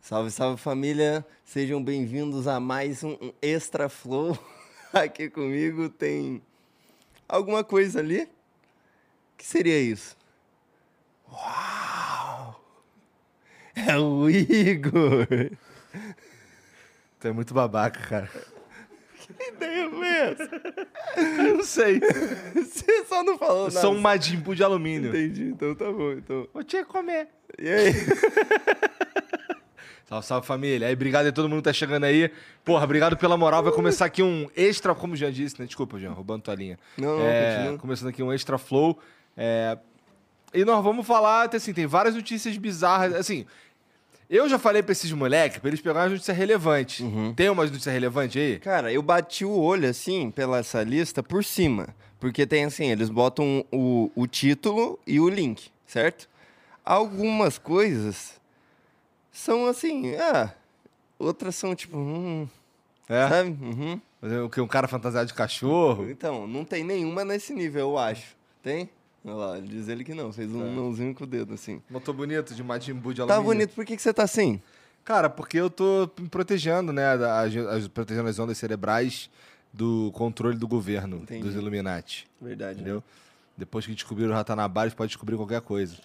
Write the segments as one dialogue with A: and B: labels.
A: Salve, salve família! Sejam bem-vindos a mais um um Extra Flow. Aqui comigo tem alguma coisa ali? que seria isso? Uau! É o Igor!
B: Tu é muito babaca, cara.
A: Que ideia foi essa?
B: Eu não sei.
A: Você só não falou
B: Eu
A: nada.
B: sou um madimbu de alumínio.
A: Entendi, então tá bom. Então...
B: Vou te comer.
A: E aí?
B: Salve, salve família. Aí, obrigado a todo mundo que tá chegando aí. Porra, obrigado pela moral. Vai começar aqui um extra, como o Jean disse, né? Desculpa, Jean, roubando tua linha.
A: Não, não,
B: É,
A: continua.
B: Começando aqui um extra flow. É, E nós vamos falar, assim, tem várias notícias bizarras. Assim, eu já falei pra esses moleques pra eles pegarem as notícias relevantes. Tem umas notícias relevantes aí?
A: Cara, eu bati o olho assim pela essa lista por cima. Porque tem assim, eles botam o, o título e o link, certo? Algumas coisas são assim, ah, outras são tipo, hum,
B: É.
A: sabe? Uhum.
B: O que? Um cara fantasiado de cachorro?
A: Então, não tem nenhuma nesse nível, eu acho. Tem? Olha lá, diz ele que não, fez um
B: É.
A: nãozinho com o dedo assim.
B: Não tô bonito de madimbu de alumínio.
A: Tá bonito, por que, que você tá assim?
B: Cara, porque eu tô me protegendo, né? da- As, as- protegendo as ondas cerebrais do controle do governo,
A: Entendi.
B: dos Illuminati.
A: Verdade.
B: Entendeu? Depois que descobriram o Ratanabara, eles podem descobrir qualquer coisa.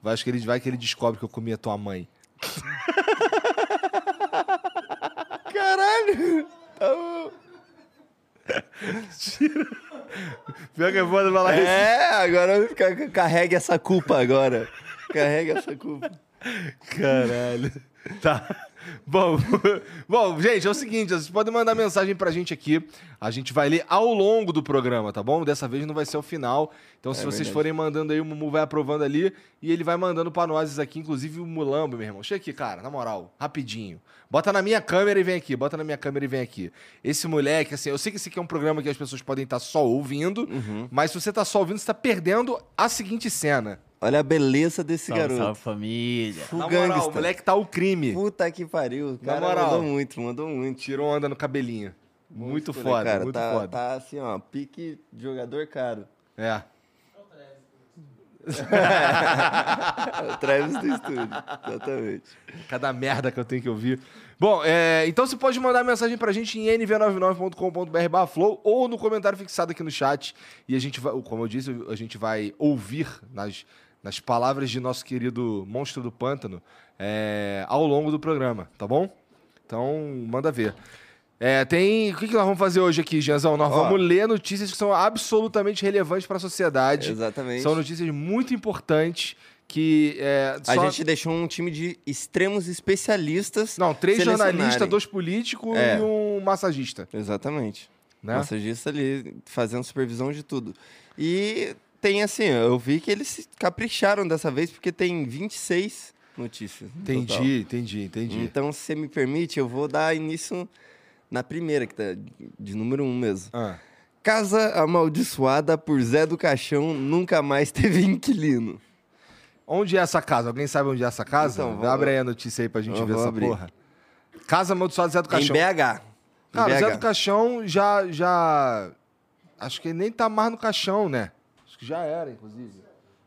B: Vai, acho que ele, vai que ele descobre que eu comi a tua mãe.
A: Caralho! Tá bom.
B: Pior que é foda falar
A: É, agora vai ficar- carregue essa culpa agora. Carregue essa culpa.
B: Caralho. Tá. Bom, bom, gente, é o seguinte, vocês podem mandar mensagem pra gente aqui. A gente vai ler ao longo do programa, tá bom? Dessa vez não vai ser o final. Então, se vocês
A: verdade.
B: forem mandando aí, o Mumu vai aprovando ali e ele vai mandando pra nós aqui, inclusive o Mulambo, meu irmão. Chega aqui, cara, na moral, rapidinho. Bota na minha câmera e vem aqui, bota na minha câmera e vem aqui. Esse moleque, assim, eu sei que esse aqui é um programa que as pessoas podem estar só ouvindo, mas se você tá só ouvindo, você tá perdendo a seguinte cena.
A: Olha a beleza desse
C: Salve,
A: garoto.
C: salve família.
A: Full
B: na moral, o
A: gangsta.
B: moleque tá o crime.
A: Puta que pariu. O cara
B: moral.
A: mandou muito, mandou muito.
B: Tirou onda no cabelinho. Muito
A: Olha,
B: foda,
A: cara,
B: muito
A: tá,
B: foda.
A: tá assim, ó, pique jogador caro.
B: É.
A: É o Travis do estúdio, exatamente.
B: Cada merda que eu tenho que ouvir. Bom, é, então você pode mandar mensagem pra gente em nv99.com.br flow ou no comentário fixado aqui no chat. E a gente vai, como eu disse, a gente vai ouvir nas, nas palavras de nosso querido monstro do pântano é, ao longo do programa, tá bom? Então, manda ver. É, tem. O que, que nós vamos fazer hoje aqui, Gianzão? Nós
A: Ó.
B: vamos ler notícias que são absolutamente relevantes pra sociedade.
A: Exatamente.
B: São notícias muito importantes que. É,
A: A
B: só-
A: gente deixou um time de extremos especialistas.
B: Não, três
A: selecionarem.
B: jornalistas, dois políticos
A: É.
B: e um massagista.
A: Exatamente.
B: Né?
A: Massagista ali, fazendo supervisão de tudo. E tem assim, eu vi que eles se capricharam dessa vez, porque tem 26 notícias. no
B: entendi,
A: total.
B: entendi, entendi.
A: Então, se você me permite, eu vou dar início na primeira, que tá de número um mesmo.
B: Ah,
A: Casa amaldiçoada por Zé do Caixão nunca mais teve inquilino.
B: onde é essa casa? Alguém sabe onde é essa casa?
A: Então, vou-
B: Abre aí a notícia aí pra gente
A: eu
B: ver
A: vou
B: essa
A: abrir.
B: porra. Casa amaldiçoada Zé do Caixão.
A: Em BH. Em
B: Cara, o Zé
A: BH.
B: do Caixão já, já. Acho que ele nem tá mais no caixão, né? Acho que já era, inclusive.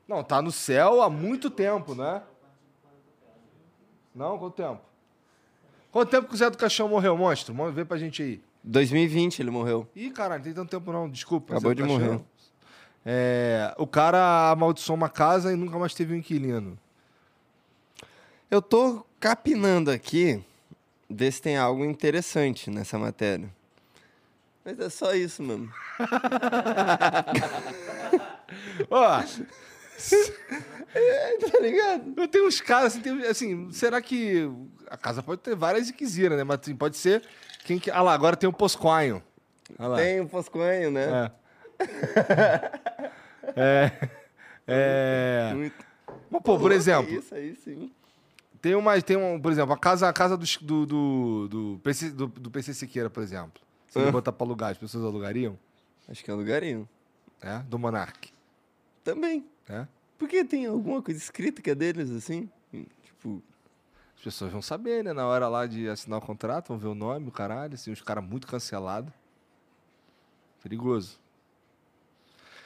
B: Não, tá no céu há muito tempo, né? Não, quanto tempo? Quanto tempo que o Zé do Caixão morreu, monstro? Mo- Vê pra gente aí.
A: 2020 ele morreu.
B: Ih, caralho, não tem tanto tempo não, desculpa.
A: Acabou
B: Zé do
A: de
B: Caixão.
A: morrer.
B: É, o cara amaldiçoou uma casa e nunca mais teve um inquilino.
A: Eu tô capinando aqui, ver se tem algo interessante nessa matéria. Mas é só isso, mano.
B: Ó,
A: tá ligado?
B: eu tenho uns caras assim, tem- assim, será que a casa pode ter várias inquisiras, né? Mas assim, pode ser quem que... Ah lá, agora tem o Posquanho. Ah lá.
A: Tem o Posconho, né?
B: É. é. É.
A: Muito.
B: Mas, pô, por
A: Pô,
B: exemplo,
A: Isso aí sim.
B: Tem uma, tem um, por exemplo, a casa, a casa do, do, do, do PC, do, do PC Siqueira, por exemplo. Se ele
A: Ah.
B: botar pra alugar, as pessoas alugariam?
A: Acho que é um lugarinho.
B: É? Do Monark.
A: Também.
B: É?
A: Porque tem alguma coisa escrita que é deles, assim? Tipo,
B: As pessoas vão saber, né? Na hora lá de assinar o contrato, vão ver o nome, o caralho, assim, os caras muito cancelados. Perigoso.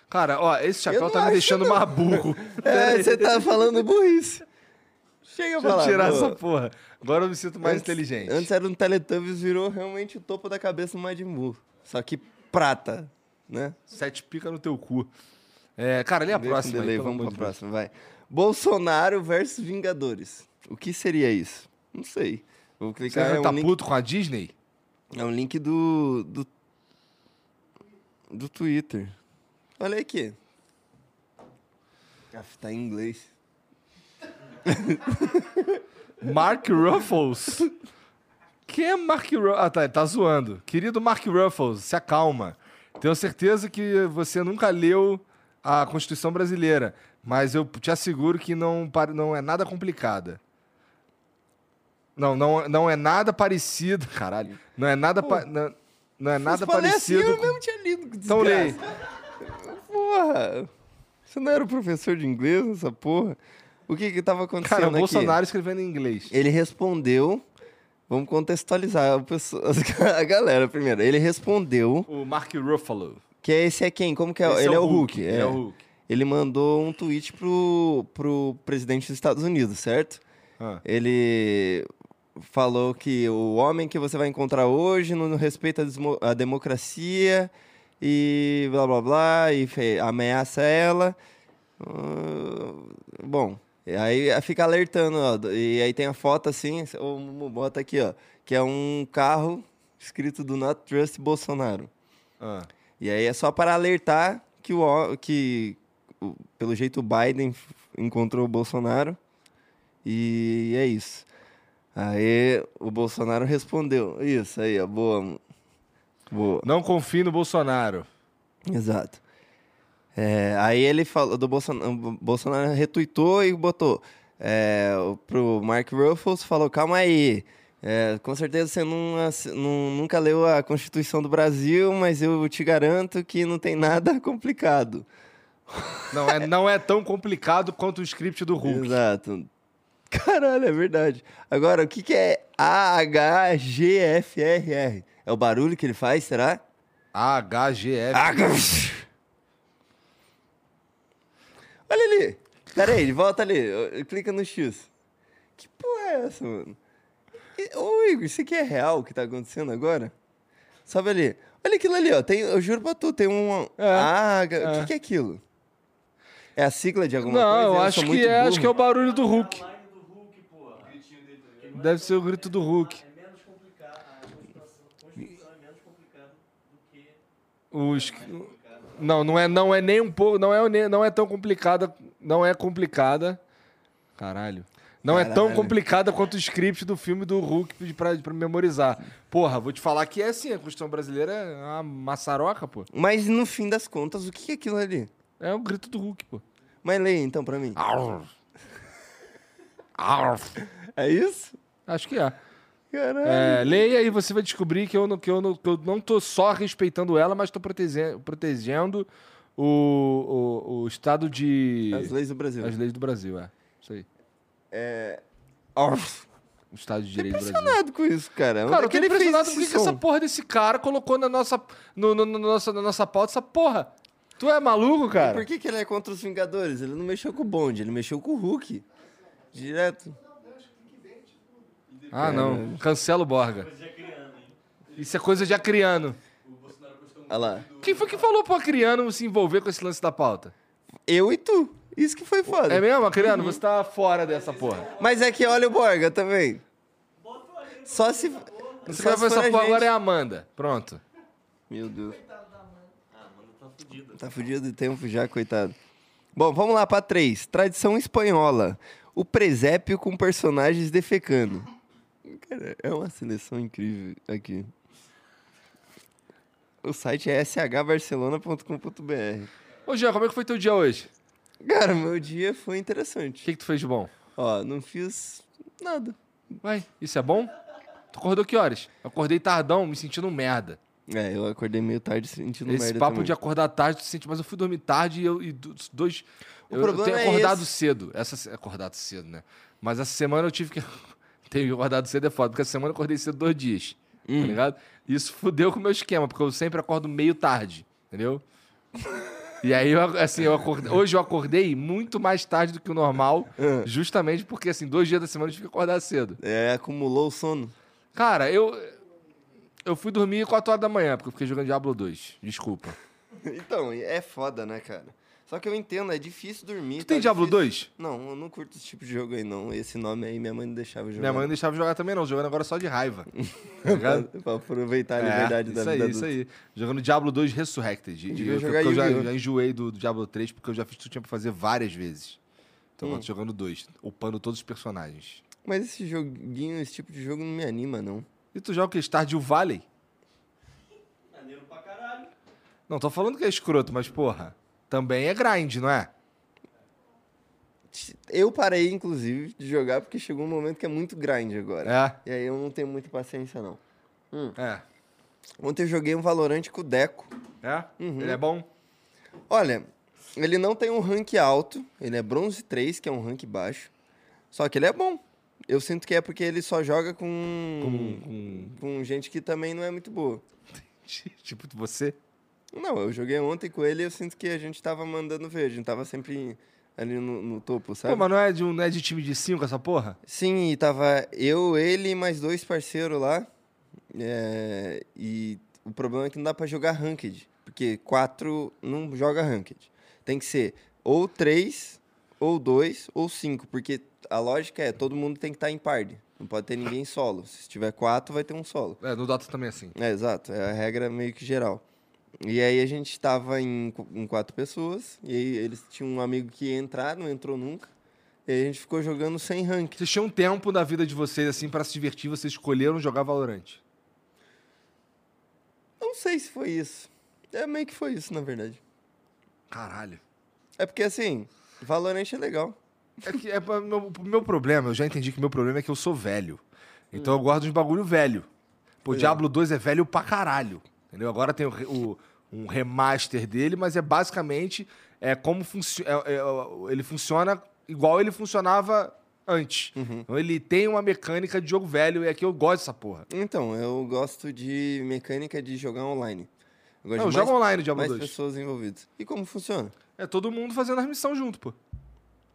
B: Cara, ó, esse
A: Eu
B: chapéu
A: não
B: tá me
A: acho,
B: deixando
A: não.
B: maburro.
A: é, você tá falando burrice. Chega
B: Deixa eu
A: falar.
B: tirar
A: pô.
B: essa porra. Agora eu me sinto mais
A: Antes-
B: inteligente.
A: Antes era um Teletubbies, virou realmente o topo da cabeça do Majin Buu. Só que prata, né?
B: Sete pica no teu cu. É, cara, lê a
A: Deixa um
B: próxima. aí,
A: delay,
B: pelo
A: vamos pra
B: amor de Deus.
A: próxima, vai. Bolsonaro versus Vingadores. O que seria isso? Não sei. Vou
B: Você
A: clicar, é
B: tá
A: um, link,
B: puto com a Disney?
A: é um link do, do... Do Twitter. Olha aqui. Ah, tá em inglês.
B: Mark Ruffles. Quem é Mark Ruffles? Ah, tá, ele tá zoando. Querido Mark Ruffles, se acalma. Tenho certeza que você nunca leu a Constituição Brasileira, mas eu te asseguro que não, pare- não é nada complicada. Não, não, não é nada parecido. Caralho. Não é nada, pa- não, não é nada
A: Se falei
B: parecido.
A: Assim, eu
B: com-
A: mesmo tinha lido. que
B: Então leia.
A: desgraça. Porra! Você não era o professor de inglês nessa porra? O que que tava acontecendo
B: Cara, o
A: aqui?
B: Bolsonaro escrevendo em inglês.
A: Ele respondeu... Vamos contextualizar a, pessoa- a galera primeiro. Ele respondeu
B: O Mark Ruffalo.
A: que esse é quem? Como que é?
B: Esse
A: ele é, o Hulk.
B: Ele é o Hulk.
A: Ele mandou um tweet pro, pro presidente dos Estados Unidos, certo?
B: Ah.
A: Ele falou que o homem que você vai encontrar hoje não respeita a, desmo- a democracia e blá blá blá, e fe- ameaça ela. Ah, bom, e aí fica alertando, ó, do- e aí tem a foto assim, o Mumu bota aqui, ó, que é um carro escrito do Not Trust Bolsonaro.
B: Ah.
A: E aí é só para alertar que, o, ó- que o- pelo jeito, o Biden f- encontrou o Bolsonaro. E é isso. Aí o Bolsonaro respondeu. Isso aí, ó. Boa. mo- Boa.
B: Não confie no Bolsonaro.
A: Exato. É, aí ele falou do Bolsonaro, o Bolsonaro retuitou e botou é, o- pro Mark Ruffles, falou, calma aí, é, com certeza você não, ass- não- nunca leu a Constituição do Brasil, mas eu te garanto que não tem nada complicado.
B: Não é, não é tão complicado quanto o script do Hulk.
A: Exato. Caralho, é verdade. Agora, o que, que é AHGFRR? É o barulho que ele faz, será?
B: HGF.
A: Ah, gosh. Olha ali. Pera aí, volta ali. Ó, Clica no X. Que porra é essa, mano? E- Ô, Igor, isso aqui é real o que tá acontecendo agora? Sobe ali. Olha aquilo ali, ó. Tem, eu juro pra tu, tem um...
B: É,
A: ah, ga- o
B: é.
A: que, que é aquilo? É a sigla de alguma
B: Não,
A: coisa?
B: eu
A: sou
B: acho que,
A: muito
B: é, acho que é o
A: burro.
B: barulho do Hulk. Deve ser o grito do Hulk.
C: tá É menos complicado, a Constituição, a Constituição é menos complicada do que é
B: O es- Não, não é, não é nem um pouco. Não é, nem- não é tão complicada. Não é complicada. Caralho. Não é tão
A: Caralho.
B: complicada quanto o script do filme do Hulk de- pra, pra memorizar. Porra, vou te falar que é assim, a Constituição Brasileira é uma maçaroca, pô.
A: Mas no fim das contas, o que que é aquilo ali?
B: É o grito do Hulk, pô.
A: Mas leia então pra
B: Ah.
A: mim.
B: Arf. Arf.
A: É isso?
B: Acho que é.
A: Caralho.
B: É, leia e você vai descobrir que eu, não- que, eu, não- que eu não tô só respeitando ela, mas tô protege- protegendo o, o, o estado de.
A: As leis do Brasil.
B: as leis do Brasil, é. Isso aí.
A: Arf.
B: O estado de
A: Tô
B: direito do Brasil.
A: impressionado com isso, cara. Onde
B: Cara,
A: é
B: eu
A: que
B: tô
A: ele fez
B: impressionado
A: esse
B: porque que essa
A: som?
B: porra desse cara colocou na nossa, no, no- no- na nossa, na nossa pauta essa porra. Tu é maluco, cara?
A: Por que, que ele é contra os Vingadores? Ele não mexeu com o Bond, ele mexeu com o Hulk. Direto.
B: Ah, não. Cancela o Borga. Isso é coisa de acriano.
A: Olha lá.
B: Quem foi que falou pro acriano se envolver com esse lance da pauta?
A: Eu e tu. Isso que foi foda.
B: É mesmo, acriano?
A: uhum.
B: Você tá fora dessa porra.
A: Mas é que olha o Borga também. Só se.
B: Você
A: só
B: vai
A: se
B: ver
A: for
B: essa
A: a
B: porra
A: gente.
B: agora é a Amanda. Pronto.
A: Meu Deus.
C: tá fudido.
A: Tá fudido de tempo já, coitado. Bom, vamos lá pra três. Tradição espanhola. O presépio com personagens defecando. Cara, é uma seleção incrível aqui. O site é shbarcelona.com.br.
B: Ô, Jean, como é que foi teu dia hoje?
A: Cara, meu dia foi
B: O
A: interessante.
B: que, que tu fez de bom?
A: Ó, não fiz nada.
B: Ué, isso é bom? Tu acordou que horas? Acordei tardão, me sentindo um merda.
A: É, eu acordei meio tarde sentindo
B: Esse
A: merda
B: papo
A: também.
B: de acordar tarde, tu sente, mas eu fui dormir tarde e, eu, e do- dois.
A: O
B: eu- eu,
A: problema
B: tenho
A: é
B: acordado
A: esse.
B: cedo. Essa, se- acordado cedo, né? Mas essa semana eu tive que. tenho acordado cedo é foda, porque essa semana eu acordei cedo dois dias.
A: Hum.
B: Tá ligado? Isso fudeu com o meu esquema, porque eu sempre acordo meio tarde, entendeu? E aí, eu, assim, eu acordei- hoje eu acordei muito mais tarde do que o normal,
A: Ah.
B: justamente porque, assim, dois dias da semana eu tive que acordar cedo.
A: É, acumulou o sono.
B: Cara, eu. Eu fui dormir 4 horas da manhã, porque eu fiquei jogando Diablo 2. Desculpa.
A: Então, é foda, né, cara? Só que eu entendo, é difícil dormir.
B: Tu tem Diablo 2?
A: Não, eu não curto esse tipo de jogo aí, não. Esse nome aí minha mãe não deixava eu jogar.
B: Minha mãe não deixava eu jogar também, não. Jogando agora só de raiva. Tá ligado?
A: pra, pra aproveitar a liberdade
B: é,
A: da
B: isso
A: vida
B: aí, isso aí. Jogando Diablo 2 Resurrected. E
A: Devia
B: eu,
A: jogar
B: porque eu já,
A: Yu-Gi-Oh!
B: já enjoei do, do Diablo 3, porque eu já fiz tudo que tinha pra fazer várias vezes. Então eu
A: Hum.
B: tô jogando dois, upando todos os personagens.
A: Mas esse joguinho, esse tipo de jogo não me anima, não.
B: E tu joga o que? Stardew Valley?
C: Maneiro pra caralho.
B: Não, tô falando que é escroto, mas porra. Também é grind, não é?
A: Eu parei, inclusive, de jogar porque chegou um momento que é muito grind agora.
B: É.
A: E aí eu não tenho muita paciência, não.
B: É.
A: Ontem eu joguei um Valorante com o Deco.
B: É?
A: Uhum.
B: Ele é bom?
A: Olha, ele não tem um rank alto, ele é bronze 3, que é um rank baixo. Só que ele é bom. Eu sinto que é porque ele só joga
B: Hum,
A: com,
B: Com-
A: com... gente que também não é muito boa.
B: tipo, você?
A: Não, eu joguei ontem com ele e eu sinto que a gente tava mandando ver, a gente tava sempre ali no, no topo, sabe?
B: Pô, mas não é, de um, não é de time de cinco essa porra?
A: Sim, e tava eu, ele e mais dois parceiros lá. É, e o problema é que não dá pra jogar ranked, porque quatro não joga ranked. Tem que ser ou três, ou dois, ou cinco, porque a lógica é todo mundo tem que estar em party. Não pode ter ninguém solo. Se tiver quatro, vai ter um solo.
B: É, no Dota também é assim.
A: É, exato. É a regra meio que geral. E aí a gente tava em, qu- em quatro pessoas, e aí eles tinham um amigo que ia entrar, não entrou nunca. E aí a gente ficou jogando sem rank.
B: Vocês tinham um tempo da vida de vocês, assim, pra se divertir, vocês escolheram jogar Valorant.
A: Não sei se foi isso. É meio que foi isso, na verdade.
B: Caralho.
A: É porque, assim, Valorant é legal.
B: É que é pra- meu, o meu problema, eu já entendi que meu problema é que eu sou velho. Então eu guardo uns bagulho velho. Pô, Diablo 2 é velho pra caralho. Entendeu? Agora tem o re- o- um remaster dele, mas é basicamente é como funci- é- é- ele funciona igual ele funcionava antes. Então ele tem uma mecânica de jogo velho e é que eu gosto dessa porra.
A: Então, eu gosto de mecânica de jogar online. Eu gosto
B: Não,
A: de
B: joga
A: mais,
B: online Diablo
A: mais
B: 2.
A: pessoas envolvidas. E como funciona?
B: É todo mundo fazendo as missões junto, pô.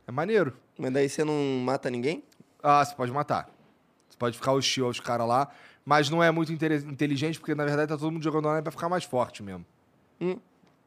B: É maneiro.
A: Mas daí você não mata ninguém?
B: Ah, você pode matar. Você pode ficar hostil aos caras lá, mas não é muito intele- inteligente, porque na verdade tá todo mundo jogando online pra ficar mais forte mesmo.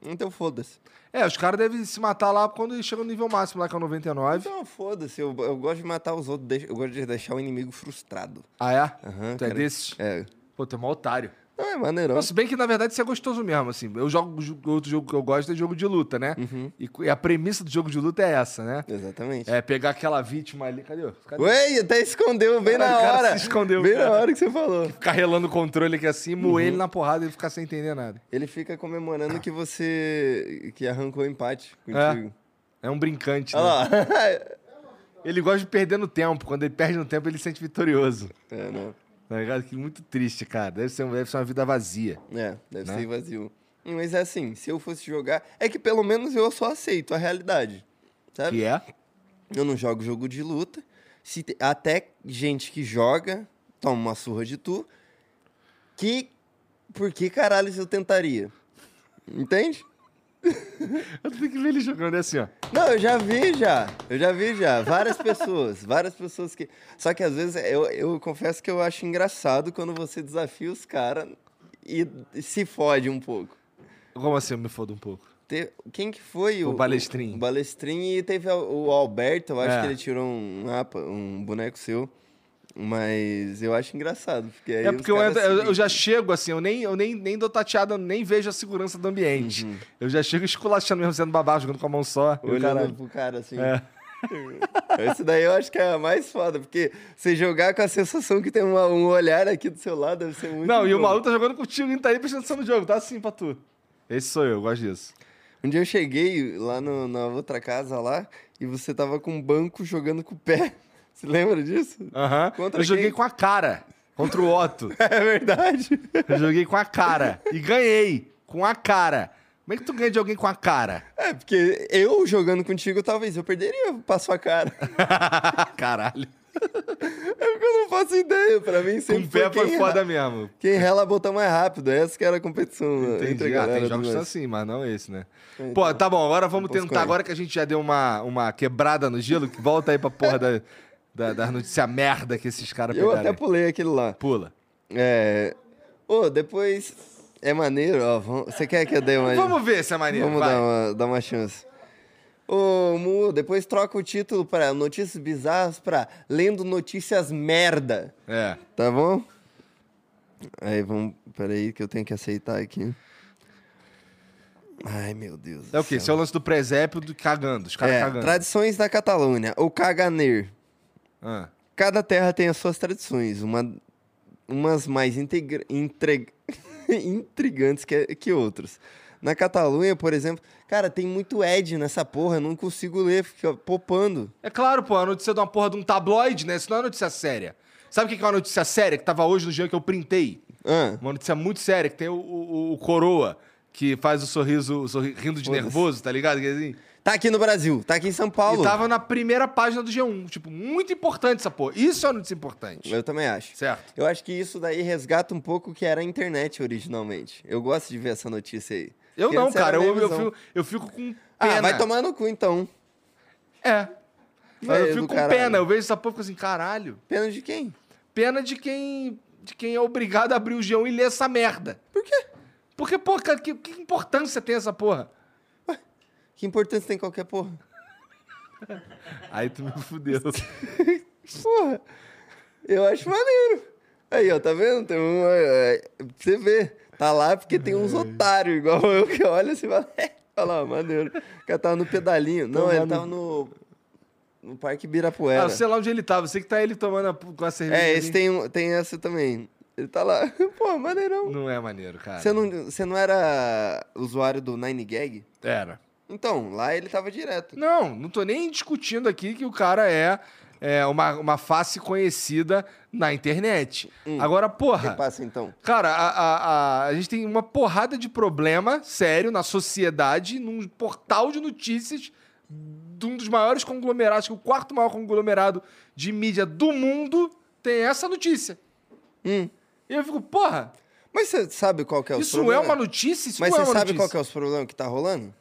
A: Então foda-se.
B: É, os caras devem se matar lá quando eles chegam no nível máximo, lá que é o 99.
A: Então foda-se. Eu, eu gosto de matar os outros. deixa- Eu gosto de deixar o inimigo frustrado.
B: Ah, é?
A: Aham,
B: tu é
A: cara.
B: desses?
A: É.
B: Pô, tu é mó otário.
A: Não, é maneiro.
B: Não, se bem que na verdade isso é gostoso mesmo, assim. Eu jogo jo- outro jogo que eu gosto é jogo de luta, né?
A: Uhum.
B: E, co- e a premissa do jogo de luta é essa, né?
A: Exatamente.
B: É pegar aquela vítima ali. Cadê? Cadê?
A: Ué, até escondeu bem
B: Caralho,
A: na
B: o cara
A: hora.
B: se escondeu,
A: Bem na
B: cara.
A: hora que você falou.
B: Carrelando o controle aqui assim,
A: Uhum.
B: moer ele na porrada e ele ficar sem entender nada.
A: Ele fica comemorando que você. que arrancou o empate contigo.
B: Ah. É um brincante,
A: Olha
B: né?
A: lá.
B: Ele gosta de perder no tempo. Quando ele perde no tempo, ele se sente vitorioso.
A: É, né?
B: Tá ligado? Que muito triste, cara. Deve ser, um, deve ser uma vida vazia.
A: É, deve
B: Né?
A: ser vazio. Hum, Mas é assim, se eu fosse jogar. É que pelo menos eu só aceito a realidade. Sabe?
B: Que é?
A: Eu não jogo jogo de luta. Se te- Até gente que joga toma uma surra de tu. Que. Por que caralho eu tentaria? Entende?
B: Eu tenho que ver ele jogando é assim, ó.
A: Não, eu já vi já. Eu já vi já. Várias pessoas. Várias pessoas que. Só que às vezes eu, eu confesso que eu acho engraçado quando você desafia os caras e se fode um pouco.
B: Como assim eu me fodo um pouco?
A: Te- Quem que foi
B: O
A: o.
B: Balestrin.
A: O Balestrin e teve o o Alberto, eu acho
B: É.
A: que ele tirou um mapa, um boneco seu. Mas eu acho engraçado, porque aí
B: é
A: os
B: porque eu,
A: caras
B: entro- eu-
A: se-
B: eu já chego assim, eu nem, eu nem, nem dou tateada, nem vejo a segurança do ambiente. Eu já chego esculachando mesmo, sendo babado, jogando com a mão só. E o
A: Uhum. olhando
B: caralho.
A: pro cara assim.
B: É.
A: Esse daí eu acho que é a mais foda, porque você jogar com a sensação que tem uma- um olhar aqui do seu lado deve ser muito.
B: Não, e o
A: bom.
B: maluco tá jogando contigo e não tá aí prestando atenção no jogo. Tá assim pra tu. Esse sou eu, eu gosto disso.
A: Um dia eu cheguei lá no- na outra casa lá e você tava com um banco jogando com o pé. Você lembra disso?
B: Aham.
A: Contra
B: Eu joguei
A: quem?
B: com a cara. Contra o Otto.
A: É verdade.
B: Eu joguei com a cara. E ganhei. Com a cara. Como é que tu ganha de alguém com a cara?
A: É, porque eu jogando contigo, talvez eu perderia pra sua cara.
B: Caralho.
A: É porque eu não faço ideia. Pra mim
B: Com
A: sempre
B: o pé
A: foi
B: foi
A: quem,
B: foda mesmo.
A: quem rela botou mais rápido. Essa que era a competição né, entre a
B: Entendi. Ah,
A: galera
B: tem
A: do
B: jogos que são
A: Brasil.
B: assim, mas não esse, né?
A: Então,
B: Pô, tá bom, agora
A: não
B: vamos
A: posso
B: tentar.
A: correr.
B: Agora que a gente já deu uma, uma quebrada no gelo, que volta aí pra porra da, da, das notícias merda que esses caras
A: Eu
B: pegaram.
A: até
B: aí.
A: pulei aquele lá.
B: Pula.
A: É. Ô, depois. É maneiro, ó. vamo- Você quer que eu dê uma.
B: Vamos ver se é maneiro.
A: Vamos
B: vai.
A: dar uma, dar uma chance. Ô, Mu, depois troca o título pra Notícias Bizarras pra Lendo Notícias Merda.
B: É.
A: Tá bom? Aí vamos. Peraí, que eu tenho que aceitar aqui. Ai, meu Deus. do
B: É o quê? Esse é
A: céu.
B: o lance do presépio do cagando, os caras
A: É,
B: cagando.
A: tradições da Catalunha, ou caganer.
B: Ah.
A: Cada terra tem as suas tradições, uma, umas mais integra- intre- intrigantes que, que outras. Na Catalunha, por exemplo, cara, tem muito Ed nessa porra, eu não consigo ler, fica popando.
B: É claro, pô, a notícia de uma porra de um tabloide, né? Isso não é notícia séria. Sabe o que que é uma notícia séria que tava hoje no dia que eu printei?
A: Ah,
B: Uma notícia muito séria, que tem o, o- o Coroa, que faz o sorriso, o sorri- rindo de
A: Foda-se.
B: nervoso, tá ligado? Que é assim.
A: tá aqui no Brasil, tá aqui em São Paulo.
B: E tava na primeira página do G1. Tipo, muito importante essa porra. Isso é uma notícia importante.
A: Eu também acho.
B: Certo?
A: Eu acho que isso daí resgata um pouco o que era a internet originalmente. Eu gosto de ver essa notícia aí.
B: Eu
A: Porque
B: não,
A: antes era
B: cara. Eu, eu,
A: televisão.
B: fico, eu fico com pena.
A: Ah, vai tomar no cu então.
B: É.
A: Vai,
B: eu fico
A: do
B: com
A: caralho.
B: pena. Eu vejo essa porra e fico assim, caralho.
A: Pena de quem?
B: Pena de quem, de quem é obrigado a abrir o G1 e ler essa merda. Por quê? Porque, pô, cara, que, que importância tem essa porra?
A: Que importância tem qualquer porra?
B: Aí tu me fudeu.
A: Porra, eu acho maneiro. Aí, ó, tá vendo? Tem um. é, é, pra você ver. Tá lá porque tem
B: É.
A: uns otários igual eu que olha assim e fala, é, olha lá, maneiro. O cara tava no pedalinho. Não,
B: Tomar
A: ele
B: no-
A: tava no. No Parque
B: Ah,
A: Birapuera.
B: eu sei lá onde ele tava. Eu sei que tá ele tomando a, com a cerveja.
A: é,
B: ali.
A: esse tem, um- tem essa também. Ele tá lá. Pô, maneirão.
B: Não é maneiro, cara.
A: Você não, você não era usuário do Nine Gag?
B: Era.
A: Então, lá ele tava direto.
B: Não, não tô nem discutindo aqui que o cara é, é, uma, uma face conhecida na internet. Agora, porra.
A: Hum. Que passa então?
B: Cara, a, a, a, a gente tem uma porrada de problema sério na sociedade, num portal de notícias de um dos maiores conglomerados, que é o quarto maior conglomerado de mídia do mundo, tem essa notícia.
A: Hum.
B: E eu fico, porra,
A: Mas você sabe qual que é o
B: isso é
A: problema?
B: uma notícia? Isso
A: Mas
B: não é
A: você
B: uma
A: sabe
B: notícia.
A: qual é que é os problemas que tá rolando?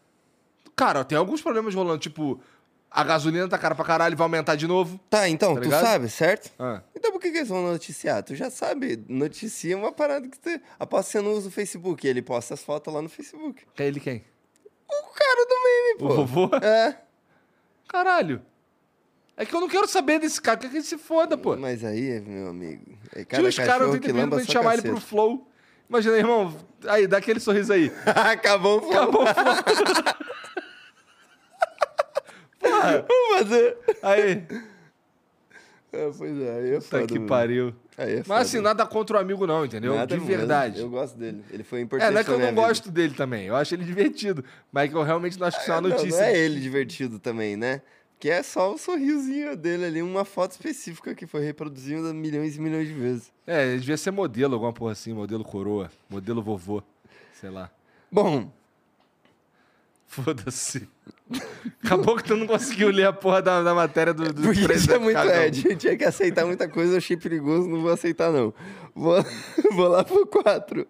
B: Cara, tem alguns problemas rolando, tipo, a gasolina tá cara pra caralho, vai aumentar de novo.
A: Tá, então,
B: Tá
A: tu
B: ligado?
A: sabe, certo?
B: Ah.
A: Então por que, que eles vão noticiar? Tu já sabe, noticia é uma parada que tu. Aposto que você não usa o Facebook. Ele posta as fotos lá no Facebook.
B: É ele quem?
A: O cara do meme,
B: O
A: pô.
B: vovô?
A: É.
B: Caralho. É que eu não quero saber desse cara, quero que ele se foda, pô.
A: Mas aí, meu amigo. É
B: Tinha
A: cada
B: uns caras
A: cachorro
B: do
A: que
B: Twitter
A: lamba
B: pra gente
A: sua
B: chamar ele
A: caceta.
B: pro Flow. Imagina, irmão, aí, dá aquele sorriso aí.
A: Acabou o
B: Acabou o Flow.
A: Vamos fazer.
B: Aí,
A: É, pois é, aí é foda.
B: tá que
A: mano.
B: pariu.
A: Aí é foda.
B: Mas assim, nada contra o amigo não, entendeu?
A: Nada
B: de
A: mesmo.
B: verdade.
A: Eu gosto dele. Ele foi importante.
B: É, não é que
A: na
B: eu
A: minha
B: não
A: vida.
B: gosto dele também. Eu acho ele divertido. Mas que eu realmente não acho que isso é uma
A: Não,
B: notícia.
A: Não, é ele divertido também, né? Que é só o sorrisinho dele ali, uma foto específica que foi reproduzida milhões e milhões de vezes.
B: É, ele devia ser modelo, alguma porra assim, modelo coroa, modelo vovô, sei lá.
A: Bom,
B: Foda-se. Acabou que tu não conseguiu ler a porra da, da matéria do, do
A: porque isso é
B: presidente
A: muito
B: cagão.
A: Ed. Eu tinha que aceitar muita coisa, eu achei perigoso, não vou aceitar, não. Vou, vou lá pro 4.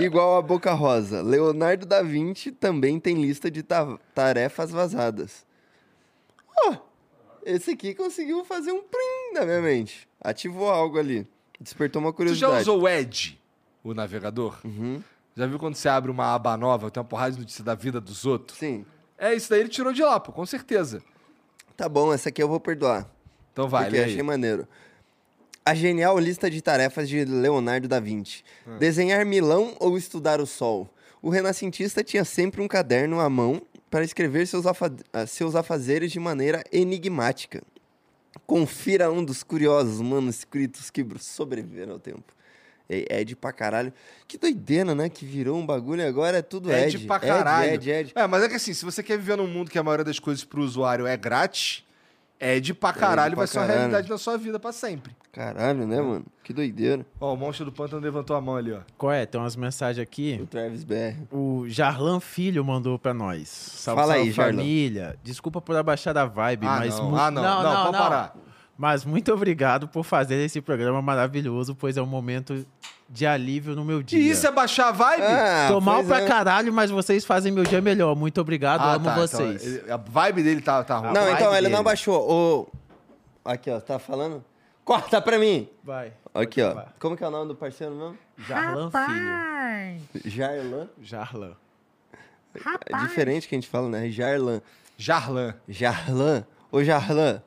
A: igual a Boca Rosa. Leonardo da Vinci também tem lista de ta- tarefas vazadas. Ó, esse aqui conseguiu fazer um plim na minha mente. Ativou algo ali. Despertou uma
B: Tu já
A: curiosidade.
B: usou o Edge, o navegador?
A: Uhum.
B: Já viu quando você abre uma aba nova, tem uma porrada de notícia da vida dos outros?
A: Sim.
B: É, isso daí ele tirou de lá, pô, com certeza.
A: Tá bom, essa aqui eu vou perdoar.
B: Então vai,
A: porque
B: lê
A: achei
B: aí.
A: maneiro. A genial lista de tarefas de Leonardo da Vinci.
B: Ah.
A: Desenhar Milão ou estudar o sol. O renascentista tinha sempre um caderno à mão para escrever seus, afa- ah, seus afazeres de maneira enigmática. Confira um dos curiosos manuscritos que br- sobreviveram ao tempo. Ei, Ed pra caralho. Que doideira, né? Que virou um bagulho e agora é tudo Ed.
B: Ed pra caralho.
A: Ed, Ed, Ed.
B: É, mas é que assim, se você quer viver num mundo que a maioria das coisas pro usuário é grátis, Edge pra caralho
A: É pra
B: vai ser uma
A: caralho.
B: realidade na sua vida pra sempre.
A: Caralho, né, mano? Que doideira.
B: Ó, o monstro do pântano levantou a mão ali, ó.
D: Qual é? Tem umas mensagens aqui.
A: O Travis BR.
D: O Jarlan Filho mandou pra nós. Salve,
A: Fala
D: salve
A: aí, Jarlan.
D: família. Desculpa por abaixar da vibe,
B: Ah,
D: mas...
B: não.
D: mu-
B: Ah, não. Não, pode parar.
D: Mas muito obrigado por fazer esse programa maravilhoso, pois é um momento de alívio no meu dia.
B: E isso é baixar a vibe?
A: Ah,
D: Tô mal
A: pois
D: pra
A: é.
D: caralho, mas vocês fazem meu dia melhor. Muito obrigado,
B: Ah,
D: amo
B: tá, então,
D: vocês.
B: ele- a vibe dele tá, tá ruim.
D: Ah,
A: Não,
D: vibe
A: então, ele
D: dele.
A: não baixou. Ô, Aqui, ó, tá falando? Corta pra mim!
D: Vai.
A: Aqui,
D: pode
A: ó.
D: falar.
A: Como que é o nome do parceiro mesmo?
D: Jarlan Filho.
A: Jarlan.
D: Jarlan.
A: É diferente que a gente fala, né? Jarlan.
B: Jarlan.
A: Jarlan. Ô, Jarlan.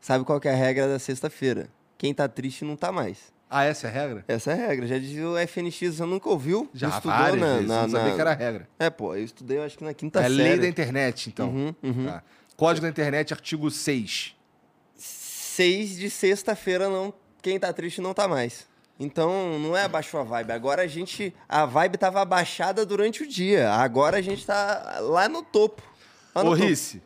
A: Sabe qual que é a regra da sexta-feira? Quem tá triste não tá mais.
B: Ah, essa é a regra?
A: Essa é a regra. Já dizia o FNX, você nunca ouviu?
B: Já
A: Estudou
B: várias
A: na...
B: vezes,
A: na-
B: não sabia
A: na-
B: que era a regra.
A: É, pô, eu estudei, eu acho que na quinta
B: é
A: série.
B: lei da internet, então.
A: Tá Uhum, uhum.
B: Tá. Código da internet, artigo 6.
A: Seis de sexta-feira, não... quem tá triste não tá mais. Então, não é abaixou a vibe. Agora a gente... A vibe tava abaixada durante o dia. Agora a gente tá lá no topo. Lá Tá no
B: Ô,
A: topo.
B: Rice.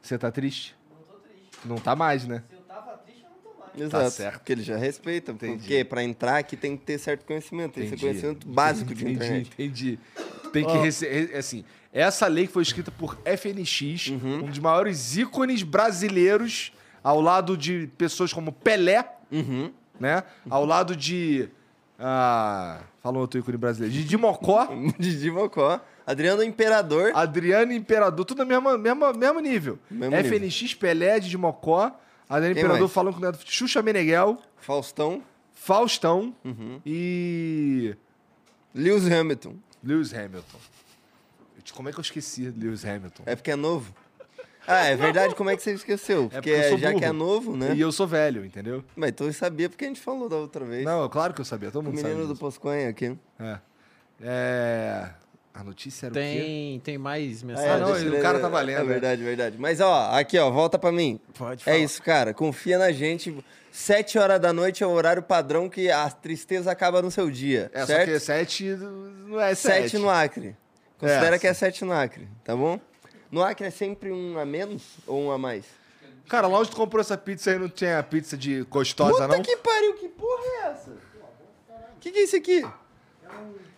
B: Você tá triste? Não tô triste. Não tá mais, né?
C: Se eu tava triste, eu não tô mais.
A: Exato.
B: tá certo.
A: Porque ele já respeita.
B: Entendi.
A: Porque pra entrar aqui tem que ter certo conhecimento. Tem que ser
B: Entendi.
A: conhecimento básico de
B: entendi,
A: internet.
B: entendi. Tem que rece- re- assim, essa lei que foi escrita por FNX,
A: Uhum.
B: um dos maiores ícones brasileiros, ao lado de pessoas como Pelé,
A: Uhum.
B: né? Ao lado de ah, fala um outro ícone brasileiro, Didi Mocó,
A: Didi Mocó. Adriano Imperador.
B: Adriano Imperador, tudo no mesmo, mesmo, mesmo nível.
A: Mesmo
B: FNX, Pelé, Didi Mocó, Adriano
A: Quem
B: Imperador
A: mais?
B: falando com o Neto, Xuxa Meneghel,
A: Faustão.
B: Faustão
A: Uhum.
B: e
A: Lewis Hamilton.
B: Lewis Hamilton. Como é que eu esqueci Lewis Hamilton?
A: É porque é novo. Ah, é verdade, como é que você esqueceu? Porque,
B: porque eu sou
A: já que
B: burro.
A: é novo, né?
B: E eu sou velho, entendeu?
A: Mas então eu sabia porque a gente falou da outra vez.
B: Não, é claro que eu sabia, todo
A: o
B: mundo
A: menino
B: sabe.
A: do Posconha aqui.
B: disso. É. É, A notícia era o quê?
D: Tem, tem mais
A: Ah,
B: Ah,
D: mensagem?
B: não,
A: deixa eu
B: o
A: ler-
B: cara tá valendo,
A: É
B: né?
A: verdade, verdade. Mas ó, aqui ó, volta pra mim.
D: Pode falar.
A: É isso, cara. Confia na gente. Sete horas da noite é o horário padrão que a tristeza acaba no seu dia,
B: É, só que
A: certo?
B: 7 não é 7.
A: Sete no Acre. Considera
B: É.
A: que é sete no Acre, tá bom? No Acre é sempre um a menos ou um a mais?
B: Cara, lá onde tu comprou essa pizza aí não tinha pizza de gostosa,
A: Puta
B: não?
A: que pariu, que porra é essa? O que, que é isso aqui?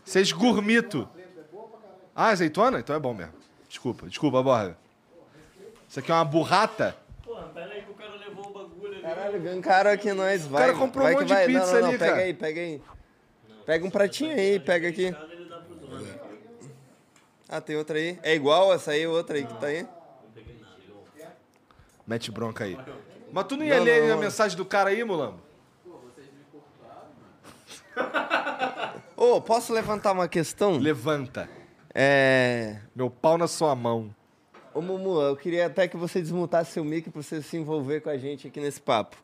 B: Vocês gourmito. Ah, azeitona? Então é bom mesmo. Desculpa, desculpa, borra. Isso aqui é uma burrata?
C: Porra, pera aí que o cara levou o bagulho ali.
A: Caralho, gancaram aqui nós, vai.
B: cara comprou
A: vai
B: um
A: que
B: monte de
A: vai.
B: pizza
A: não, não, não,
B: ali,
A: pega
B: cara.
A: aí, pega aí. Pega um pratinho aí, pega aqui.
C: Ele dá pros outros.
A: Ah, tem outra aí. É igual essa aí, outra aí que tá aí?
B: Mete bronca aí. Mas tu não ia
A: Não,
B: ler
A: não,
B: a
A: não.
B: mensagem do cara aí, Mulambo?
A: Ô, posso levantar uma questão?
B: Levanta.
A: É.
B: Meu pau na sua mão.
A: Ô, Mumu, eu queria até que você desmutasse seu mic pra você se envolver com a gente aqui nesse papo.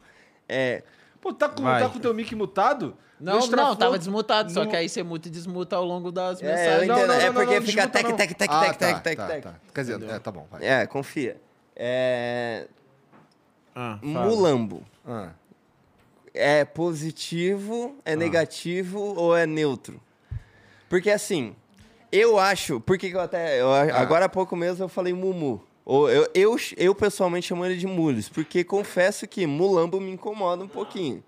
A: É.
B: Pô, tá com,
D: Vai.
B: tá com teu mic mutado?
D: Não,
B: No
D: não, tava
B: Extraflow-
D: desmutado. Só
B: no-
D: que aí você muta e desmuta ao longo das
A: É, eu
D: mensagens.
A: entendo.
B: não,
A: é
B: não,
A: porque
B: não,
A: fica
B: desmuta
A: tec,
B: não.
A: tec, tec,
B: Ah,
A: tec,
B: tá,
A: tec, tec,
B: tá,
A: tec.
B: tá. Quer dizer, é, tá bom, vai.
A: É, confia. É.
D: Ah, fala.
A: Mulambo.
B: Ah.
A: é positivo, é negativo ou é neutro? Porque assim, eu acho, porque eu até eu
B: Ah.
A: a- agora há pouco mesmo eu falei Mumu. Ou eu, eu, ch- eu pessoalmente chamo ele de Mules, porque confesso que Mulambo me incomoda um pouquinho.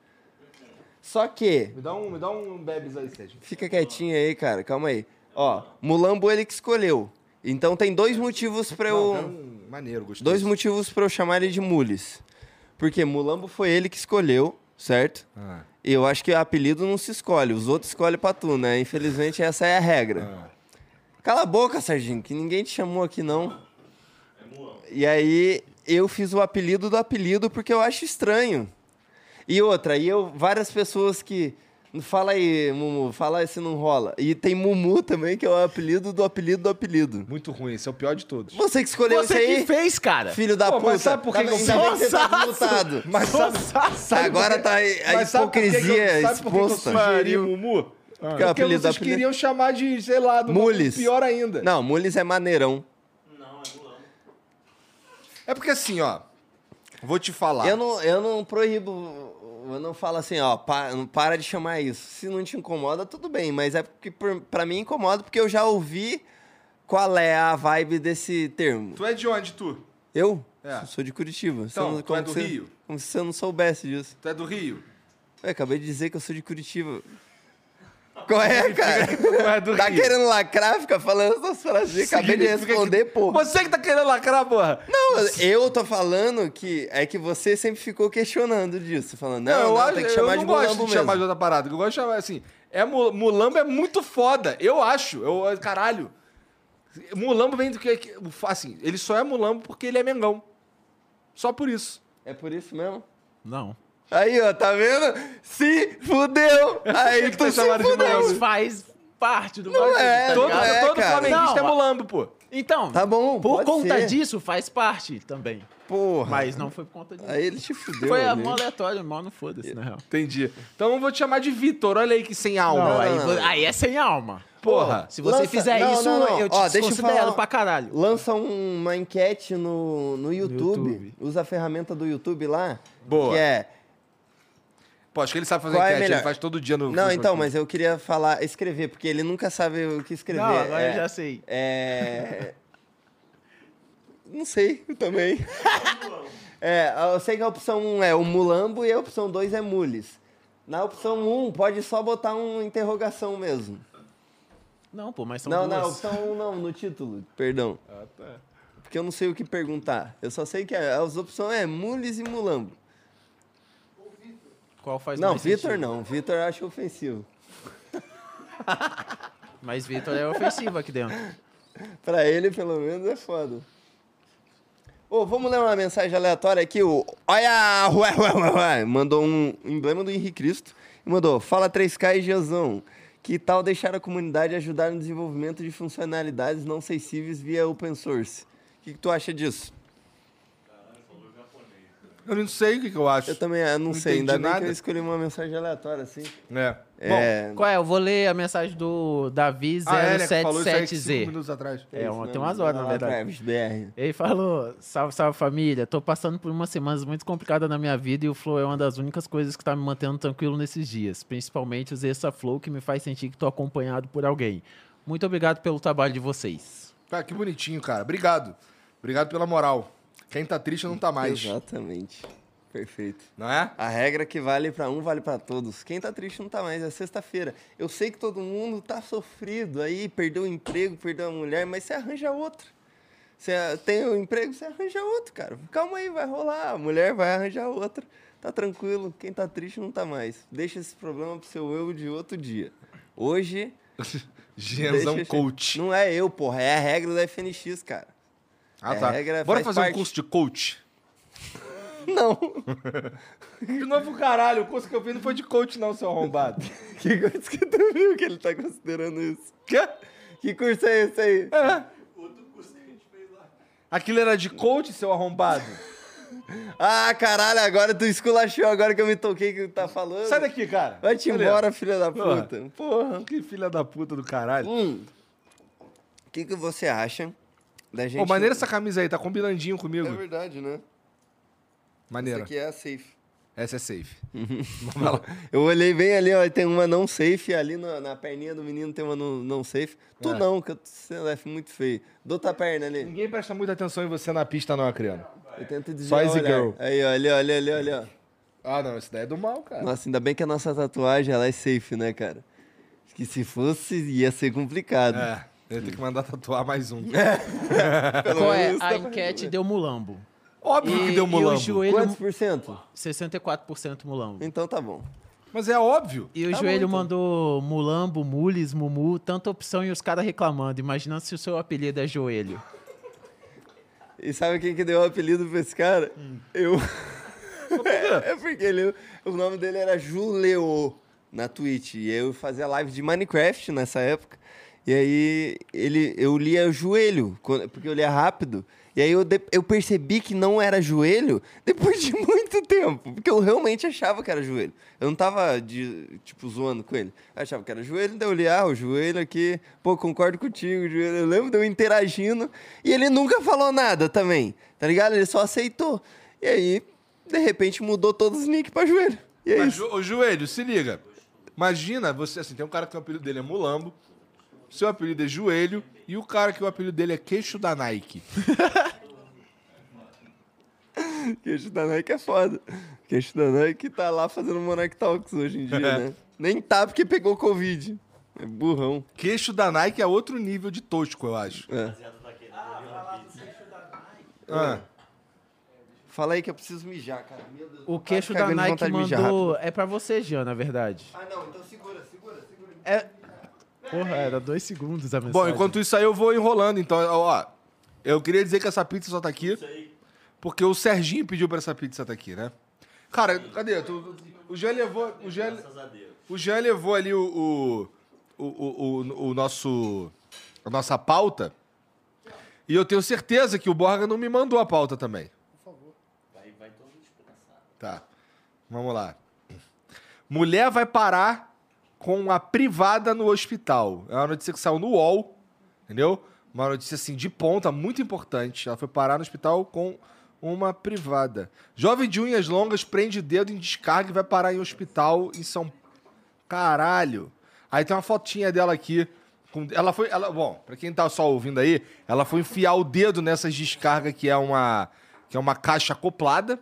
A: Só que
B: Me dá um, me dá um bebes aí, Sérgio.
A: Fica quietinho aí, cara. Calma aí. Ó, Mulambo ele que escolheu. Então tem dois motivos pra eu
B: Não, quero um maneiro, gostoso.
A: dois motivos para eu chamar ele de Mules. Porque Mulambo foi ele que escolheu, certo?
B: Ah,
A: E eu acho que o apelido não se escolhe, os outros escolhem pra tu, né? Infelizmente essa é a regra.
B: ah.
A: Cala a boca, Serginho, que ninguém te chamou aqui não.
B: É
A: E aí eu fiz o apelido do apelido porque eu acho estranho. E outra, e eu várias pessoas que fala aí, Mumu, fala aí se não rola. E tem Mumu também que é o apelido do apelido do apelido.
B: Muito ruim, esse é o pior de todos.
A: Você que escolheu isso
D: Você
A: aí,
D: que fez, cara.
A: filho da
B: Pô,
A: puta.
B: mas sabe por que
A: Ainda
B: que eu
A: bem- ainda bem que você tá
D: Sonsaço!
A: desmutado.
B: Mas sabe, sabe
A: Agora
B: por que-
A: tá aí a
B: mas sabe por que que eu-
A: hipocrisia
B: sabe por que que eu
A: exposta.
B: sugeri Mumu?
A: Que é o
B: Porque
A: apelido
B: vocês
A: do apelido.
B: queriam chamar de, sei lá, do
A: Mules.
B: pior ainda.
A: Não, Mules é maneirão.
C: Não, é mulão.
B: É porque assim, ó. Vou te falar.
A: Eu não, eu não proíbo, eu não falo assim, ó, pa- não para de chamar isso. Se não te incomoda, tudo bem, mas é porque por- pra mim incomoda porque eu já ouvi qual é a vibe desse termo.
B: Tu é de onde, tu?
A: Eu?
B: É.
A: Sou de Curitiba. Você
B: Então,
A: não-
B: tu é do
A: você-
B: Rio?
A: Como se você não soubesse disso.
B: Tu é do Rio?
A: Eu acabei de dizer que eu sou de Curitiba. Qual é, cara?
B: Mas do
A: Tá
B: Rio.
A: querendo lacrar, fica falando essas frases. de- Acabei de
B: Significa que-
A: responder, porra.
B: Você que tá querendo lacrar, porra.
A: Não, eu tô falando que é que você sempre ficou questionando disso, falando, não, não, tem que chamar
B: eu não
A: de
B: gosto
A: mulambo
B: de chamar de
A: mesmo.
B: outra parada. O que eu gosto de chamar assim. É, mu- mulambo é muito foda, eu acho. Eu, caralho. Mulambo vem do que. que- Assim, ele só é mulambo porque ele é mengão. Só por isso.
A: É por isso mesmo?
D: Não.
A: Aí, ó, tá vendo? Se fudeu! Aí
B: que
A: tu
B: tá
A: se
B: chamando de
A: fudeu.
B: mulambo?
D: Mas faz parte do bagulho,
A: é,
D: tá
B: todo
A: ligado?
D: ligado?
A: É,
B: todo
A: cara.
B: flamenguista
D: Não,
B: é mulambo, pô.
D: Então,
A: Tá bom,
D: por
A: pode
D: conta
A: ser.
D: disso, faz parte também.
A: Porra.
D: Mas não foi por conta disso.
A: Aí ele te fudeu.
D: Foi
A: né?
D: mó aleatório, mó não foda-se, na real.
B: Entendi. Então eu vou te chamar de Vitor. Olha aí que sem alma.
D: Não,
A: não,
D: aí,
A: não, não.
D: aí é sem alma.
B: Porra.
D: Se você
A: Lança-
D: fizer
A: não,
D: isso,
A: não, não.
D: eu te
A: Ó, deixa eu
D: desconsidero
A: falar-
D: pra caralho.
A: Lança um- uma enquete no, no, YouTube,
D: YouTube.
A: Usa a ferramenta do YouTube lá.
B: Boa.
A: Que é.
B: Pô, acho que ele sabe fazer
A: Qual é
B: enquete.
A: melhor?
B: ele faz todo dia no.
A: Não,
B: no-
A: então, mas eu queria falar, escrever, porque ele nunca sabe o que escrever.
D: Não, agora
A: é,
D: eu já sei.
A: É. Não sei eu também. é, eu sei que a opção 1 é o mulambo e a opção 2 é mules. Na opção 1, pode só botar uma interrogação mesmo.
D: Não, pô, mas são
A: não,
D: duas.
A: não, então- opção 1 não, no título. Perdão.
B: Ah, tá.
A: Porque eu não sei o que perguntar. Eu só sei que as opções é mules e mulambo.
D: Qual faz
A: não,
D: mais
A: Vitor
D: sentido?
A: não. Vitor eu acho ofensivo.
D: Mas Vitor é ofensivo aqui dentro.
A: Pra ele, pelo menos, é foda. Ô, vamos ler uma mensagem aleatória aqui. O Olha! Ué, ué, ué, ué, mandou um emblema do Henrique Cristo e mandou: Fala 3K e Jeanzão. Que tal deixar a comunidade ajudar no desenvolvimento de funcionalidades não sensíveis via open source? O que, que tu acha disso?
B: Eu não sei o que, que eu acho.
A: Eu também ah, não,
B: Não
A: sei, ainda
B: entendi
A: bem que
B: nada.
A: eu escolhi uma mensagem aleatória, assim.
B: É.
A: é,
D: Qual é? Eu vou ler a mensagem do
B: Ah, é, né, que falou isso aí cinco
D: Davi077Z.
B: minutos atrás.
D: É,
A: isso,
D: uma-
A: né?
D: tem umas horas, na
A: Lá
D: verdade.
A: atrás, BR.
D: Ele falou: Salve, salve família. Tô passando por umas semanas muito complicadas na minha vida e o Flow é uma das únicas coisas que tá me mantendo tranquilo nesses dias. Principalmente o Zessa Flow, que me faz sentir que tô acompanhado por alguém. Muito obrigado pelo trabalho de vocês.
B: Ah, que bonitinho, cara. Obrigado. Obrigado pela moral. Quem tá triste não tá mais.
A: Exatamente. Perfeito.
B: Não é?
A: A regra que vale pra um vale pra todos. Quem tá triste não tá mais, é sexta-feira. Eu sei que todo mundo tá sofrido aí, perdeu o emprego, perdeu a mulher, mas você arranja outro. Você ah, tem o emprego, você arranja outro, cara. Calma aí, vai rolar. A mulher vai arranjar outra. Tá tranquilo, quem tá triste não tá mais. Deixa esse problema pro seu eu de outro dia. Hoje.
B: Genzão
A: deixa-
B: coach.
A: Não é eu, porra, é a regra da FNX, cara.
B: Ah,
A: é,
B: tá.
A: a regra
B: Bora
A: faz
B: fazer
A: parte.
B: um curso de coach.
A: Não.
B: De novo, caralho. O curso que eu fiz não foi de coach, não, seu arrombado.
A: Que coisa que tu viu que ele tá considerando isso?
B: Quê?
A: Que curso é esse aí?
B: Aquilo era de coach, seu arrombado?
A: Ah, caralho, agora tu esculachou, agora que eu me toquei que tu tá falando.
B: Sai daqui, cara.
A: Vai-te
B: Olha.
A: embora, filha da
B: Porra.
A: puta.
B: Porra, que filha da puta do caralho.
A: Hum. O que, que você acha da gente.
B: Pô, maneira essa camisa aí, tá combinandinho
A: É
B: comigo.
A: verdade, né? Essa
B: Maneira.
A: aqui é a safe.
B: Essa é safe.
A: Eu olhei bem ali, ó, tem uma não safe, ali na, na perninha do menino tem uma não, não safe. Tu
B: É.
A: não, que eu- você left muito feio. Dou tua perna ali.
B: Ninguém presta muita atenção em você na pista, não, Acriano.
A: Eu tento desviar
B: Só
A: o
B: easy
A: olhar.
B: girl.
A: Aí, ó, ali, ó, ali, ali, ali, ó.
B: Ah, não, isso daí é do mal, cara.
A: Nossa, ainda bem que a nossa tatuagem ela é safe, né, cara? Que se fosse, ia ser complicado.
B: É, eu tenho que mandar tatuar mais um.
A: Pelo
D: Qual é?
A: menos
D: A
A: tá-
D: enquete deu mulambo.
B: Óbvio que deu
D: E o
B: mulambo.
D: joelho,
A: Quantos por cento?
D: 64% mulambo.
A: Então tá bom.
B: Mas é óbvio.
D: E o
A: Tá bom,
D: joelho
A: então.
D: mandou mulambo, mules, mumu, tanta opção e os caras reclamando, imaginando se o seu apelido é joelho.
A: E sabe quem que deu o apelido pra esse cara? Eu. é porque ele, o nome dele era Juleo na Twitch. E eu fazia live de Minecraft nessa época. E aí ele, eu lia joelho, quando- porque eu lia rápido. E aí eu, de- eu percebi que não era joelho depois de muito tempo. Porque eu realmente achava que era joelho. Eu não tava, de, tipo, zoando com ele. Eu achava que era joelho, daí eu li, ah, o joelho aqui, pô, concordo contigo, joelho. Eu lembro de eu interagindo. E ele nunca falou nada também, tá ligado? Ele só aceitou. E aí, de repente, mudou todos os nick pra joelho. E é
B: Mas,
A: isso.
B: jo- ô, joelho, se liga. Imagina, você assim, tem um cara que o apelido dele é Mulambo, seu apelido é Joelho, e o cara que o apelido dele é Queixo da Nike.
A: Queixo da Nike é foda. É. Queixo da Nike tá lá fazendo Monarch Talks hoje em dia, né? Nem tá porque pegou Covid. É burrão.
B: Queixo da Nike é outro nível de tosco, eu acho.
A: É.
C: Rapaziada tá aqui. Ah,
B: Ah,
A: Fala aí que eu preciso mijar, cara. Meu Deus.
D: O queixo
A: Tá
D: da
A: cagando de
D: Nike
A: vontade de mijar
D: mandou. É pra você, Jean, na verdade.
A: Ah, não, então segura, segura, segura.
D: É. Porra, era dois segundos a mensagem.
B: Bom, enquanto isso aí eu vou enrolando, então, ó. Eu queria dizer que essa pizza só tá aqui porque o Serginho pediu pra essa pizza tá aqui, né? Cara, cadê? Tu- o Jean levou, o Jean,
C: graças a Deus.
B: o Jean levou ali o o, o, o, o nosso a nossa pauta. E eu tenho certeza que o Borga não me mandou a pauta também.
C: Vai, vai todo despedaçado.
B: Tá. Vamos lá. Mulher vai parar com a privada no hospital. É uma notícia que saiu no UOL, entendeu? Uma notícia assim de ponta, muito importante. Ela foi parar no hospital com uma privada. Jovem de unhas longas prende dedo em descarga e vai parar em hospital em São Caralho. Aí tem uma fotinha dela aqui. com- Ela foi. Ela, bom, pra quem tá só ouvindo aí, ela foi enfiar o dedo nessas descargas que é uma, que é uma caixa acoplada.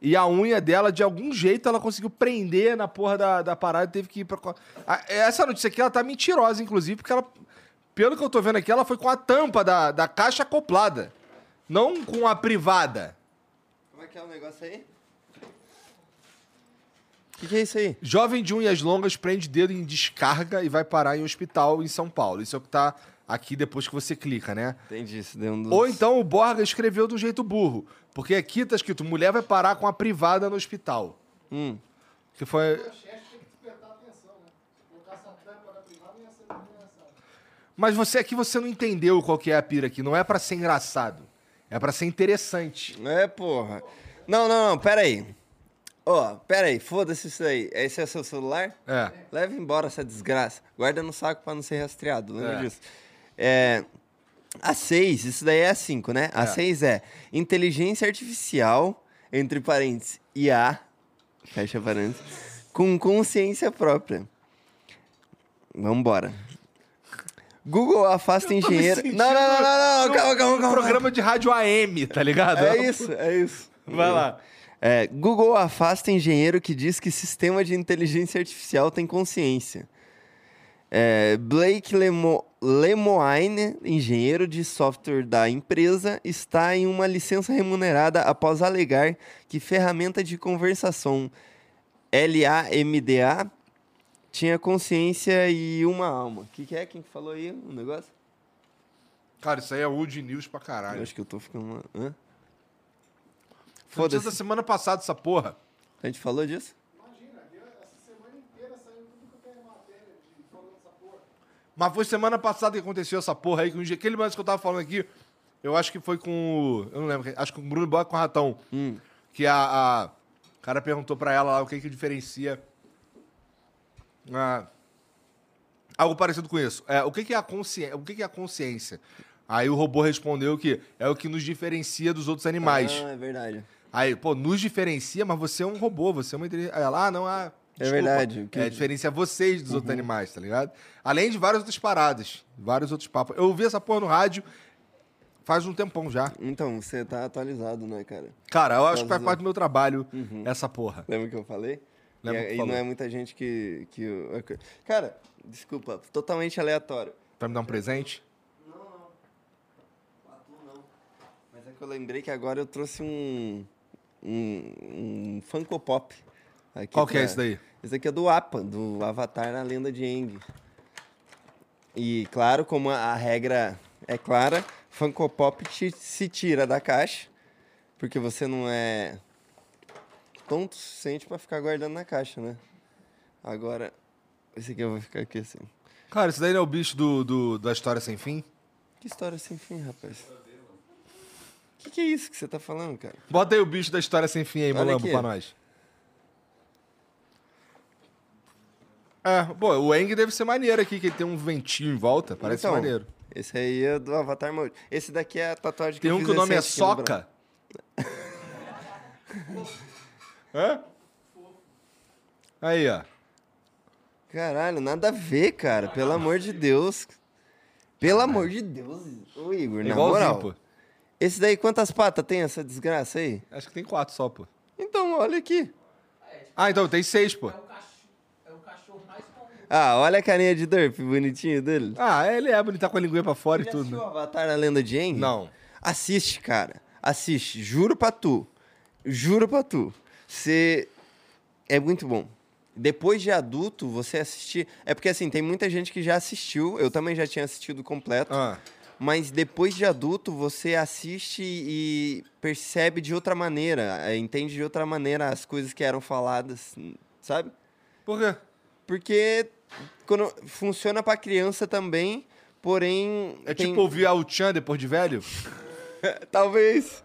B: E a unha dela, de algum jeito, ela conseguiu prender na porra da, da parada e teve que ir pra. co- Ah, Essa notícia aqui, ela tá mentirosa, inclusive, porque ela. Pelo que eu tô vendo aqui, ela foi com a tampa da, da caixa acoplada. Não com a privada.
A: Como é que é o negócio aí? O que, que é isso aí?
B: Jovem de unhas longas prende dedo em descarga e vai parar em hospital em São Paulo. Isso é o que tá aqui depois que você clica, né?
A: Entendi, isso deu um dos...
B: Ou então o Borga escreveu de um jeito burro. Porque aqui tá escrito, mulher vai parar com a privada no hospital.
A: Hum.
B: Que foi... né? Mas você aqui você não entendeu qual que é a pira aqui. Não é pra ser engraçado. É pra ser interessante.
A: É, porra. Não, não, não, pera aí. Ó, pera aí, foda-se isso aí. Esse é o seu celular?
B: É.
A: Leva embora essa desgraça. Guarda no saco pra não ser rastreado, lembra
B: É.
A: disso. É... A 6, isso daí é a 5, né? A
B: É.
A: 6 é inteligência artificial, entre parênteses, IA, fecha parênteses, com consciência própria. Vambora. Google afasta engenheiro.
B: sentindo-
A: Não, não, não, não, não, calma, calma, calma.
B: Programa de rádio AM, tá ligado?
A: É isso, é isso.
B: Vai lá.
A: É, Google afasta engenheiro que diz que sistema de inteligência artificial tem consciência. É, Blake Lemo, Lemoine, engenheiro de software da empresa, está em uma licença remunerada após alegar que ferramenta de conversação LAMDA tinha consciência e uma alma. O que, que é? Quem que falou aí o negócio?
B: Cara, isso aí é old news pra
A: Eu
B: caralho.
A: acho que eu tô ficando... uma- hã?
B: Foda-se.
A: Foda-se.
B: da semana passada, essa porra.
A: A gente falou disso?
B: Mas foi semana passada que aconteceu essa porra aí, que um dia, aquele lance que eu tava falando aqui, eu acho que foi com o. Eu não lembro, acho que com o Bruno Bock com o Ratão. Que a, a- O cara perguntou pra ela lá o que que diferencia. a- algo parecido com isso. É, o que que é a consciência? O que que é a consciência? Aí o robô respondeu que é o que nos diferencia dos outros animais.
A: Ah, é verdade.
B: Aí, pô, nos diferencia, mas você é um robô, você é uma inteligência. Aí ela, ah, não, ah.
A: É verdade, Uhum. o que-
B: É, diferencia vocês dos outros animais, tá ligado? Além de várias outras paradas, vários outros papos. Eu ouvi essa porra no rádio faz um tempão já.
A: Então, você tá atualizado, né, cara?
B: Cara, eu acho
A: Faz
B: que faz
A: um-
B: parte do meu trabalho
A: Uhum.
B: essa porra.
A: Lembra que eu falei?
B: Lembro
A: e,
B: que
A: e
B: falou.
A: não é muita gente que, que. eu- Cara, desculpa, totalmente aleatório.
B: Pra me dar um presente?
A: Mas é que eu lembrei que agora eu trouxe um. Um, um Funko Pop. aqui
B: Qual que é
A: pra-
B: esse daí?
A: Esse aqui é do APA, do Avatar na Lenda de Aang. E claro, como a a regra é clara, Funko Pop te- se tira da caixa, porque você não é tonto o suficiente pra ficar guardando na caixa, né? Agora, esse aqui eu vou ficar aqui assim.
B: Cara, esse daí não é o bicho do, do- da história sem fim?
A: Que história sem fim, rapaz. Que que é isso que você tá falando, cara?
B: Bota aí o bicho da história sem fim aí,
A: Olha
B: Mulambo,
A: aqui.
B: pra nós. É, pô, o Eng deve ser maneiro aqui, que ele tem um ventinho em volta. Parece
A: Então,
B: maneiro.
A: Esse aí é do Avatar Mode. Esse daqui é a tatuagem que
B: Tem
A: eu
B: um
A: fiz
B: que o nome é
A: recente aqui no braço.
B: Soca. Hã? Aí, ó.
A: Caralho, nada a ver, cara. Pelo amor de Deus. Pelo amor de Deus, ô Igor, na
B: Igualzinho,
A: moral.
B: pô.
A: Esse daí, quantas patas tem essa desgraça aí?
B: Acho que tem quatro só, pô.
A: Então, olha aqui.
B: Ah, então tem seis, pô.
D: É o cachorro mais comum.
A: Ah, olha a carinha de Derp, bonitinho dele.
B: Ah, ele é bonito, tá com a linguinha pra fora
A: Ele
B: e tudo.
A: assistiu
B: né?
A: Avatar na Lenda de Aang?
B: Não.
A: Assiste, cara. Assiste. Juro pra tu. Juro pra tu. Você. É muito bom. Depois de adulto, você assistir. É porque assim, tem muita gente que já assistiu. Eu também já tinha assistido completo.
B: Ah,
A: Mas depois de adulto, você assiste e percebe de outra maneira. é, Entende de outra maneira as coisas que eram faladas, sabe?
B: por quê?
A: Porque quando funciona pra criança também, porém.
B: É
A: tem-
B: tipo ouvir a Chan depois de velho?
A: Talvez.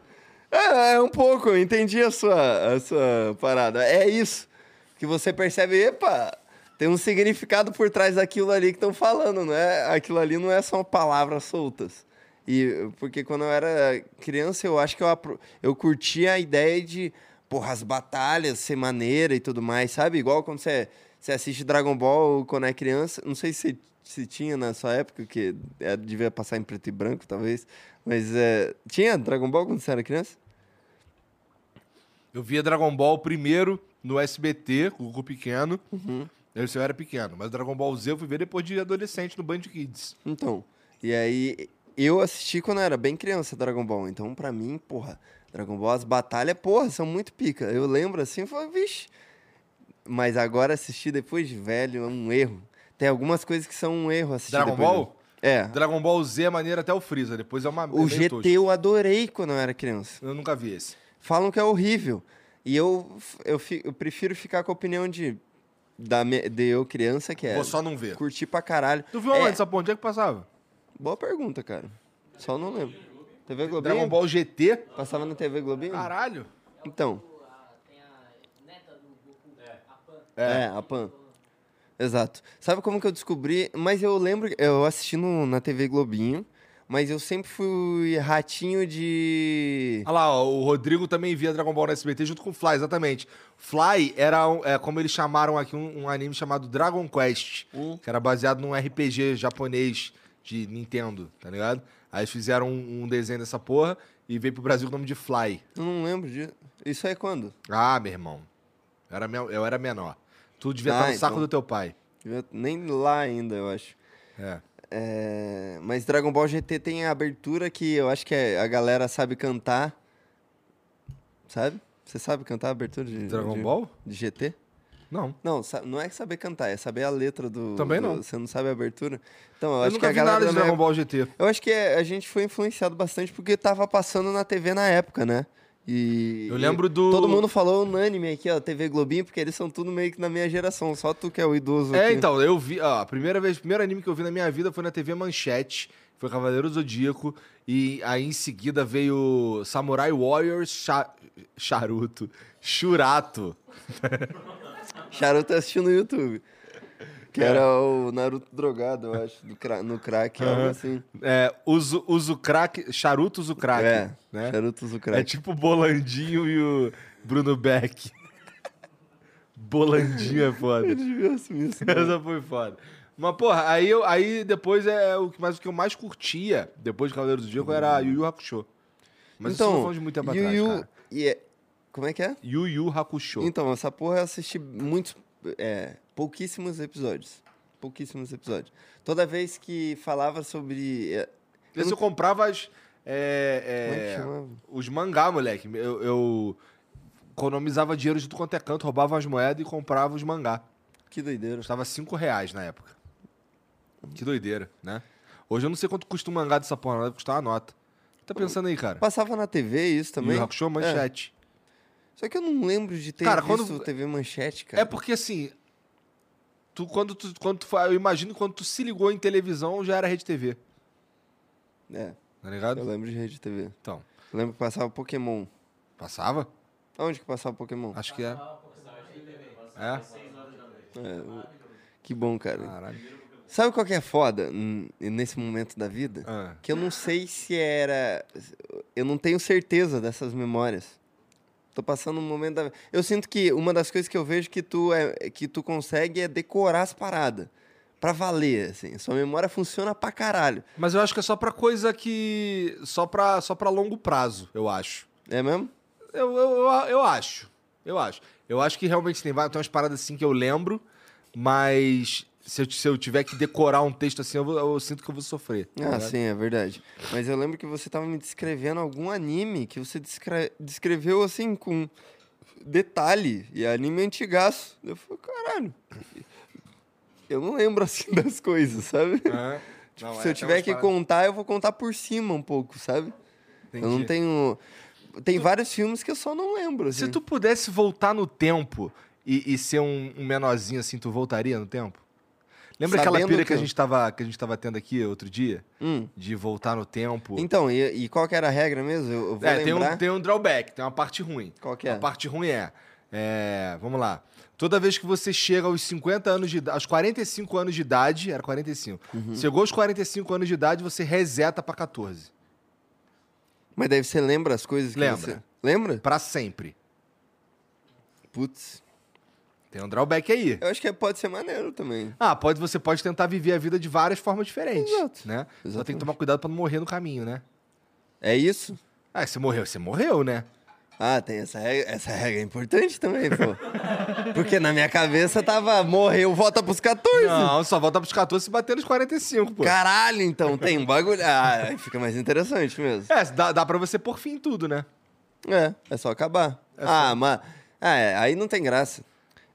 A: É, é um pouco, eu entendi a sua, a sua parada. É isso. Que você percebe, epa, tem um significado por trás daquilo ali que estão falando, não é? Aquilo ali não é só palavras soltas. E porque quando eu era criança, eu acho que eu, apro- eu curtia a ideia de, porra, as batalhas ser maneira e tudo mais, sabe? Igual quando você, você assiste Dragon Ball quando é criança. Não sei se, se tinha na sua época, que é, devia passar em preto e branco, talvez. Mas é, tinha Dragon Ball quando você era criança?
B: Eu via Dragon Ball primeiro no SBT, com o Goku pequeno.
A: Uhum.
B: Eu, eu era pequeno, mas Dragon Ball Z eu fui ver depois de adolescente no Band Kids.
A: Então, e aí eu assisti quando eu era bem criança Dragon Ball. Então, pra mim, porra, Dragon Ball, as batalhas, porra, são muito pica. Eu lembro assim, falei, vixe. Mas agora assistir depois de velho é um erro. Tem algumas coisas que são um erro assistir
B: Dragon
A: depois de
B: Ball?
A: velho. É.
B: Dragon Ball Z é maneiro até o Freeza, depois é uma é
A: O
B: meio
A: GT
B: tosco.
A: eu adorei quando eu era criança.
B: Eu nunca vi esse.
A: falam que é horrível. E eu, eu, fi- eu prefiro ficar com a opinião de, da, me- de eu criança, que é
B: Vou só não ver.
A: curtir pra caralho.
B: Tu viu
A: É,
B: onde essa ponte? Onde é que passava?
A: Boa pergunta, cara. Só não lembro. TV Globinho?
B: Dragon Ball GT?
A: Passava na TV Globinho?
B: Caralho.
A: Então,
B: É.
A: é. a PAN. Exato. Sabe como que eu descobri? Mas eu lembro, eu assisti no- na TV Globinho, mas eu sempre fui ratinho de...
B: Olha lá, ó, o Rodrigo também via Dragon Ball no SBT junto com o Fly, exatamente. Fly era, um- é, como eles chamaram aqui, um, um anime chamado Dragon Quest, que era baseado num RPG japonês de Nintendo, tá ligado? Aí eles fizeram um, um desenho dessa porra e veio pro Brasil com o nome de Fly.
A: Eu não lembro disso. Isso é quando?
B: Ah, meu irmão, eu era, men- eu era menor. Tu devia
A: Ah,
B: estar no saco
A: então.
B: do teu pai.
A: Eu- Nem lá ainda, eu acho.
B: É.
A: É, mas Dragon Ball GT tem a abertura que eu acho que é- a galera sabe cantar. Sabe? Você sabe cantar a abertura de
B: Dragon
A: de-
B: Ball?
A: De GT?
B: Não.
A: Não, sa- não é saber cantar, é saber a letra do.
B: Também
A: do-
B: não.
A: Você não sabe a abertura. Então, eu,
B: Eu,
A: acho que
B: nunca
A: a
B: vi
A: galera.
B: nada
A: da
B: de
A: minha
B: Dragon Ball GT.
A: eu acho que é- a gente foi influenciado bastante porque tava passando na TV na época, né? E.
B: Eu
A: e
B: lembro do-
A: Todo mundo falou unânime aqui, ó, TV Globinho, porque eles são tudo meio que na minha geração. Só tu que é o idoso.
B: É,
A: aqui.
B: então, eu vi. Ó, a primeira vez, o primeiro anime que eu vi na minha vida foi na TV Manchete. Foi Cavaleiro Zodíaco. E aí em seguida veio Samurai Warriors Cha- Charuto. Churato.
A: Charuto assistiu no YouTube.
B: É.
A: Que era o Naruto drogado, eu acho, do cra- no crack, algo assim.
B: É, uso, uso crack. Charuto uso crack.
A: é,
B: né?
A: Charuto usa o
B: É
A: crack.
B: tipo o Bolandinho e o Bruno Beck. Bolandinho é né? foda.
A: Ele devia assumir isso.
B: Essa foi foda. Mas, porra, aí, eu, aí depois é o que, mais, o que eu mais curtia depois de Cavaleiros do Zodíaco era Yu Yu Hakusho. Mas então, isso eu tô falando de muito tempo
A: Yu
B: atrás,
A: Yu-
B: cara.
A: e é- Como é que é?
B: Yu Yu Hakusho.
A: Então, essa porra eu assisti muitos... é, pouquíssimos episódios. Pouquíssimos episódios. Toda vez que falava sobre... é,
B: Esse eu comprava as,
A: como é que
B: é, é,
A: chamava?
B: os mangá, moleque. Eu, eu economizava dinheiro de tudo quanto é canto, roubava as moedas e comprava os mangá.
A: Que doideira.
B: Custava 5 reais na época. Que doideira, né? Hoje eu não sei quanto custa um mangá dessa porra, não, deve custar uma nota. Tá pensando aí, cara?
A: Passava na TV isso também. É.
B: Yu Yu Hakusho manchete.
A: Só que eu não lembro de ter
B: Cara, quando-
A: visto TV Manchete, cara.
B: É porque assim. Tu, quando tu, quando tu, fa- eu imagino que quando tu se ligou em televisão já era Rede TV,
A: É,
B: tá ligado?
A: eu lembro de Rede TV.
B: Então,
A: Eu lembro que passava Pokémon.
B: passava?
A: Onde que passava Pokémon?
B: Acho que era. É?
A: É, o- que bom, cara.
B: Caralho.
A: Sabe qual que é foda hum, nesse momento da vida?
B: Ah,
A: Que eu não sei se era. Eu não tenho certeza dessas memórias. Tô passando um momento da. Eu sinto que uma das coisas que eu vejo que tu, é, que tu consegue é decorar as paradas. Pra valer, assim. Sua memória funciona pra caralho.
B: Mas eu acho que é só pra coisa que. Só pra, só pra longo prazo, eu acho.
A: É mesmo?
B: Eu, eu, eu, eu acho. Eu acho. Eu acho que realmente tem, vai- tem umas paradas assim que eu lembro, mas se, eu, se eu tiver que decorar um texto assim, eu, vou- eu sinto que eu vou sofrer. tá
A: Ah,
B: ligado?
A: sim, é verdade. Mas eu lembro que você tava me descrevendo algum anime que você descre- descreveu assim com detalhe. E anime antigaço. Eu falei, caralho. Eu não lembro assim das coisas, sabe?
B: Aham. Não,
A: Tipo, Se
B: é
A: eu
B: até
A: tiver
B: umas
A: que
B: paradas-
A: contar, eu vou contar por cima um pouco, sabe? Eu não
B: Entendi.
A: tenho. Tem vários filmes que eu só não lembro.
B: Se
A: assim.
B: tu pudesse voltar no tempo e, e ser um, um menorzinho assim, tu voltaria no tempo? Lembra aquela
A: Sabendo
B: pira
A: que
B: que a,
A: eu-
B: gente tava, que a gente tava tendo aqui outro dia?
A: Hum.
B: De voltar no tempo?
A: Então, e, e qual que era a regra mesmo? Eu, eu vou
B: é, tem
A: lembrar.
B: um, tem um drawback, tem uma parte ruim.
A: Qual que é?
B: A parte ruim é, é, Vamos lá. Toda vez que você chega aos 50 anos de idade, aos 45 anos de idade, era 45.
A: Uhum.
B: Chegou aos 45 anos de idade, você reseta pra 14.
A: Mas daí você lembra as coisas que
B: Lembra.
A: você... Lembra?
B: Pra sempre.
A: Putz.
B: Tem um drawback aí.
A: Eu acho que é, pode ser maneiro também.
B: Ah, pode, você pode tentar viver a vida de várias formas diferentes.
A: Exato.
B: Né? Só tem que
A: Exatamente.
B: tomar cuidado pra não morrer no caminho, né?
A: É isso?
B: Ah, você morreu, você morreu, né?
A: Ah, tem essa regra. Essa regra é importante também, pô. Porque na minha cabeça tava morreu, volta pros 14.
B: Não, só volta pros 14 se bater nos 45, pô.
A: Caralho, então, tem um bagulho. Ah, aí fica mais interessante mesmo.
B: É, dá, dá pra você pôr fim em tudo, né?
A: É, é só acabar. ah, mas. Ah, é, aí não tem graça.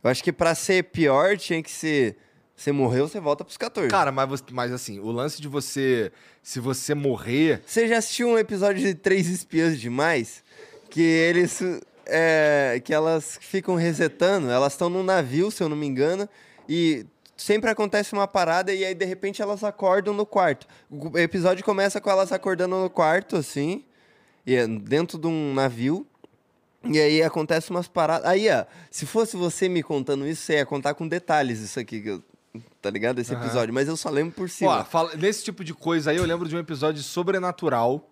A: Eu acho que pra ser pior tinha que ser. Você morreu, você volta pros 14.
B: Cara, mas, você- mas assim, o lance de você. Se você morrer.
A: Você já assistiu um episódio de Três Espiãs Demais? Que eles. é, que elas ficam resetando, elas estão num navio, se eu não me engano, e sempre acontece uma parada e aí de repente elas acordam no quarto. O episódio começa com elas acordando no quarto, assim, e é dentro de um navio. E aí acontece umas paradas. Aí, ó, se fosse você me contando isso, você ia contar com detalhes isso aqui, que eu- tá ligado? Esse
B: Aham.
A: episódio. Mas eu só lembro por cima.
B: Ó, fala- nesse tipo de coisa aí, eu lembro de um episódio de sobrenatural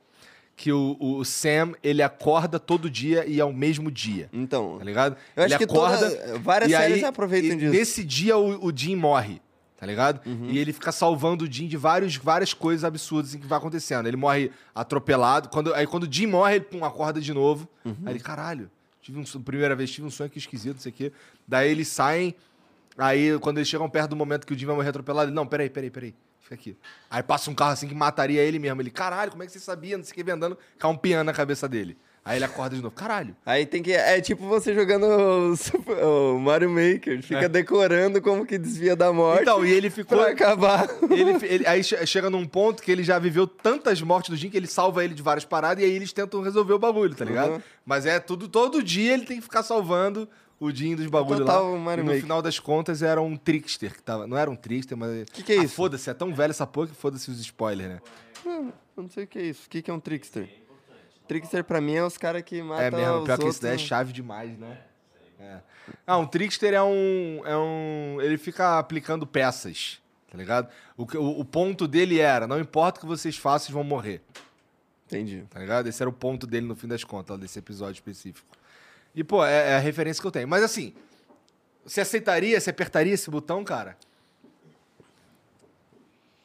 B: que o, o Sam, ele acorda todo dia e é o mesmo dia.
A: Então.
B: Tá ligado?
A: Eu
B: ele
A: acho que
B: acorda.
A: toda- várias
B: e
A: séries
B: aí,
A: aproveitam
B: e
A: disso. Uhum.
B: Nesse dia o, o Jim morre, tá ligado? E ele fica salvando o Jim de vários, várias coisas absurdas assim, que vai acontecendo. Ele morre atropelado. Quando, aí quando o Jim morre, ele pum, acorda de novo.
A: Uhum.
B: Aí ele, caralho, tive um, sonho- primeira vez tive um sonho que esquisito, não sei o quê. Daí eles saem. Aí quando eles chegam perto do momento que o Jim vai morrer atropelado, ele, não, peraí, peraí, peraí. Fica aqui. Aí passa um carro assim que mataria ele mesmo. Ele, caralho, como é que você sabia? Não sei o que, vem andando, cai um piano na cabeça dele. Aí ele acorda de novo. Caralho.
A: Aí tem que. É tipo você jogando o, Super- o Mario Maker. Fica decorando como que desvia da morte
B: É. Então, e ele
A: pra
B: ficou.
A: acabar.
B: Ele, ele- aí che- chega num ponto que ele já viveu tantas mortes do Jim que ele salva ele de várias paradas e aí eles tentam resolver o bagulho, tá ligado?
A: Uhum.
B: Mas é tudo, todo dia ele tem que ficar salvando o Jim dos bagulhos lá.
A: Total Mario
B: E no
A: Maker.
B: final das contas era um trickster que tava. Não era um trickster, mas.
A: Que que é
B: Ah,
A: isso?
B: Foda-se, é tão velho essa porra que foda-se os spoilers, né?
A: Não, eu não sei o que é isso. O que, que é um trickster? Trickster pra mim é os caras que matam.
B: é mesmo,
A: os
B: pior que
A: outros,
B: isso daí é
A: né?
B: chave demais, né? É. Ah, um trickster é um, é um. Ele fica aplicando peças, tá ligado? O, que- o- o ponto dele era: não importa o que vocês façam, vocês vão morrer.
A: Entendi.
B: tá ligado? Esse era o ponto dele no fim das contas, desse episódio específico. E, pô, é, é a referência que eu tenho. Mas assim, você aceitaria, você apertaria esse botão, cara?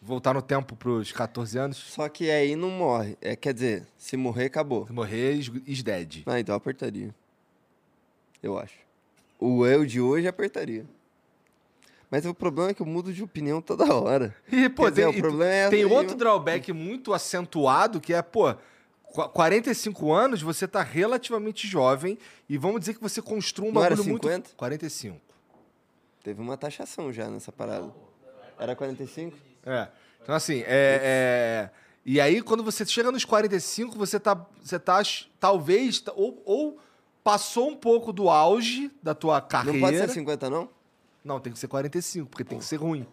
B: Voltar no tempo pros 14 anos?
A: Só que aí não morre. É, quer dizer, se morrer, acabou.
B: Morrer is, is dead.
A: Ah, então eu apertaria. Eu acho. O eu de hoje apertaria. Mas o problema é que eu mudo de opinião toda hora.
B: E, pô,
A: Quer dizer,
B: tem,
A: o problema é-
B: tem outro drawback muito acentuado que é, pô, qu- 45 anos você tá relativamente jovem e vamos dizer que você construa um
A: Não era
B: bagulho muito.
A: 50?
B: 45.
A: Teve uma taxação já nessa parada. Era 45?
B: É. Então, assim, é, é- E aí, quando você chega nos 45, você tá. Você tá. ch- Talvez. tá- Ou, ou passou um pouco do auge da tua carreira.
A: Não pode ser assim. 50, não?
B: Não, tem que ser 45, porque tem que ser ruim.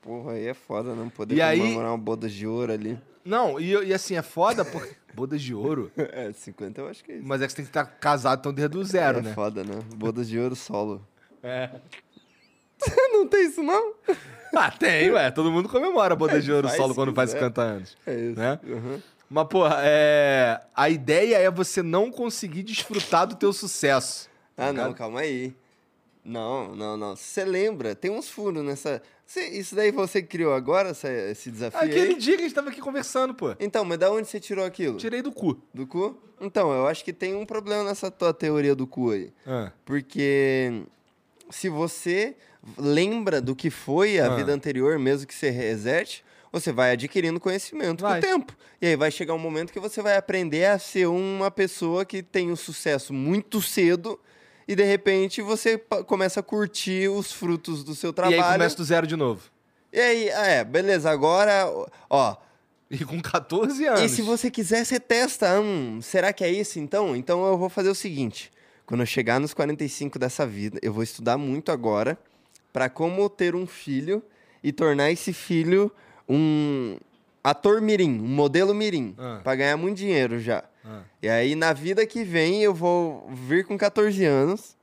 A: Porra, aí é foda não poder
B: E aí-
A: comemorar uma boda de ouro ali.
B: Não, e, e assim, é foda, porque. Bodas de ouro.
A: É, 50 eu acho que é isso.
B: Mas é que você tem que estar casado então desde o zero,
A: é
B: né?
A: foda, né? Bodas de ouro solo.
B: É.
A: não tem isso, não?
B: Ah, tem, ué. Todo mundo comemora a boda de ouro
A: Faz
B: solo
A: se
B: quando faz
A: quiser.
B: 50 anos.
A: É isso.
B: Né?
A: Uhum.
B: Mas, porra, é... a ideia é você não conseguir desfrutar do teu sucesso.
A: Ah,
B: Tá ligado?
A: não, calma aí. Não, não, não. Você lembra? Tem uns furos nessa... Cê- isso daí você criou agora, essa- esse desafio
B: Aquele
A: aí?
B: dia Ah, que a gente tava aqui conversando, pô.
A: Então, mas da onde você tirou aquilo?
B: Tirei do cu.
A: Do cu? Então, eu acho que tem um problema nessa tua teoria do cu aí. Porque se você lembra do que foi a
B: Ah.
A: vida anterior, mesmo que você resete, você vai adquirindo conhecimento com
B: Vai.
A: o tempo. E aí vai chegar um momento que você vai aprender a ser uma pessoa que tem o sucesso muito cedo e de repente você pa- começa a curtir os frutos do seu trabalho.
B: E aí começa do zero de novo.
A: E aí, ah, é, beleza, agora, ó,
B: E com 14 anos.
A: e se você quiser, você testa. Hum, será que é isso então? Então eu vou fazer o seguinte: quando eu chegar nos 45 dessa vida, eu vou estudar muito agora para como ter um filho e tornar esse filho um ator mirim, um modelo mirim,
B: Ah.
A: Pra para ganhar muito dinheiro já.
B: Ah.
A: E aí na vida que vem eu vou vir com 14 anos.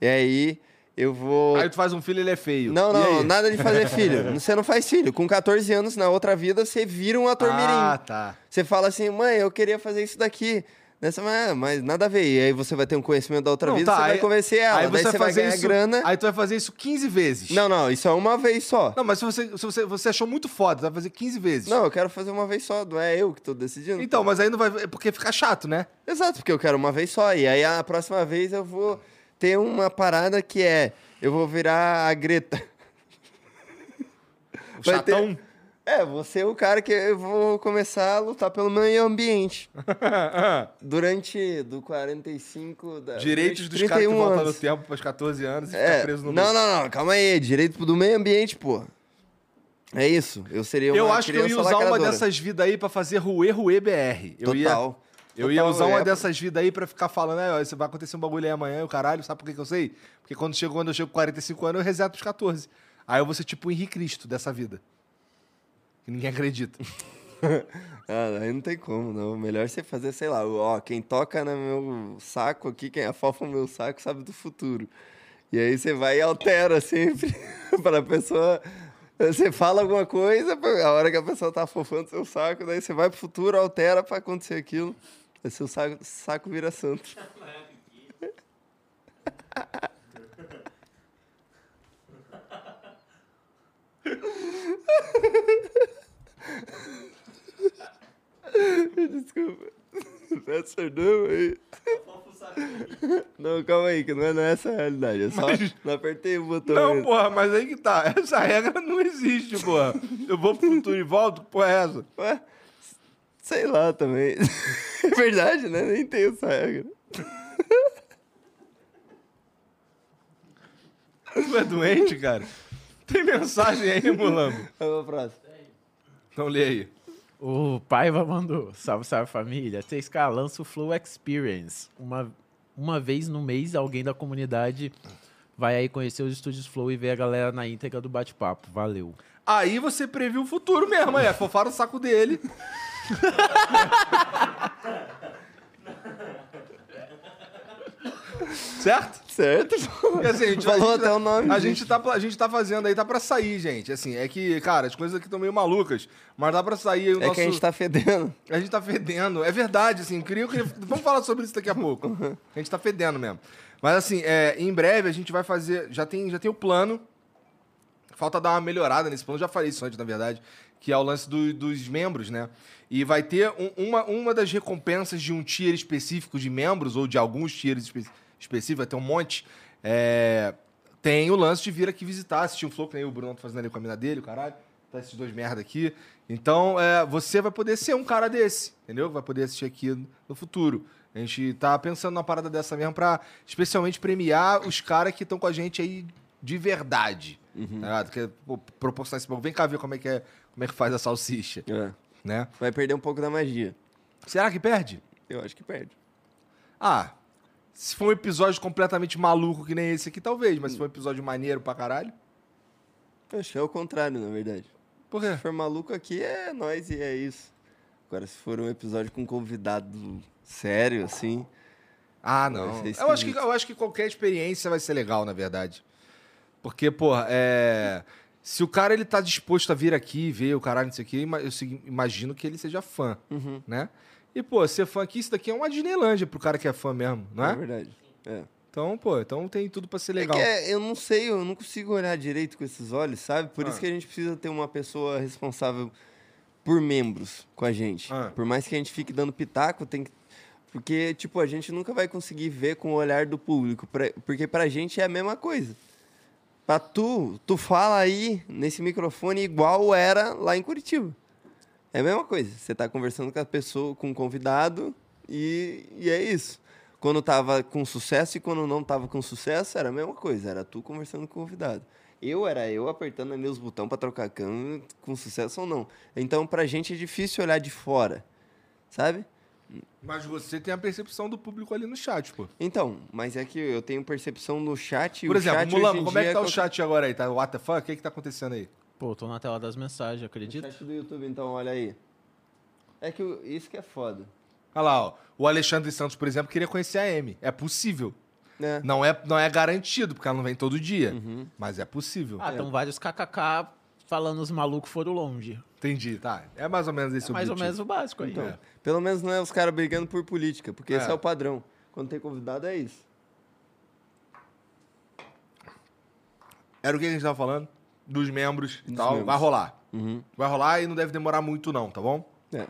A: E aí eu vou
B: Aí tu faz um filho e ele é feio.
A: não,
B: E
A: não,
B: aí?
A: nada de fazer filho. Você não faz filho. Com 14 anos, na outra vida, você vira um ator mirim.
B: Ah, tá.
A: Você fala assim, mãe, eu queria fazer isso daqui. Nessa, mas, mas nada a ver. E aí você vai ter um conhecimento da outra
B: Não,
A: vida,
B: tá,
A: você
B: aí-
A: vai convencer ela,
B: aí
A: É, daí
B: você
A: você vai
B: fazer
A: ganhar
B: isso-
A: grana.
B: Aí tu vai fazer isso 15 vezes.
A: Não, não, isso é uma vez só.
B: Não, mas se você, se você, você achou muito foda, tu vai fazer 15 vezes.
A: Não. eu quero fazer uma vez só, não é eu que tô decidindo.
B: Então, mas aí não vai. é Porque fica chato, né?
A: Exato, porque eu quero uma vez só. E aí a próxima vez eu vou ter uma parada que é. Eu vou virar a Greta.
B: O
A: Vai ter-
B: chatão.
A: É, você é o cara que eu vou começar a lutar pelo meio ambiente. Durante do 45 da
B: Direitos dos
A: durante
B: caras que
A: 31
B: voltam no
A: anos.
B: tempo pros 14 anos e
A: É,
B: ficar preso no
A: não, não, não, calma aí, direito do meio ambiente, pô. É isso. Eu seria uma
B: Eu acho que eu ia
A: criança
B: usar uma
A: lacradora.
B: dessas vidas aí pra fazer Ruê Ruê BR. Eu
A: Total.
B: ia, eu ia
A: Total,
B: usar uma dessas vidas aí pra ficar falando, "Ah, ó, isso vai acontecer um bagulho aí amanhã, e o caralho, sabe por que, que eu sei? Porque quando, chego, quando eu chego com 45 anos, eu reseto os 14. Aí eu vou ser tipo o Henrique Cristo dessa vida. Que ninguém acredita.
A: Ah, aí não tem como, não. Melhor você fazer, sei lá, ó, quem toca no meu saco aqui, quem afofa o meu saco, sabe do futuro. E aí você vai e altera sempre pra pessoa. Você fala alguma coisa, a hora que a pessoa tá afofando seu saco, daí você vai pro futuro, altera pra acontecer aquilo. Aí seu saco, saco vira santo. Desculpa. é That's or no, aí.
C: Fofa o saco aqui.
A: Não, calma aí, que não é não é essa a realidade. Eu só
B: Mas-
A: não apertei o botão.
B: não,
A: ainda.
B: porra, mas aí que tá. Essa regra não existe, porra. Eu vou pro futuro e volto, que porra é essa?
A: Ué, sei lá também. É verdade, né? Nem tem essa regra.
B: Tu é doente, cara? Tem mensagem aí, Mulambo?
A: Vamos pra é próxima.
B: Não lê aí.
D: O Paiva mandou. Salve, salve família. 3K lança o Flow Experience. Uma, uma vez no mês, alguém da comunidade vai aí conhecer os estúdios Flow e ver a galera na íntegra do bate-papo. Valeu.
B: Aí você previu o futuro mesmo, aí. Fofaram o saco dele. certo?
A: Certo?
B: Porque, assim, a gente-
A: Falou
B: a gente-
A: até o nome.
B: A gente, tá, a gente tá fazendo aí, tá pra sair, gente. Assim, é que, cara, as coisas aqui estão meio malucas, mas dá pra sair aí o
A: É
B: nosso...
A: que a gente tá fedendo.
B: A gente tá fedendo. É verdade, assim. eu Queria, eu queria- Vamos falar sobre isso daqui a pouco. A gente tá fedendo mesmo. Mas, assim, é, em breve a gente vai fazer. Já tem, já tem o plano. Falta dar uma melhorada nesse plano. Já falei isso antes, na verdade. Que é o lance do- dos membros, né? E vai ter um- uma, uma das recompensas de um tier específico de membros, ou de alguns tiers espe- específicos, vai ter um monte. é, tem o lance de vir aqui visitar, assistir o Flow, que nem o Bruno tá fazendo ali com a mina dele, o caralho. Tá esses dois merda aqui. Então, é, você vai poder ser um cara desse, entendeu? Vai poder assistir aqui no futuro. A gente tá pensando numa parada dessa mesmo pra especialmente premiar os caras que estão com a gente aí de verdade. Tá ligado? Que é, pô, proporcionar esse bagulho. Vem cá ver como é que é, como é que faz a salsicha, né?
A: É. Vai perder um pouco da magia.
B: Será que perde?
A: Eu acho que perde.
B: Ah, se for um episódio completamente maluco que nem esse aqui, talvez, mas se for um episódio maneiro pra caralho,
A: Eu acho que é o contrário, na verdade.
B: por quê?
A: Se for maluco aqui, é nós e é isso. Agora, se for um episódio com um convidado sério, assim.
B: Ah,
A: Vai
B: não.
A: ser
B: Eu acho, que,
A: é esquisito.
B: eu acho que qualquer experiência vai ser legal, na verdade. Porque, porra, é. Se o cara ele tá disposto a vir aqui, ver o caralho, não sei o quê, ima- eu sig- imagino que ele seja fã,
A: Uhum.
B: né? E, pô, ser fã aqui, isso daqui é uma Disneylândia pro cara que é fã mesmo, não
A: É
B: é?
A: verdade. É.
B: Então, pô, então tem tudo pra ser
A: É
B: legal.
A: que é- eu não sei, eu não consigo olhar direito com esses olhos, sabe? Por
B: Ah.
A: isso que a gente precisa ter uma pessoa responsável por membros com a gente.
B: Ah.
A: Por mais que a gente fique dando pitaco, tem que. Porque, tipo, a gente nunca vai conseguir ver com o olhar do público. pra- Porque pra gente é a mesma coisa. Mas tu, tu fala aí nesse microfone igual era lá em Curitiba. É a mesma coisa. Você tá conversando com a pessoa, com o convidado, e, e é isso. Quando tava com sucesso e quando não tava com sucesso, era a mesma coisa. Era tu conversando com o convidado. Eu era eu apertando ali os botões pra trocar câmera, com sucesso ou não. Então, pra gente é difícil olhar de fora, sabe?
B: Mas você tem a percepção do público ali no chat, pô.
A: Então, mas é que eu tenho percepção no chat. e
B: Por
A: o
B: exemplo,
A: chat hoje
B: Mulano,
A: em
B: como é que
A: dia
B: tá o
A: qual-
B: chat agora aí? Tá what the fuck? O que que tá acontecendo aí?
D: Pô, tô na tela das mensagens, acredito.
A: Chat do YouTube, então, olha aí. É que o- isso que é foda.
B: Olha lá, ó. O Alexandre Santos, por exemplo, queria conhecer a Amy. É possível.
A: Né?
B: Não é, não é garantido, porque ela não vem todo dia.
A: Uhum.
B: Mas é possível.
D: Ah, estão vários kkk falando os malucos foram longe.
B: Entendi, tá. É mais ou menos esse
D: É mais ou menos
B: objetivo.
D: o básico aí.
A: Então,
D: É.
A: pelo menos não é os caras brigando por política, porque esse
B: É.
A: é o padrão. Quando tem convidado, é isso.
B: Era o que a gente tava falando? Dos membros e
A: Dos
B: tal.
A: membros.
B: Vai rolar.
A: Uhum.
B: Vai rolar e não deve demorar muito, não, tá bom?
A: É,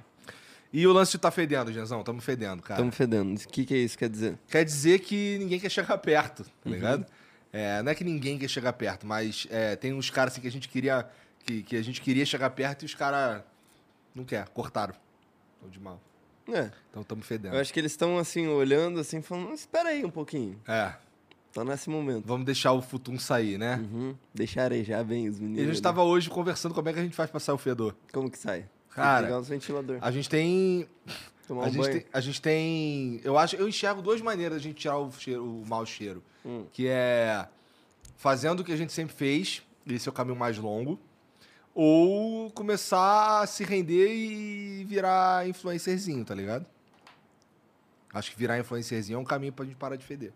B: E o lance de tá fedendo, Genzão? Tamo fedendo, cara.
A: estamos fedendo. O que, que isso quer dizer?
B: Quer dizer que ninguém quer chegar perto, tá
A: Uhum.
B: ligado? É, não é que ninguém quer chegar perto, mas é, tem uns caras assim que a gente queria. Que, que a gente queria chegar perto e os caras não quer, cortaram. Tão de mal.
A: É,
B: Então tamo fedendo.
A: eu acho que eles estão assim, olhando, assim, falando, espera aí um pouquinho.
B: É.
A: Tá nesse momento.
B: Vamos deixar o futum sair, né?
A: Uhum. Deixa arejar bem os meninos.
B: E a gente
A: ali.
B: tava hoje conversando como é que a gente faz pra sair o fedor.
A: Como que sai? Tem que
B: Cara,
A: Pegar uns ventilador.
B: A gente tem
A: Tomar
B: A
A: um
B: gente,
A: banho.
B: tem, a gente tem- Eu acho. Eu enxergo duas maneiras de a gente tirar o, cheiro, o mau cheiro.
A: Hum.
B: Que é fazendo o que a gente sempre fez, esse é o caminho mais longo. Ou começar a se render e virar influencerzinho, tá ligado? Acho que virar influencerzinho é um caminho pra gente parar de feder.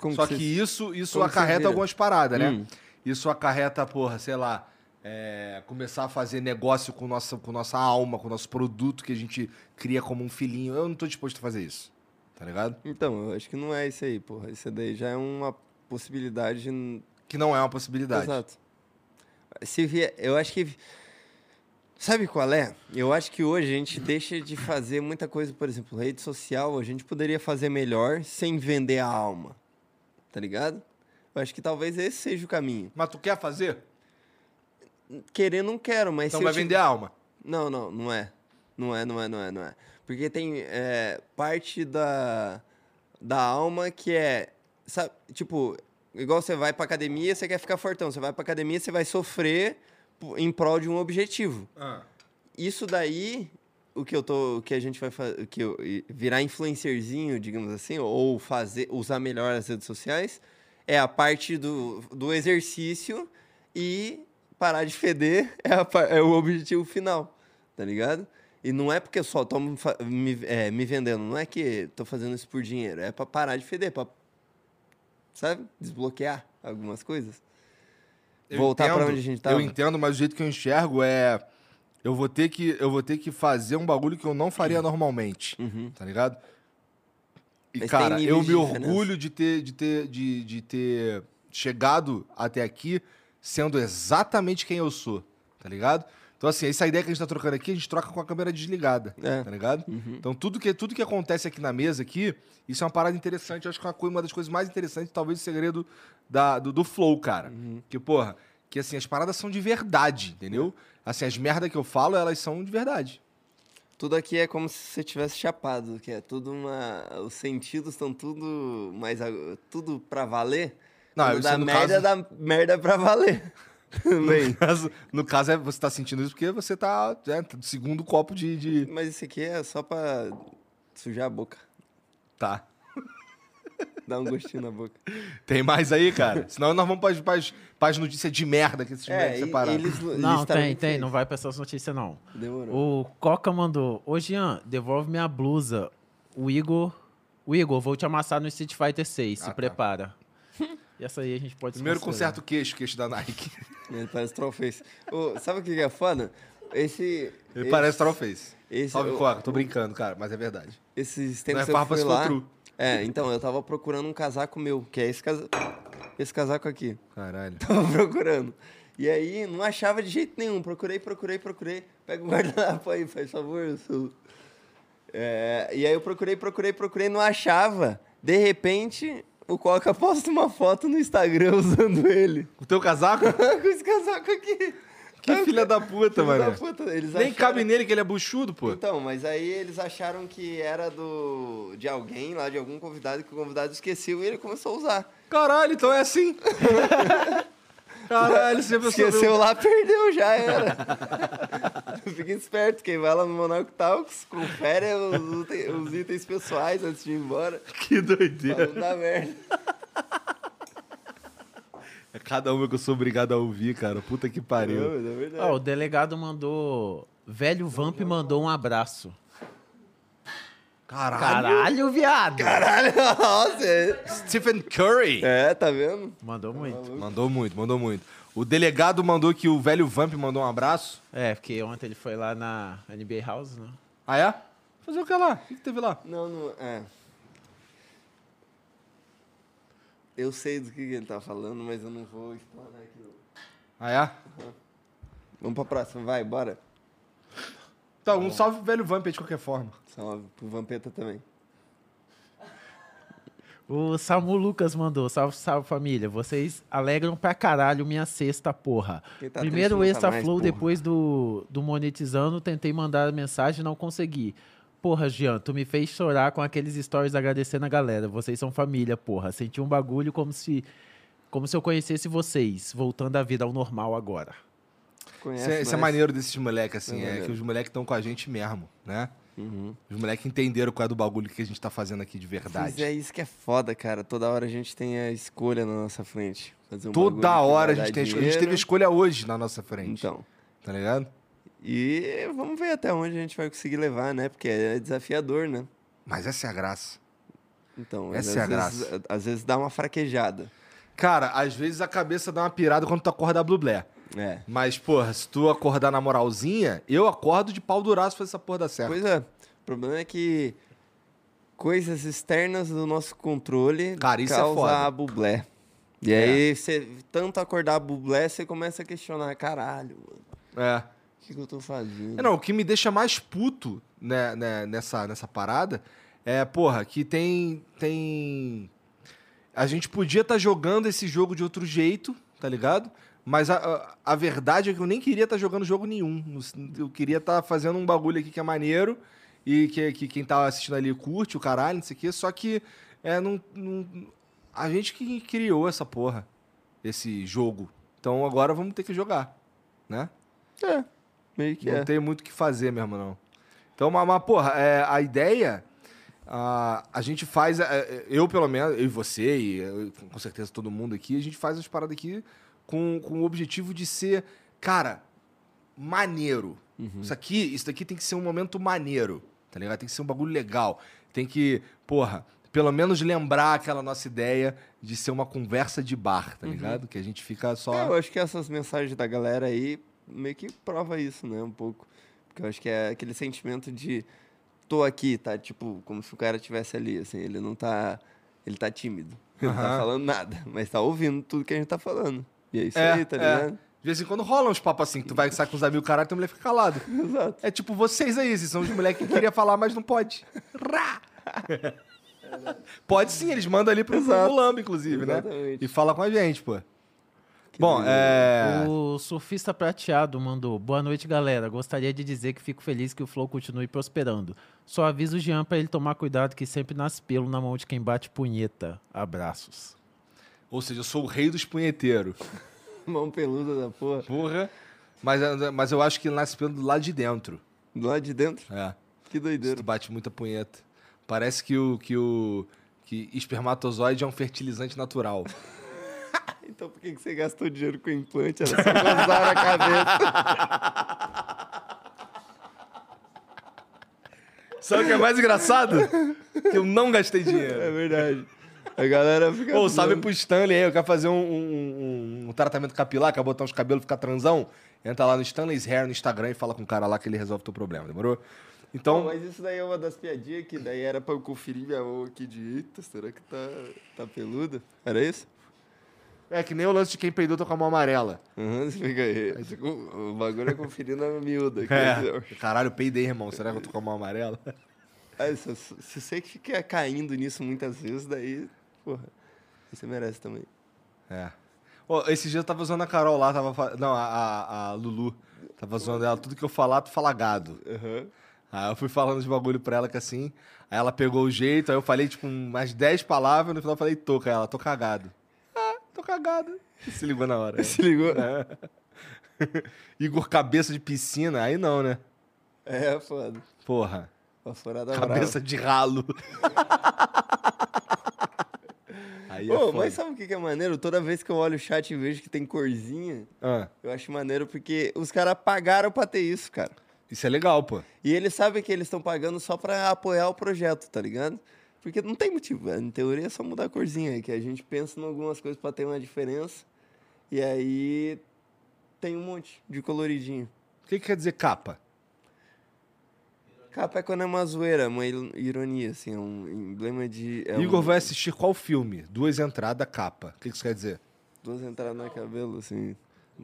A: Como
B: Só que,
A: vocês-
B: isso, isso
A: como que vocês
B: acarreta
A: viram?
B: algumas paradas, né?
A: Hum.
B: Isso acarreta, porra, sei lá, é, começar a fazer negócio com nossa, com nossa alma, com nosso produto que a gente cria como um filhinho. Eu não tô disposto a fazer isso, tá ligado?
A: Então, eu acho que não é isso aí, porra. Isso daí já é uma possibilidade. n-
B: Que não é uma possibilidade.
A: Exato. Se vier, eu acho que. Sabe qual é? Eu acho que hoje a gente deixa de fazer muita coisa, por exemplo, rede social, a gente poderia fazer melhor sem vender a alma. Tá ligado? Eu acho que talvez esse seja o caminho.
B: Mas tu quer fazer?
A: Querer, não quero, mas
B: Então
A: se eu
B: vai
A: tiver-
B: vender a alma.
A: Não, não, não é. Não é, não é, não é, não é. Porque tem é, parte da, da alma que é. Sabe, tipo, igual você vai pra academia, você quer ficar fortão. Você vai pra academia, você vai sofrer po- em prol de um objetivo. Isso daí, o que eu tô. O que a gente vai fazer. que eu, e- virar influencerzinho, digamos assim, ou fazer, usar melhor as redes sociais, é a parte do, do exercício e parar de feder é, a pa- é o objetivo final, tá ligado? E não é porque eu só tô me, fa- me- é, me vendendo, não é que tô fazendo isso por dinheiro, é pra parar de feder, pra, sabe? Desbloquear algumas coisas.
B: Eu
A: Voltar pra
B: entendo,
A: onde a gente
B: Eu
A: tava.
B: entendo, mas o jeito que eu enxergo é. Eu vou ter que, eu vou ter que fazer um bagulho que eu não faria normalmente. Tá ligado? E,
A: Mas tem
B: cara,
A: níveis
B: eu me
A: de diferença.
B: orgulho de ter, de, ter, de, de ter chegado até aqui sendo exatamente quem eu sou, tá ligado? Então, assim, essa ideia que a gente tá trocando aqui, a gente troca com a câmera desligada,
A: É.
B: tá ligado? Então, tudo que, tudo que acontece aqui na mesa, aqui, isso é uma parada interessante. Eu acho que é uma, coi- uma das coisas mais interessantes, talvez, o segredo da- do, do flow, cara. Que, porra, que, assim, as paradas são de verdade, entendeu?
A: É.
B: Assim, as merdas que eu falo, elas são de verdade.
A: Tudo aqui é como se você tivesse chapado, que é tudo uma. Os sentidos estão tudo mais. ag- Tudo pra valer.
B: Não,
A: Quando
B: isso
A: dá
B: no
A: merda,
B: caso-
A: dá merda pra valer. Também.
B: No caso, no caso é, você tá sentindo isso porque você tá é, tá do segundo copo de. de-
A: Mas isso aqui é só pra sujar a boca.
B: Tá.
A: Dar um gostinho na boca.
B: Tem mais aí, cara? Senão nós vamos pras, pras, pras notícias de merda que esses moleques
A: É, e-
B: separaram.
A: eles- eles
D: Não,
A: estavam
D: tem, tem.
A: felizes.
D: Não vai pra essas notícias, não.
A: Demorou.
D: O Coca mandou. Ô, Jean, devolve minha blusa. O Igor. O Igor, vou te amassar no Street Fighter 6.
B: Ah,
D: se
B: tá.
D: prepara. E essa aí a gente pode né?
B: Primeiro
D: desconsiderar.
B: conserta o queixo, o queixo da Nike.
A: Ele parece trollface. Ô, sabe o que que é foda? Esse.
B: Ele
A: esse-
B: parece Trollface.
A: esse-
B: Salve,
A: o-
B: Coca. Tô brincando, cara, mas é verdade.
A: Esses
B: Não é
A: tempos eu
B: farpa
A: fui
B: se for
A: lá.
B: true.
A: É, então, eu tava procurando um casaco meu, que é esse, casa... esse casaco aqui.
B: Caralho.
A: Tava procurando. E aí, não achava de jeito nenhum. Procurei, procurei, procurei. Pega o guardanapo aí, faz favor. Su. É, e aí eu procurei, procurei, procurei, não achava. De repente, o o Coca posta uma foto no Instagram usando ele.
B: O teu casaco?
A: Com esse casaco aqui.
B: que filha da puta,
A: Filho da
B: mano.
A: puta, Eles
B: Nem
A: acharam-
B: cabe nele que ele é buchudo, pô.
A: Então, mas aí eles acharam que era do de alguém lá, de algum convidado, que o convidado esqueceu e ele começou a usar.
B: Caralho, então é assim. Caralho, você pensou.
A: Esqueceu lá, perdeu, já era. Fica esperto, quem vai lá no Monarco Talks, confere os, ute- os itens pessoais antes de ir embora.
B: Que
A: Pra
B: doideira.
A: não dar merda.
B: É cada uma que eu sou obrigado a ouvir, cara. Puta que pariu.
A: Não, é verdade.
D: Ó, o delegado mandou. Velho Vamp mandou um abraço.
B: Caralho.
D: Caralho, viado!
A: Caralho, nossa. é-
B: Stephen Curry.
A: É, tá vendo?
D: Mandou muito.
B: Mandou muito, mandou muito. O delegado mandou que o velho Vamp mandou um abraço.
D: É, porque ontem ele foi lá na NBA House, né?
B: Ah, é? Fazer o que lá? O que, que teve lá?
A: Não, não. É. Eu sei do que que ele tá falando, mas eu não vou explanar aqui. não.
B: Ah, é?
A: Vamos pra próxima, vai, bora. Tá
B: Então, um salve pro velho Vamp aí de qualquer forma.
A: Salve pro Vampeta também.
D: O Samu Lucas mandou. Salve, salve família. Vocês alegram pra caralho minha sexta, porra.
A: Quem tá triste
D: Primeiro
A: não tá
D: extra
A: mais,
D: flow,
A: porra.
D: depois do, do monetizando, tentei mandar a mensagem, não consegui. Porra, Jean, tu me fez chorar com aqueles stories agradecendo a galera. Vocês são família, porra. Senti um bagulho como se como se eu conhecesse vocês, voltando a vida ao normal agora.
A: Conhece
B: Isso é, isso é
A: nós.
B: maneiro desses moleques, assim.
A: É
B: É,
A: maneiro.
B: que os moleques estão com a gente mesmo, né?
A: Uhum.
B: Os moleques entenderam qual é do bagulho que a gente tá fazendo aqui de
A: Mas
B: verdade.
A: é isso que é foda, cara. Toda hora a gente tem a escolha na nossa frente. Fazer um bagulho
B: Toda
A: que
B: hora
A: vai
B: a
A: dar
B: gente tem a escolha. A
A: dinheiro.
B: gente teve a escolha hoje na nossa frente.
A: Então.
B: Tá ligado?
A: E vamos ver até onde a gente vai conseguir levar, né? Porque é desafiador, né?
B: Mas essa é a graça.
A: Então, mas
B: Essa é
A: às
B: a
A: vezes- Às vezes dá uma fraquejada.
B: Cara, às vezes a cabeça dá uma pirada quando tu acorda a Blublé.
A: É.
B: Mas, porra, se tu acordar na moralzinha, eu acordo de pau duraço pra essa porra dar certo.
A: Pois é. O problema é que coisas externas do nosso controle
B: Cara, isso é
A: causam
B: foda.
A: a bublé. E
B: É.
A: aí, você, tanto acordar a bublé, você começa a questionar, caralho, mano,
B: É.
A: o que, que eu tô fazendo?
B: É, Não, o que me deixa mais puto né, né, nessa, nessa parada é, porra, que tem. tem... A gente podia estar jogando esse jogo de outro jeito, tá ligado? Mas a, a, a verdade é que eu nem queria estar jogando jogo nenhum. Eu queria estar fazendo um bagulho aqui que é maneiro e que, que quem tá assistindo ali curte o caralho, não sei o quê. Só que é, não, não- a gente que criou essa porra, esse jogo. Então agora vamos ter que jogar, né?
A: É, meio que
B: não
A: é.
B: tem muito o que fazer mesmo, não. Então, mas, mas, porra, é, a ideia. A, a gente faz. é, é, Eu, pelo menos, eu e você, e eu, com certeza todo mundo aqui, a gente faz as paradas aqui com, com o objetivo de ser, cara, maneiro.
A: Uhum. Hum.
B: Isso aqui, isso daqui tem que ser um momento maneiro, tá ligado? Tem que ser um bagulho legal. Tem que, porra, pelo menos lembrar aquela nossa ideia de ser uma conversa de bar, tá ligado? Que a gente fica só.
A: Uhum. É, eu acho que essas mensagens da galera aí meio que prova isso, né? Um pouco. Porque eu acho que é aquele sentimento de tô aqui, tá? Tipo, como se o cara estivesse ali, assim, ele não tá. Ele tá tímido. Ele não tá
B: Aham.
A: falando nada, mas tá ouvindo tudo que a gente tá falando. E é isso
B: É,
A: aí, tá
B: é.
A: ligado?
B: De vez em quando rolam uns papos assim, que tu vai sair com os amigos, caralho, tua mulher fica calado.
A: Exato.
B: É tipo vocês aí, vocês são os moleques que queria falar, mas não pode. Rá! pode sim, eles mandam ali pro
A: Exato.
B: Mulambo, inclusive, né?
A: Exatamente.
B: E fala com a gente, pô.
A: Que
B: Bom,
A: doideira.
B: é.
D: O surfista prateado mandou. Boa noite, galera. Gostaria de dizer que fico feliz que o Flow continue prosperando. Só aviso o Jean pra ele tomar cuidado que sempre nasce pelo na mão de quem bate punheta. Abraços.
B: Ou seja, eu sou o rei dos punheteiros.
A: Mão peluda da porra.
B: Porra. Mas, é, mas eu acho que ele nasce pelo do lado de dentro.
A: Do lado de dentro,
B: É.
A: que
B: Se tu
A: doideira.
B: bate muita punheta. Parece que o. que o. que espermatozoide é um fertilizante natural.
A: Então por que que você gastou dinheiro com implante? Era só gozar na cabeça.
B: Sabe o que é mais engraçado? Que eu não gastei dinheiro.
A: É verdade. A galera fica.
B: Ou sabe
A: zoando.
B: pro Stanley aí, eu quero fazer um, um- um- um tratamento capilar, quer botar uns cabelos, ficar transão? Entra lá no Stanley's Hair no Instagram e fala com o cara lá que ele resolve o teu problema, demorou?
A: Pô,
B: Então,
A: mas isso daí é uma das piadinhas que daí era pra eu conferir minha mão aqui de eita, será que tá, tá peluda? Era isso?
B: é que nem o lance de quem peidou tá com a mão amarela.
A: Aham, você fica aí. você co- O bagulho é conferir na miúda. aqui, entendeu?
B: É. Caralho, eu peidei, irmão. Será que eu tô com a mão amarela?
A: Ah, Aí, se, se você que fica caindo nisso muitas vezes, daí, porra, Você merece também.
B: É. Ô, esse dia eu tava zoando a Carol lá, tava. fa- Não, a, a- a Lulu. Tava zoando ela, tudo que eu falar, tu fala gado. Aí eu fui falando de bagulho pra ela que assim. Aí ela pegou o jeito, aí eu falei, tipo, umas 10 palavras, no final eu falei, tô, cara, ela, tô cagado. Ah, tô cagado. Se ligou na hora.
A: Se ligou?
B: É. Igor, cabeça de piscina, aí não, né?
A: É, foda.
B: Porra.
A: Pastorada
B: cabeça de ralo.
A: brava.
B: aí é
A: Ô,
B: foda.
A: mas sabe o que que é maneiro? Toda vez que eu olho o chat e vejo que tem corzinha,
B: Ah,
A: eu acho maneiro porque os caras pagaram pra ter isso, cara.
B: isso é legal, pô.
A: E eles sabem que eles estão pagando só pra apoiar o projeto, tá ligado? Porque não tem motivo, velho. Em teoria é só mudar a corzinha, que a gente pensa em algumas coisas pra ter uma diferença. E aí tem um monte de coloridinho.
B: O que, que quer dizer capa?
A: Capa é quando é uma zoeira, uma il- ironia, assim, é um emblema de. é
B: Igor
A: um-
B: vai assistir qual filme? Duas entradas, capa. O que, que isso quer dizer?
A: Duas entradas no cabelo, assim.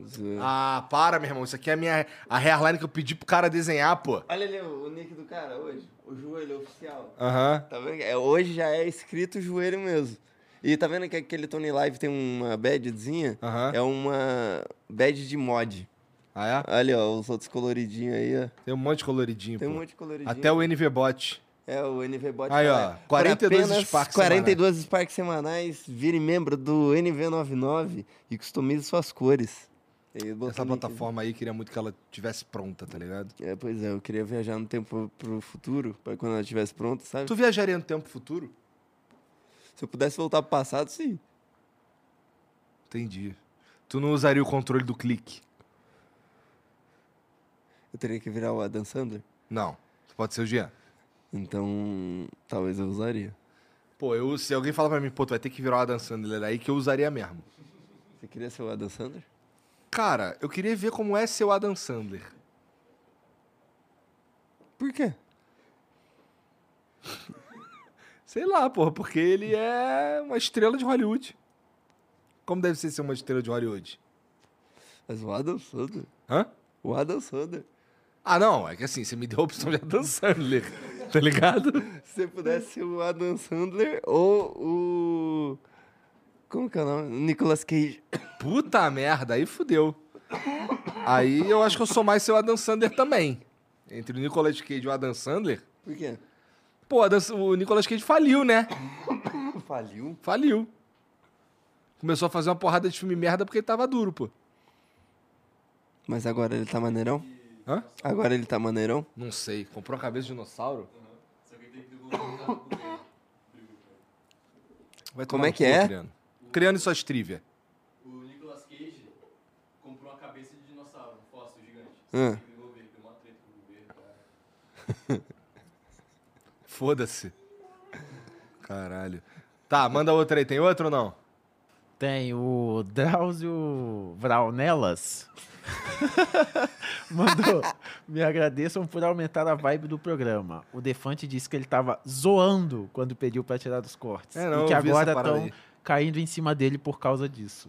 A: zoeira.
B: Ah, para, meu irmão. Isso aqui é a minha a hairline que eu pedi pro cara desenhar, pô.
A: Olha ali o, o nick do cara hoje. O joelho oficial.
B: Aham.
A: Tá vendo? É, hoje já é escrito joelho mesmo. E tá vendo que aquele Tony Live tem uma badzinha?
B: Aham.
A: É uma badge de mod.
B: Ah,
A: Ali, ó, os outros coloridinhos aí, ó.
B: é? Tem um monte de coloridinho,
A: Tem um
B: pô.
A: monte de coloridinho.
B: Tipo, Até o NV Bot.
A: É, o NV Bot.
B: Aí, ó,
A: tá lá.
B: 42
A: Por apenas
B: Sparks
A: 42 Sparks semanais. Vire membro do NV99 e customize suas cores. E aí eu boto
B: Essa
A: o link.
B: plataforma aí, queria muito que ela tivesse pronta, tá ligado?
A: É, pois é, eu queria viajar no tempo pro futuro, pra quando ela estivesse pronta, sabe?
B: Tu viajaria no tempo futuro?
A: Se eu pudesse voltar pro passado, sim.
B: Entendi. Tu não usaria o controle do clique?
A: Eu teria que virar o Adam Sandler.
B: Não. Pode ser o Jean.
A: Então, talvez eu usaria.
B: Pô, eu, se alguém fala pra mim, pô, tu vai ter que virar uma dançando aí, que eu usaria mesmo.
A: Você queria ser o Adam Sandler?
B: Cara, eu queria ver como é ser o Adam Sandler.
A: Por quê?
B: Sei lá, porra, porque ele é uma estrela de Hollywood. Como deve ser ser uma estrela de Hollywood?
A: Mas o Adam Sandler.
B: Hã?
A: O Adam Sandler.
B: Ah, não, é que assim, você me deu a opção de Adam Sandler, tá ligado?
A: Se você pudesse ser o Adam Sandler ou o. Como que é o nome? O Nicolas Cage.
B: Puta merda, aí fudeu. Aí eu acho que eu sou mais seu Adam Sandler também. Entre o Nicolas Cage e o Adam Sandler,
A: Por quê?
B: pô, Adam- o Nicolas Cage faliu, né?
A: Faliu?
B: Faliu. Começou a fazer uma porrada de filme merda porque ele tava duro, pô.
A: Mas agora ele tá maneirão?
B: Hã?
A: Agora ele tá maneirão?
B: Não sei. Comprou a cabeça de dinossauro?
C: Só que tem que devolver o carro pro meio.
A: Como
B: Vai tomar
A: é
B: no
A: que
B: cu,
A: é?
B: Criano. Criano e suas trivia.
C: O Nicolas Cage comprou uma cabeça de dinossauro, um fóssil gigante.
A: Hum.
C: Só tem que devolver, deu uma treta com o governo. cara.
B: Foda-se. Caralho. Tá, manda outra aí. Tem outra ou não?
D: Tem o Drauzio Vraunelas. Mandou. Me agradeçam por aumentar a vibe do programa. O Defante disse que ele tava zoando quando pediu pra tirar dos cortes.
B: É, não,
D: e que
B: eu vi essa
D: agora
B: parada
D: estão
B: aí.
D: caindo em cima dele por causa disso.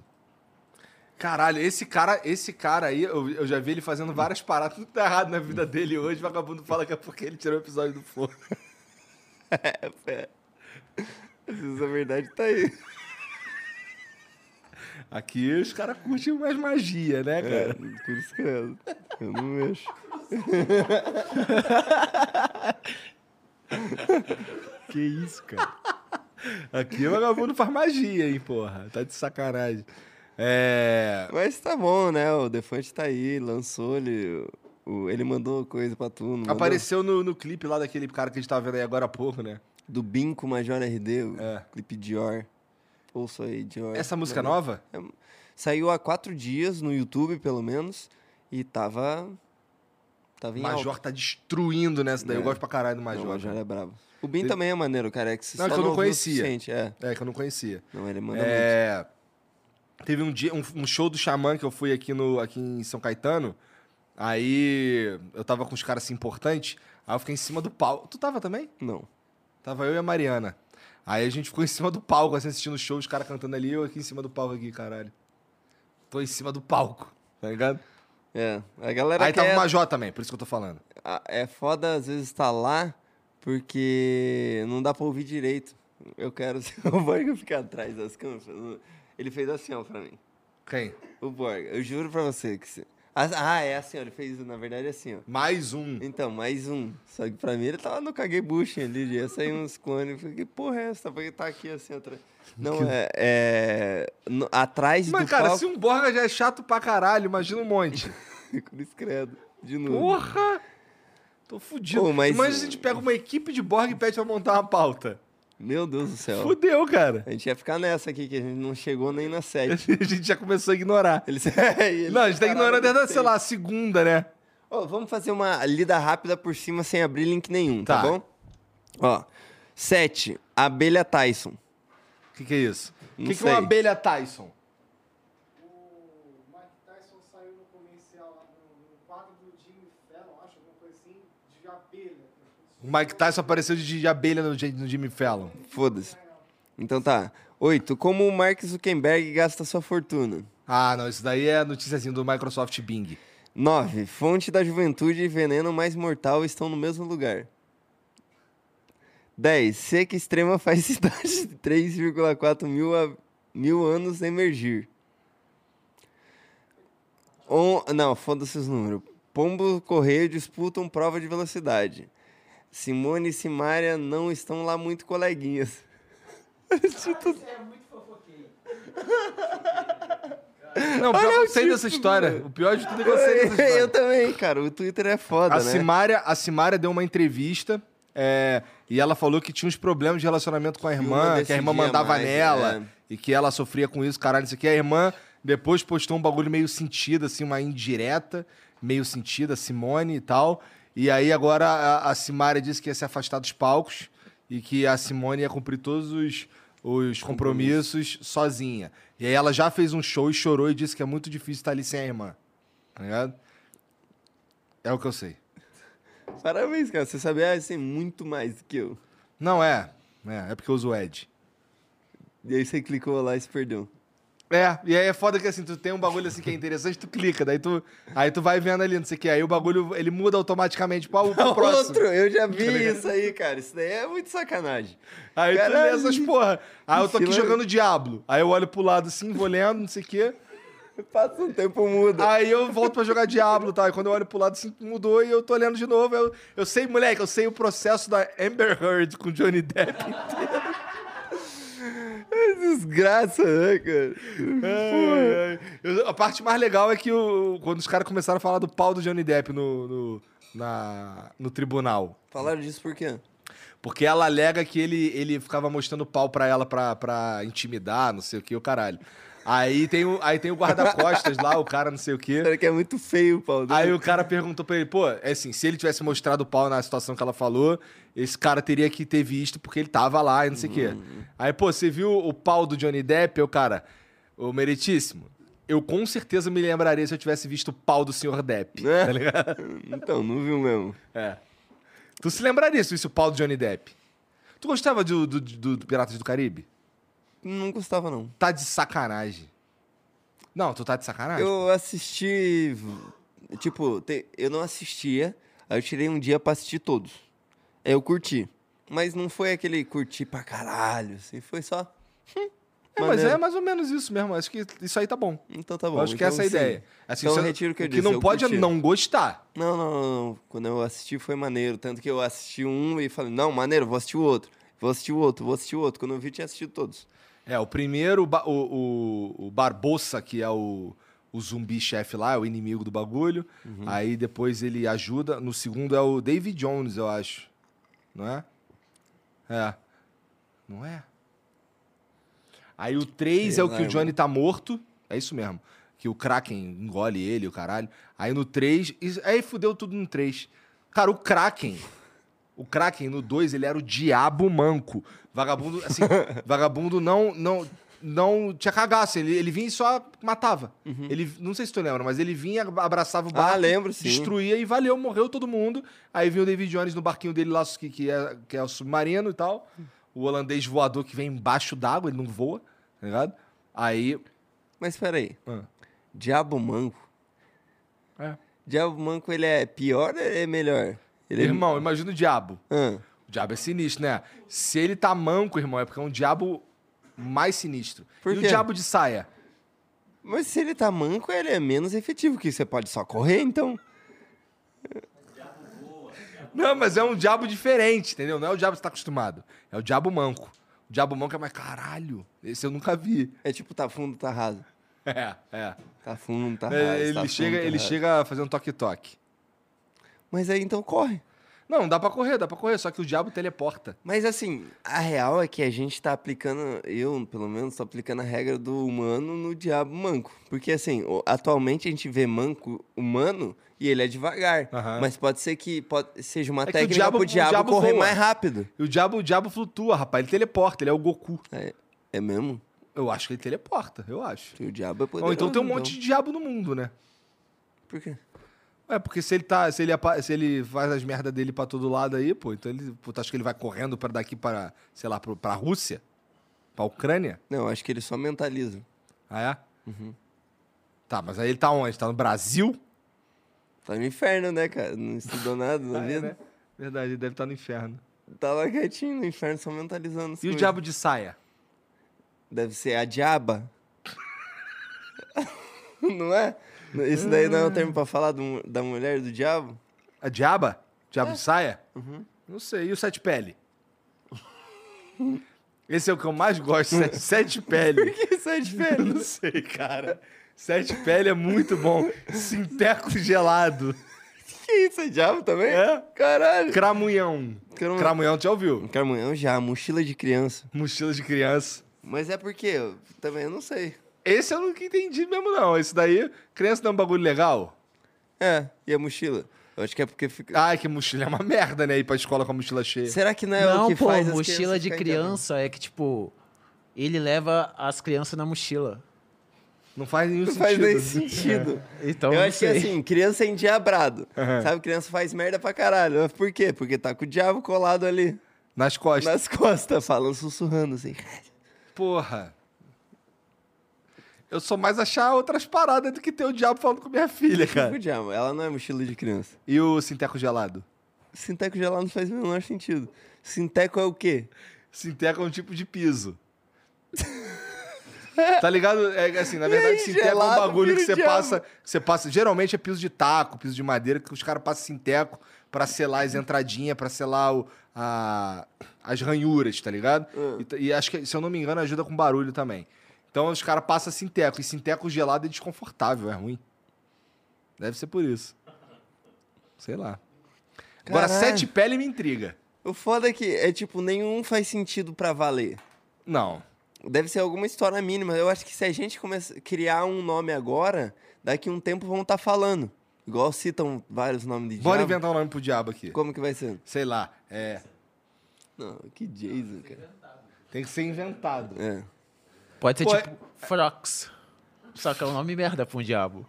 B: Caralho, esse cara, esse cara aí, eu, eu já vi ele fazendo várias paradas. Tudo que tá errado na vida dele hoje. Vagabundo fala que é porque ele tirou o episódio do Flow.
A: Essa verdade tá aí.
B: Aqui os caras curtem mais magia, né, cara?
A: É, Por isso que eu, eu não mexo.
D: Que isso, cara?
B: Aqui o vagabundo faz magia, hein, porra. Tá de sacanagem. É.
A: Mas tá bom, né? O Defante tá aí, lançou ele. o- ele mandou coisa pra tu. não mandou?
B: Apareceu no, no clipe lá daquele cara que a gente tava vendo aí agora há pouco, né?
A: Do Binco Major RD, o
B: É.
A: clipe Dior. Ouça aí, Dior.
B: Essa música nova?
A: É, Saiu há quatro dias no YouTube, pelo menos, e tava. Tava em
B: Major
A: alta.
B: tá destruindo nessa daí. Eu
A: É.
B: gosto pra caralho do
A: Não,
B: Major.
A: o Major
B: cara.
A: é brabo. O Bin também é maneiro, cara. É que você
B: Não,
A: só
B: que eu não
A: ouviu o
B: conhecia.
A: suficiente, É.
B: É, que eu não conhecia.
A: Não, ele manda muito.
B: É, teve um dia, um, um show do Xamã que eu fui aqui, no, aqui em São Caetano. Aí eu tava com os caras assim importantes. Aí eu fiquei em cima do palco. Tu tava também?
A: Não.
B: Tava eu e a Mariana. Aí a gente ficou em cima do palco, assim, assistindo o show, os caras cantando ali, eu aqui em cima do palco aqui, caralho. Tô em cima do palco, tá ligado?
A: É. A galera
B: Aí tá
A: quer...
B: tava o Major também, por isso que eu tô falando.
A: tá a- É foda, às vezes, estar lá, porque não dá pra ouvir direito. Eu quero ser o Borga ficar atrás das câmeras. Ele fez assim, ó, pra mim.
B: Quem?
A: O Borga, eu juro pra você que... se- Ah, ah, é assim, ó. Ele fez, na verdade, é assim, ó.
B: Mais um.
A: Então, mais um. Só que pra mim ele tava no caguebuchinho ali, ia sair uns clones. Eu falei, que porra é essa? Porque tá aqui assim atrás. Não, é. é no- atrás
B: Mas,
A: do
B: cara,
A: palco.
B: se um Borga já é chato pra caralho, imagina um monte.
A: Cruz credo. De novo.
B: Porra! Tô fudido.
A: Hum. Pô, mas-
B: Imagina se a gente pega uma equipe de Borg e pede pra montar uma pauta.
A: Meu Deus do céu.
B: Fudeu, cara.
A: A gente ia ficar nessa aqui, que a gente não chegou nem na sete.
B: A gente já começou a ignorar.
A: Eles... eles
B: Não, a gente tá
A: pararam
B: ignorando desde, a,
A: de
B: sei lá, a segunda, né?
A: Ó, vamos fazer uma lida rápida por cima sem abrir link nenhum, tá,
B: Tá.
A: bom? Ó. 7. Abelha Tyson.
B: O que, que é isso? O
A: Não
B: que, que é
A: sei.
B: uma abelha Tyson?
E: O Mike Tyson saiu no comercial lá no, no quadro do Jimmy Fallon, acho, alguma coisa assim, de abelha.
B: O Mike Tyson apareceu de, de abelha no, Jim- no Jimmy Fallon.
A: Foda-se. Então tá. 8. Como o Mark Zuckerberg gasta sua fortuna.
B: Ah, não, isso daí é noticiazinho do Microsoft Bing.
A: 9. Fonte da juventude e veneno mais mortal estão no mesmo lugar. 10. Seca extrema faz cidade de 3,4 mil, a- mil anos emergir. On, não, foda-se os números. Pombo Correio disputam prova de velocidade. Simone e Simária não estão lá muito coleguinhas.
B: Não, o pior que eu
A: o
B: sei dessa
A: título,
B: história. O pior de tudo é que eu sei dessa história.
A: Eu também, cara. O Twitter é foda,
B: A
A: né?
B: Simária, a Simária deu uma entrevista é, e ela falou que tinha uns problemas de relacionamento com a
A: uma
B: irmã, que a irmã
A: decidia
B: mandava
A: mais,
B: nela
A: é.
B: e que ela sofria com isso, caralho, isso aqui. A irmã depois postou um bagulho meio sentido, assim, uma indireta, meio sentida, Simone e tal. E aí agora a, a Simária disse que ia se afastar dos palcos e que a Simone ia cumprir todos os, os compromissos sozinha. E aí ela já fez um show e chorou e disse que é muito difícil estar ali sem a irmã. Tá ligado? É o que eu sei.
A: Parabéns, cara. Você sabia assim, muito mais do que eu.
B: Não é. É, é porque eu uso o Edge.
A: E aí você clicou lá e se perdeu.
B: É, e aí é foda que assim, tu tem um bagulho assim que é interessante, tu clica, daí tu, aí tu vai vendo ali, não sei o que, aí o bagulho, ele muda automaticamente pro, pro próximo. Tá
A: Outro, eu já vi isso aí, cara. Isso daí é muito sacanagem.
B: Aí tu lê
A: Caralho. né?
B: essas porra. Aí eu tô aqui
A: Fila-
B: jogando Diablo, aí eu olho pro lado assim, vou lendo, não sei o que,
A: Passa um tempo, muda.
B: aí eu volto pra jogar Diablo, tá? E quando eu olho pro lado assim, mudou e eu tô lendo de novo, eu, eu sei, moleque, eu sei o processo da Amber Heard com Johnny Depp.
A: Que desgraça, né, cara?
B: Ai, ai. Eu- a parte mais legal é que o- quando os caras começaram a falar do pau do Johnny Depp no, no, na- no tribunal.
A: Falaram disso por quê?
B: Porque ela alega que ele, ele ficava mostrando pau pra ela pra, pra intimidar, não sei o que, o caralho. Aí tem o, aí tem o guarda-costas lá, o cara não sei o quê.
A: Cara, que é muito feio o pau dele.
B: Aí o cara perguntou pra ele, pô, é assim, se ele tivesse mostrado o pau na situação que ela falou, esse cara teria que ter visto porque ele tava lá e não sei o quê. Aí, pô, você viu o pau do Johnny Depp? Eu, cara, ô, meritíssimo, eu com certeza me lembraria se eu tivesse visto o pau do senhor Depp.
A: Né? Então, não viu mesmo.
B: É. Tu se lembraria se isso o pau do Johnny Depp? Tu gostava do, do, do- do Piratas do Caribe?
A: Não gostava, não.
B: Tá de sacanagem. Não, tu tá de sacanagem?
A: Eu assisti. Tipo, te- eu não assistia. Aí eu tirei um dia pra assistir todos. Aí eu curti. Mas não foi aquele curtir pra caralho, assim. Foi só. hum,
B: É, mas
A: maneiro.
B: é mais ou menos isso mesmo. Acho que isso aí tá bom.
A: Então tá bom.
B: Eu acho que
A: então,
B: essa é a
A: sim.
B: ideia. Assim,
A: Então
B: você-
A: eu retiro o que eu
B: que
A: disse,
B: não
A: eu
B: pode é
A: curti.
B: não gostar.
A: Não, não, não, não. Quando eu assisti foi maneiro. Tanto que eu assisti um e falei, não, maneiro, vou assistir o outro. Vou assistir o outro, vou assistir o outro. Quando eu vi, tinha assistido todos.
B: É, o primeiro, o, Ba- o, o- o Barbossa, que é o, o zumbi-chefe lá, é o inimigo do bagulho.
A: Uhum.
B: Aí depois ele ajuda. No segundo é o David Jones, eu acho. Não é? É. Não é? Aí o 3
A: Sei
B: é o
A: lá,
B: que o
A: eu-
B: Johnny tá morto. É isso mesmo. Que o Kraken engole ele, o caralho. Aí no 3. Aí fudeu tudo no 3. Cara, o Kraken. O Kraken no 2, ele era o diabo manco. Vagabundo, assim, vagabundo não não não tinha cagaço, ele, ele vinha e só matava. Ele, não sei se tu lembra, mas ele vinha, abraçava o barco,
A: Uhum. Ah, lembro, sim.
B: destruía e valeu, morreu todo mundo. Aí vinha o David Jones no barquinho dele lá, que, que, é, que é o submarino e tal. O holandês voador que vem embaixo d'água, ele não voa, tá ligado? Aí.
A: Mas peraí.
B: Ah.
A: Diabo Manco.
B: É.
A: Diabo Manco, ele é pior ou é melhor? Ele é-
B: Irmão, imagina o diabo.
A: Ah,
B: O diabo é sinistro, né? Se ele tá manco, irmão, é porque é um diabo mais sinistro.
A: Por
B: e o
A: quê?
B: diabo de saia?
A: Mas se ele tá manco, ele é menos efetivo, que você pode só correr, então.
B: Não, mas é um diabo diferente, entendeu? Não é o diabo que você tá acostumado. É o diabo manco. O diabo manco é mais caralho. Esse eu nunca vi.
A: É tipo, tá fundo, tá raso.
B: É, é.
A: Tá fundo, tá raso.
B: É,
A: tá
B: ele
A: fundo,
B: chega,
A: tá
B: ele
A: raso.
B: chega fazendo toque-toque.
A: Mas aí então corre.
B: Não, dá pra correr, dá pra correr, só que o diabo teleporta.
A: Mas assim, a real é que a gente tá aplicando, eu pelo menos, tô aplicando a regra do humano no diabo manco. Porque assim, o- atualmente a gente vê manco humano e ele é devagar.
B: Aham. É
A: Mas pode ser que pode- seja uma
B: que o
A: técnica
B: diabo-
A: pro
B: o
A: diabo,
B: diabo
A: correr
B: voa.
A: mais rápido.
B: E o diabo, o diabo flutua, rapaz. Ele teleporta, ele é o Goku.
A: É mesmo?
B: Eu acho que ele teleporta, eu acho.
A: Porque o diabo é
B: Ou
A: poderoso.
B: então tem um monte de diabo no mundo, né?
A: Por quê?
B: É, porque se ele tá. Se ele, apa- se ele faz as merdas dele pra todo lado aí, pô, então ele. Pô, tu acha que ele vai correndo pra daqui pra, sei lá, pro- pra Rússia? Pra Ucrânia?
A: Não, acho que ele só mentaliza.
B: Ah, é? Tá, mas aí ele tá onde? Tá no Brasil?
A: Tá no inferno, né, cara? Não estudou nada na
B: Ah, é,
A: vida.
B: né? Verdade, ele deve estar no inferno.
A: Tá lá quietinho no inferno, só mentalizando. as
B: E o
A: coisas.
B: diabo de saia?
A: Deve ser a diaba. não é? Isso daí não é o termo pra falar do- da mulher do diabo?
B: A É diaba? Diabo de saia? Não sei. E o sete pele? Esse é o que eu mais gosto, sete, sete pele.
A: Isso é diferente.
B: Eu não sei, cara. Sete pele é muito bom. Sinteco gelado.
A: Que isso, é diabo também?
B: É?
A: Caralho.
B: Cramunhão.
A: Cramu-
B: Cramunhão tu já ouviu?
A: Carmunhão já, mochila de criança.
B: Mochila de criança.
A: Mas é porque, eu também eu não sei.
B: Esse eu nunca entendi mesmo, não. Esse daí, criança não é um bagulho legal?
A: É, e a mochila? Eu acho que é porque fica...
B: Ai, que mochila é uma merda, né? Ir pra escola com a mochila cheia.
A: Será que não é o
D: Não,
A: que
D: pô,
A: faz as
D: mochila
A: crianças
D: de
A: ficarem diabas?
D: criança é que, tipo, ele leva as crianças na mochila.
B: Não faz nenhum
A: Não
B: sentido.
A: faz nem sentido.
D: Então,
A: eu
D: não
A: acho
D: sei.
A: que assim, criança é endiabrado.
B: Aham.
A: Sabe, criança faz merda pra caralho. Mas Por quê? Porque tá com o diabo colado ali
B: Nas costas.
A: nas costas, falando, sussurrando assim.
B: Porra. Eu sou mais achar outras paradas do que ter o diabo falando com minha filha,
A: O
B: cara.
A: diabo, ela não é mochila de criança.
B: E o Sinteco gelado?
A: Sinteco gelado não faz o menor sentido. Sinteco é o quê?
B: Sinteco é um tipo de piso. tá ligado? É assim, na verdade,
A: aí,
B: sinteco é um
A: gelado,
B: bagulho que
A: vira o
B: você
A: diabo.
B: passa, que você passa. Geralmente é piso de taco, piso de madeira, que os caras passam sinteco pra selar as entradinhas, pra selar o- a- as ranhuras, tá ligado? E
A: Ah.
B: t- E, acho que, se eu não me engano, ajuda com barulho também. Então os caras passam sinteco. E sinteco gelado é desconfortável, é ruim. Deve ser por isso. Sei lá. Agora,
A: Caralho.
B: sete pele me intriga.
A: O foda é que é tipo, nenhum faz sentido pra valer.
B: Não.
A: Deve ser alguma história mínima. Eu acho que se a gente começar a criar um nome agora, daqui um tempo vão estar falando. Igual citam vários nomes de
B: Bora
A: diabo.
B: inventar um nome pro diabo aqui.
A: Como que vai ser?
B: Sei lá, é.
A: Não, que Jason, cara.
B: Tem que ser inventado.
A: É.
D: Pode ser
B: Pô,
D: tipo Frox. Só que é um nome merda pra um diabo.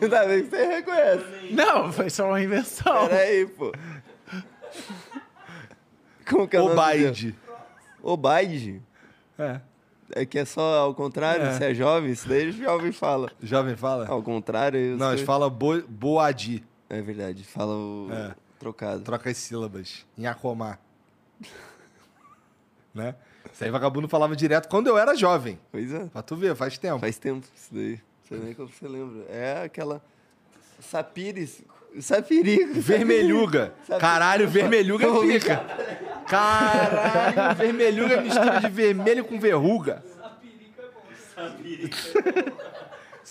A: Ainda bem que você reconhece.
D: Não, foi só uma invenção.
A: Pera aí, pô. Como que é o nome dele?
B: Obaide.
A: Obaide?
B: É.
A: É que é só ao contrário,
B: É.
A: você é jovem, isso daí jovem fala.
B: Jovem fala?
A: Ao contrário, eu
B: Não, eles
A: sei-
B: falam bo boadi.
A: É verdade, fala o
B: É.
A: trocado.
B: Troca as sílabas. Nhacomá. né? Isso aí vagabundo falava direto quando eu era jovem.
A: Pois é.
B: Pra tu ver, faz tempo.
A: Faz tempo isso daí. Não sei nem como você lembra. É aquela. Sapires. Sapirico.
B: Vermelhuga.
A: Sabe-
B: Caralho, vermelhuga é
A: Tô
B: pica. Caralho, vermelhuga é mistura de vermelho com verruga.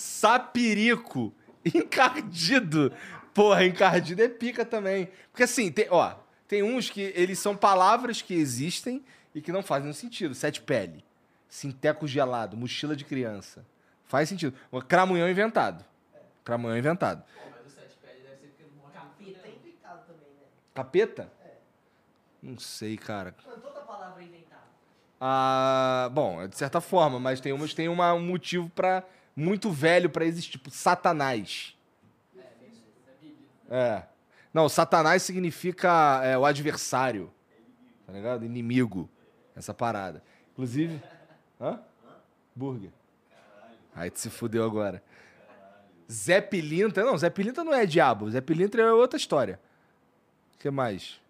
B: Sapirico. Encardido. Porra, encardido é pica também. Porque assim, tem, ó, tem uns que eles são palavras que existem e que não fazem sentido. Sete pele, sinteco gelado, mochila de criança. Faz sentido. O Cramunhão inventado. Cramunhão inventado.
F: Capeta é inventado também, né?
B: Capeta? Não sei, cara.
F: Mano, toda palavra é inventada.
B: Ah, bom, é de certa forma, mas tem umas que tem uma- um motivo para muito velho pra existir, tipo Satanás.
F: é né?
B: É. Não, Satanás significa é, o adversário. Tá ligado? Inimigo. Essa parada. Inclusive, hã? Burger. Aí tu se fudeu agora. Zé Pilintra, não, Zé Pilintra não é diabo, Zé Pilintra é outra história. O que mais?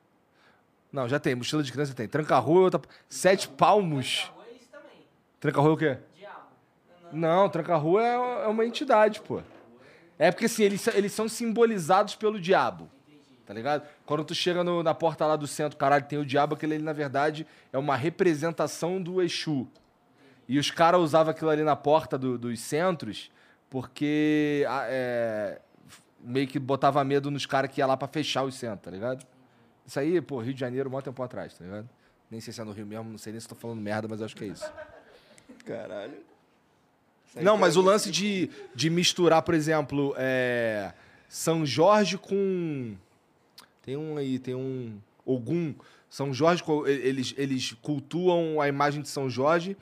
B: Não, já tem. Mochila de criança tem. Tranca-rua é outra. Sete palmos.
F: Arroz também.
B: Tranca-rua é o quê?
F: Diabo.
B: Não, tranca-rua é é uma entidade, pô. É porque assim, eles, são- eles são simbolizados pelo diabo. Tá ligado? Quando tu chega no- na porta lá do centro, caralho, tem o diabo, aquele ali, na verdade, é uma representação do Exu. E os caras usavam aquilo ali na porta do- dos centros, porque a- é, f- meio que botava medo nos caras que ia lá pra fechar os centros, tá ligado? Isso aí, pô, Rio de Janeiro, mó tempo atrás, tá ligado? Nem sei se é no Rio mesmo, não sei nem se tô falando merda, mas eu acho que é isso.
A: Caralho. Sai
B: Não, mas o
A: fora.
B: lance de, de misturar, por exemplo, é, São Jorge com. Tem um aí, tem um. Ogum. São Jorge, co- e- eles, eles cultuam a imagem de São Jorge,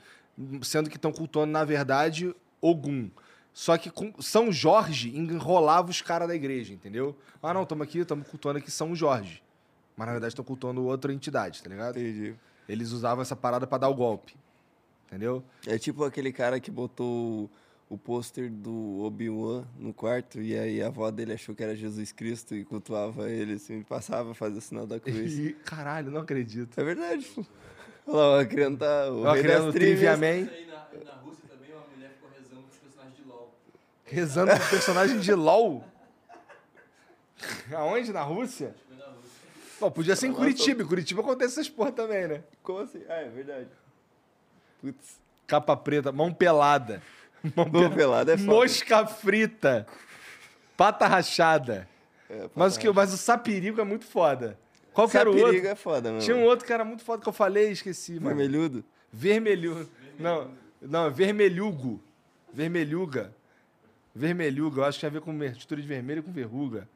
B: sendo que estão cultuando, na verdade, Ogum. Só que com- São Jorge enrolava os caras da igreja, entendeu? Ah, não, estamos aqui, estamos cultuando aqui São Jorge. Mas na verdade estão cultuando outra entidade, tá ligado?
A: Entendi.
B: Eles usavam essa parada pra dar o golpe. Entendeu?
A: É tipo aquele cara que botou o, o pôster do Obi-Wan no quarto e aí a avó dele achou que era Jesus Cristo e cultuava ele, assim, passava, fazia o sinal da cruz.
B: E, caralho, não acredito.
A: é verdade, pô. Olha lá, a criança tá... O
B: Ó,
A: rei
B: criando
A: das
B: Trivia
A: trivias.
B: Man,
C: Isso aí na, na Rússia também, uma mulher ficou rezando pros personagens de LOL.
B: rezando com o personagem de LOL. Aonde? Na Rússia? Pô, podia ser em Curitiba. Em Curitiba acontece essas porra também, né?
A: Como assim? Ah, é verdade. Putz.
B: Capa preta, mão pelada. Mão
A: Mão pelada é foda.
B: Mosca frita. Pata rachada.
A: É,
B: Mas o, que, mas o sapirico é muito foda. Qual que era o
A: Sapiriga
B: outro?
A: é foda, meu.
B: Tinha um outro que era muito foda que eu falei e esqueci, mano.
A: Vermelhudo.
B: Vermelhu... Não, não, vermelhugo. Vermelhuga. Vermelhuga, eu acho que tem a ver com mer- mistura de vermelho com verruga.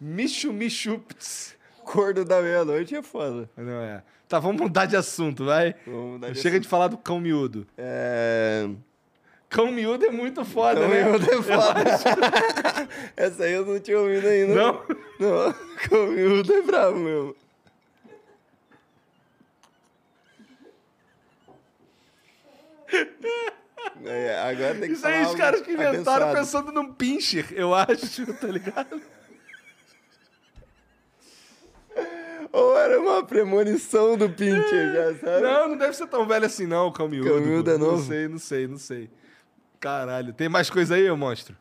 B: Michu Michupts.
A: Corno da meia-noite é foda.
B: Não é. Tá, vamos mudar de assunto, vai.
A: Vamos mudar de
B: Chega
A: assunto.
B: de falar do cão miúdo.
A: É...
B: Cão miúdo é muito foda,
A: Cão
B: né?
A: miúdo é foda. Essa aí eu não tinha ouvido ainda.
B: Não?
A: Não, cão miúdo é brabo mesmo. É, agora tem que
B: Isso aí,
A: falar
B: os caras que
A: algo
B: inventaram
A: abençoado.
B: pensando num pincher, eu acho, tá ligado?
A: Ou era uma premonição do Pinter, já sabe?
B: Não, não deve ser tão velho assim, não, o cão miúdo.
A: Cão miúdo
B: pô.
A: é
B: Não
A: novo?
B: sei, não sei, não sei. Caralho, tem mais coisa aí, eu monstro?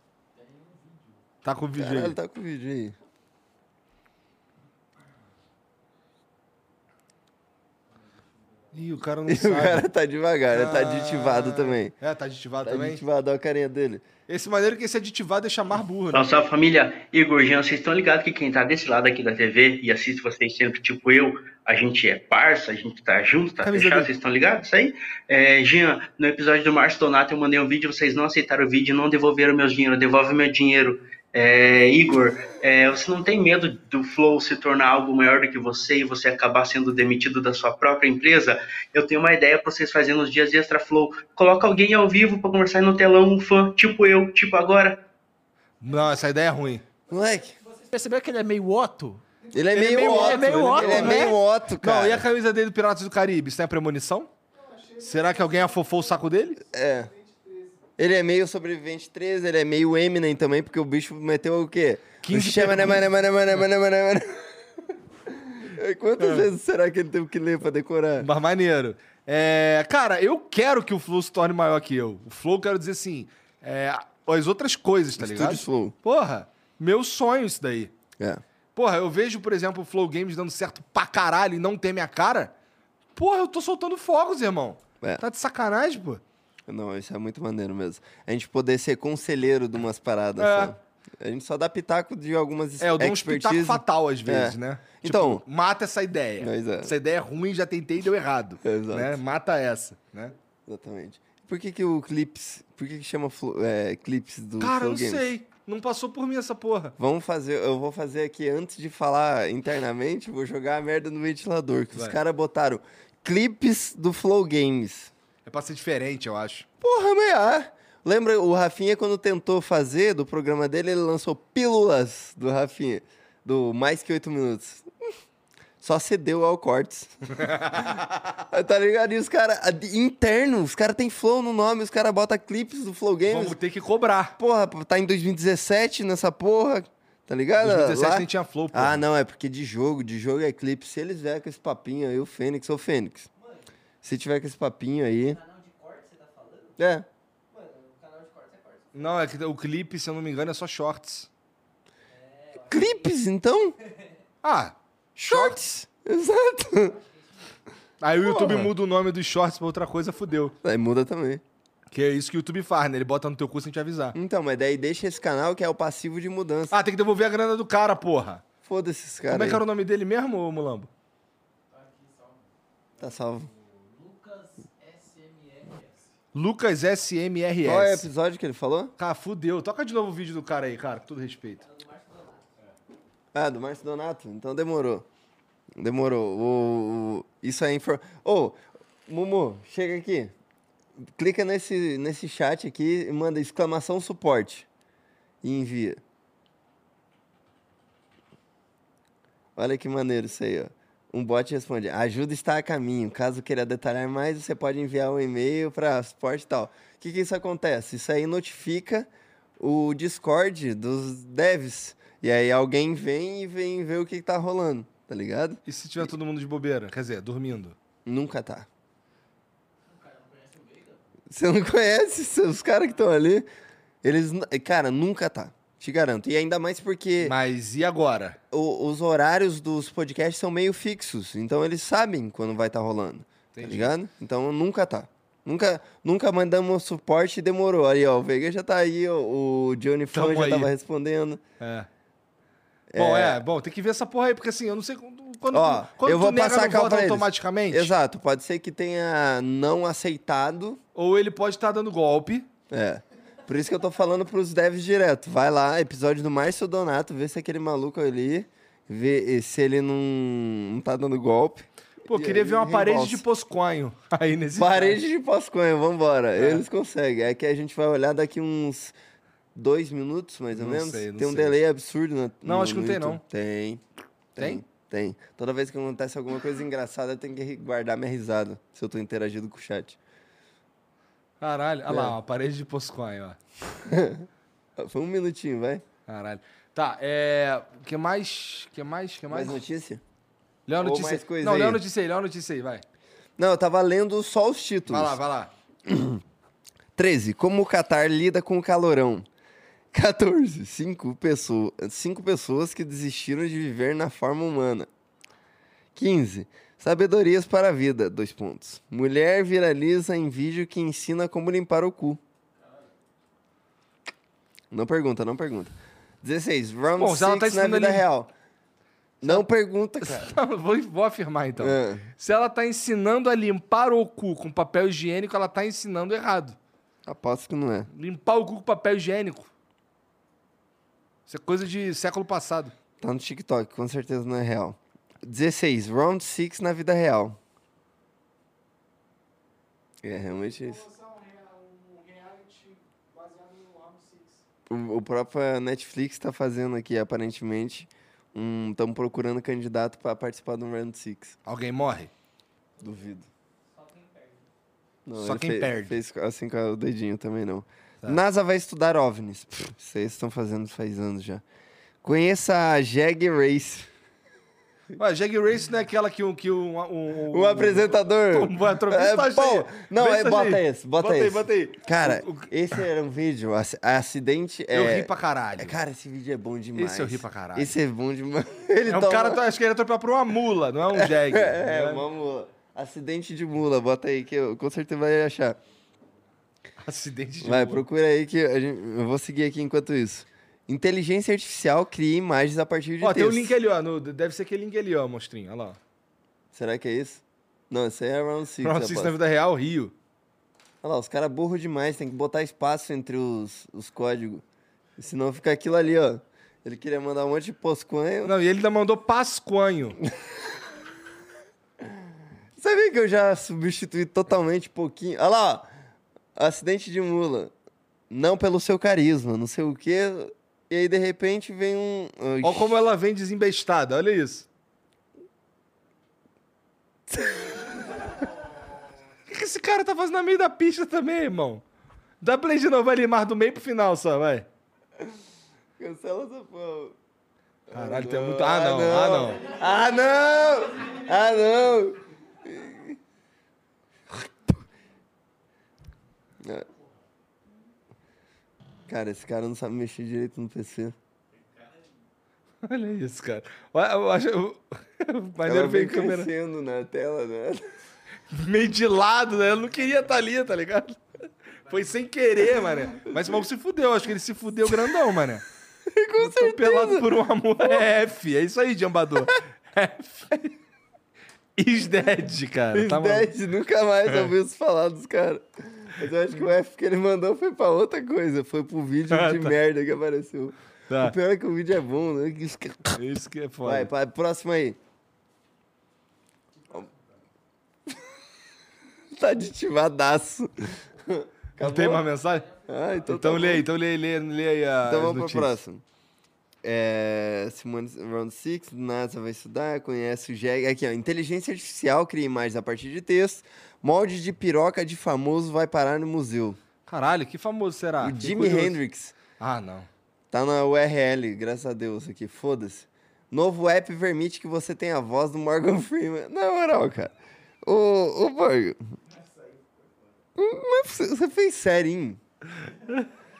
B: Tá com o vídeo aí.
A: Caralho, tá com o vídeo aí.
B: Ih, o cara não
A: E o
B: sabe.
A: cara tá devagar, né? tá aditivado
B: Ah,
A: também.
B: É, tá aditivado
A: Tá
B: também.
A: aditivado, olha a carinha dele.
B: Esse maneiro que esse aditivado deixa mais burro, né?
G: Salve, salve família, Igor Jean, vocês estão ligados que quem tá desse lado aqui da TV e assiste vocês sempre, tipo eu, a gente é parça, a gente tá junto, tá
B: Camisa
G: fechado,
B: B.
G: vocês estão ligados? Isso aí? É, Jean, no episódio do Márcio Donato eu mandei um vídeo, vocês não aceitaram o vídeo, não devolveram meus dinheiro, devolve meu dinheiro. É, Igor, é, você não tem medo do Flow se tornar algo maior do que você e você acabar sendo demitido da sua própria empresa? Eu tenho uma ideia pra vocês fazerem nos dias extra Flow. Coloca alguém ao vivo pra conversar no telão, um fã, tipo eu, tipo agora.
B: Não, essa ideia é ruim.
A: Moleque,
D: Vocês perceberam que ele é meio Otto?
A: ele é
B: Ele
A: meio
B: é meio
A: Otto.
B: Otto, ele é meio
A: Ele é
B: Otto,
A: meio
D: né?
A: Otto,
B: Não, e a
A: cara.
B: camisa dele do Piratas do Caribe? Isso não é premonição? Será que alguém afofou o saco dele?
A: É. Ele é meio sobrevivente 13, ele é meio Eminem também, porque o bicho meteu o quê?
B: 15
A: O chama, né, mana, mana, mana, mana, mana, mana. É, Quantas
B: É.
A: vezes será que ele teve que ler pra decorar?
B: Mas maneiro. É, cara, eu quero que o Flow se torne maior que eu. O Flow, eu quero dizer assim, é, as outras coisas, tá ligado?
A: Estúdio Flow.
B: Porra, meu sonho isso daí.
A: É.
B: Porra, eu vejo, por exemplo, o Flow Games dando certo pra caralho e não ter minha cara. Porra, eu tô soltando fogos, irmão.
A: É.
B: Tá de sacanagem, pô.
A: Não, isso é muito maneiro mesmo. A gente poder ser conselheiro de umas paradas.
B: É.
A: só. A gente só dá pitaco de algumas
B: É, eu dou um espetáculo
A: expertise.
B: fatal às vezes,
A: É.
B: né?
A: Então-
B: Tipo, mata essa ideia.
A: Pois é.
B: Essa ideia é ruim, já tentei e deu errado.
A: Exato.
B: Né? Mata essa, né?
A: Exatamente. Por que, que o Clips. Por que, que chama Flo- é, Clips do
B: Cara,
A: Flow
B: eu não
A: Games?
B: sei. Não passou por mim essa porra.
A: Vamos fazer, eu vou fazer aqui antes de falar internamente, vou jogar a merda no ventilador. Que os
B: Vai.
A: caras botaram clipes do Flow Games.
B: É pra ser diferente, eu acho.
A: Porra, meia! Lembra o Rafinha quando tentou fazer do programa dele, ele lançou pílulas do Rafinha, do mais que oito minutos. Só cedeu ao cortes. tá ligado? E os caras, interno, os caras tem Flow no nome, os caras botam clipes do Flow Games.
B: Vamos ter que cobrar.
A: Porra, tá em 2017 nessa porra, tá Tá ligado?
B: 2017
A: Lá-
B: nem tinha flow, pô.
A: Ah, não, é porque de jogo, de jogo é clipe. Se eles vierem com esse papinho aí, o Fênix ou o Fênix. Se tiver com esse papinho aí.
F: Canal de corte, você tá falando?
A: É.
F: Mano, o canal de corte é corte.
B: Não, é que o clipe, se eu não me engano, é só shorts.
A: Clipes, então?
B: Ah,
A: Shorts! Exato.
B: aí o YouTube
A: Porra.
B: muda o nome dos shorts pra outra coisa, fudeu.
A: Aí muda também.
B: Que é isso que o YouTube faz, né? Ele bota no teu cu sem te avisar.
A: Então, mas daí deixa esse canal que é o passivo de mudança.
B: Ah, tem que devolver a grana do cara, porra.
A: Foda-se esses caras.
B: Como é que era
A: aí.
B: o nome dele mesmo, ô Mulambo?
A: Tá salvo.
F: Lucas SMRS.
B: Lucas SMRS.
A: Qual é o episódio que ele falou?
B: Cara, fudeu. Toca de novo o vídeo do cara aí, cara, com todo respeito.
A: Ah, do Márcio Donato. Então demorou. Demorou. O, o- isso aí. é Infor... Ô, Mumu, chega aqui. Clica nesse, nesse chat aqui e manda exclamação suporte. E envia. Olha que maneiro isso aí, ó. Um bot responde: ajuda está a caminho. Caso queira detalhar mais, você pode enviar um e-mail para suporte e tal. O que, que isso acontece? Isso aí notifica o Discord dos devs. E aí alguém vem e vem ver o que, que tá rolando, tá ligado?
B: E se tiver todo mundo de bobeira? Quer dizer, dormindo.
A: Nunca tá. Você não conhece cê- os caras que estão ali? Eles. nu- Cara, nunca tá. Te garanto. E ainda mais porque
B: Mas e agora?
A: o- os horários dos podcasts são meio fixos. Então eles sabem quando vai estar rolando. Tá
B: Entendi.
A: ligado? Então nunca tá. Nunca, nunca mandamos suporte e demorou. Aí, ó, o Veiga já tá aí, ó, o Johnny Fan
B: Tamo
A: já
B: aí.
A: tava respondendo.
B: É. Bom, é, bom, tem que ver essa porra aí, porque assim, eu não sei quando, quando,
A: Ó,
B: tu- quando
A: eu vou
B: tu nega,
A: passar a
B: não
A: cal
B: volta
A: pra eles.
B: automaticamente.
A: Exato, pode ser que tenha não aceitado.
B: Ou ele pode estar dando golpe.
A: É. Por isso que eu tô falando pros devs direto. Vai lá, episódio do Márcio Donato, vê se aquele maluco ali, vê se ele não, não tá dando golpe.
B: Pô, eu
A: E
B: queria
A: aí
B: ver uma parede
A: reembolsa.
B: de posconho aí nesse
A: Parede de Pasconha, vambora. Eles conseguem. É que a gente vai olhar daqui uns dois minutos, mais ou
B: Não
A: menos.
B: sei, não
A: tem um
B: sei.
A: delay absurdo na
B: Não,
A: no-
B: acho que não
A: no
B: tem,
A: YouTube.
B: não.
A: Tem.
B: Tem?
A: Tem. Toda vez que acontece alguma coisa engraçada, eu tenho que guardar minha risada, se eu tô interagindo com o chat.
B: Caralho, olha
A: É.
B: lá, uma parede de posconho, ó.
A: Foi um minutinho, vai.
B: Caralho. Tá, é. que mais? que mais? que mais?
A: Mais notícia?
B: Lê uma
A: Ou
B: notícia.
A: mais coisa
B: não, lê
A: aí.
B: uma notícia aí, lê uma notícia aí, vai.
A: Não, eu tava lendo só os títulos.
B: Vai lá, vai lá.
A: 13. Como o Qatar lida com o calorão? 14. Cinco, pessoa, cinco pessoas que desistiram de viver na forma humana. 15. Sabedorias para a vida. Dois pontos. Mulher viraliza em vídeo que ensina como limpar o cu. Não pergunta, não pergunta. 16. Round
B: Bom, se ela
A: 6
B: tá
A: na
B: ensinando
A: vida
B: ali-
A: real. Não pergunta, cara.
B: Não, Tá, vou, vou afirmar então.
A: É.
B: Se ela tá ensinando a limpar o cu com papel higiênico, ela tá ensinando errado.
A: Aposto que não é.
B: Limpar o cu com papel higiênico. Isso é coisa de século passado.
A: Tá no TikTok, com certeza não é real. 16. Round 6 na vida real. É realmente isso.
E: Lançar um, rea- um reality baseado no Round 6.
A: O, o próprio Netflix tá fazendo aqui, aparentemente. Estamos procurando candidato pra participar do Round 6.
B: Alguém morre?
A: Duvido.
B: Só
A: ele
B: quem
A: fe-
B: perde.
A: Fez assim com o dedinho também, não.
B: Tá.
A: NASA vai estudar OVNIs. Pff, Isso aí estão fazendo faz anos já. Conheça a Jag Race.
B: Ué, Jag Race não é aquela que um. Que um, um,
A: O apresentador.
B: Um, um, atropelar-
A: É,
B: Tá
A: pô,
B: cheio.
A: não,
B: Vê
A: é,
B: se tá
A: bota
B: cheio.
A: esse, bota
B: aí,
A: esse.
B: bota aí.
A: Cara,
B: O- o-
A: esse era um vídeo, ac- acidente é...
B: eu ri pra caralho.
A: É, Cara, esse vídeo é bom demais.
B: Esse eu ri pra caralho.
A: Esse é bom demais. Ele
B: é um
A: toma-
B: cara, acho que ele atropelou por uma mula, não é um Jag.
A: É,
B: né?
A: uma mula. Acidente de mula, bota aí que eu com certeza vai achar.
B: Acidente de
A: Vai,
B: mula.
A: procura aí que a gente- eu vou seguir aqui enquanto isso. Inteligência artificial cria imagens a partir de
B: Ó, tem
A: texto.
B: o link ali, ó. no- deve ser aquele link ali, ó, monstrinho. Olha lá. ó.
A: Será que é isso? Não, isso aí é Round 6.
B: Round Six na vida um real, Rio.
A: Olha lá, os caras burros demais, tem que botar espaço entre os, os códigos. Senão fica aquilo ali, ó. Ele queria mandar um monte de posconho.
B: Não, e ele ainda mandou Pascoanho.
A: Sabia que eu já substituí totalmente um pouquinho? Olha lá, ó. acidente de mula. Não pelo seu carisma, não sei o quê. E aí, de repente, vem um...
B: Olha como é- ela vem desembestada, olha isso. O que, que esse cara tá fazendo na meio da pista também, irmão? Dá play de novo ali, mais do meio pro final só, vai.
A: Cancela essa porra.
B: Caralho, tem muito. Ah, não, ah, não.
A: Ah, não! Ah, não! Cara, esse cara não sabe mexer direito no PC.
B: Olha isso, cara. Olha, eu acho. O
A: Ela
B: maneiro
A: vem
B: veio câmera.
A: crescendo na tela, né?
B: Meio de lado, né? Ela não queria estar ali, tá ligado? Foi sem querer, mané. Mas o maluco se fudeu, acho que ele se fudeu grandão, mané. Com certeza. pelado por um amor. É F, é isso aí, jambador. É, F. Is dead, cara.
A: Os
B: tá maluco.
A: 10 nunca
B: É.
A: mais ouviu isso falar dos caras. Mas eu acho que o F que ele mandou foi pra outra coisa. Foi pro vídeo
B: Ah,
A: de
B: tá.
A: merda que apareceu.
B: Tá.
A: O pior é que o vídeo é bom, né? Que isso que-
B: Isso que é foda.
A: Vai, vai, próximo aí. tá aditivadaço.
B: Não tem mais mensagem?
A: Ah, então, tá
B: Então lê
A: bom.
B: aí, então lê aí, lê, lê aí a.
A: Então vamos
B: notícias.
A: pra próxima. É, Simone Round 6, NASA vai estudar, conhece o Jeg. Aqui, ó. Inteligência artificial cria imagens a partir de texto. Molde de piroca de famoso vai parar no museu.
B: Caralho, que famoso será?
A: o
B: Ah, Que
A: Jimi
B: curioso.
A: Hendrix.
B: Ah, não.
A: Tá na URL, graças a Deus aqui. Foda-se. Novo app permite que você tenha a voz do Morgan Freeman. Na moral, cara. Ô, ô Borgo. Hum, Não é possível, Você fez serinho?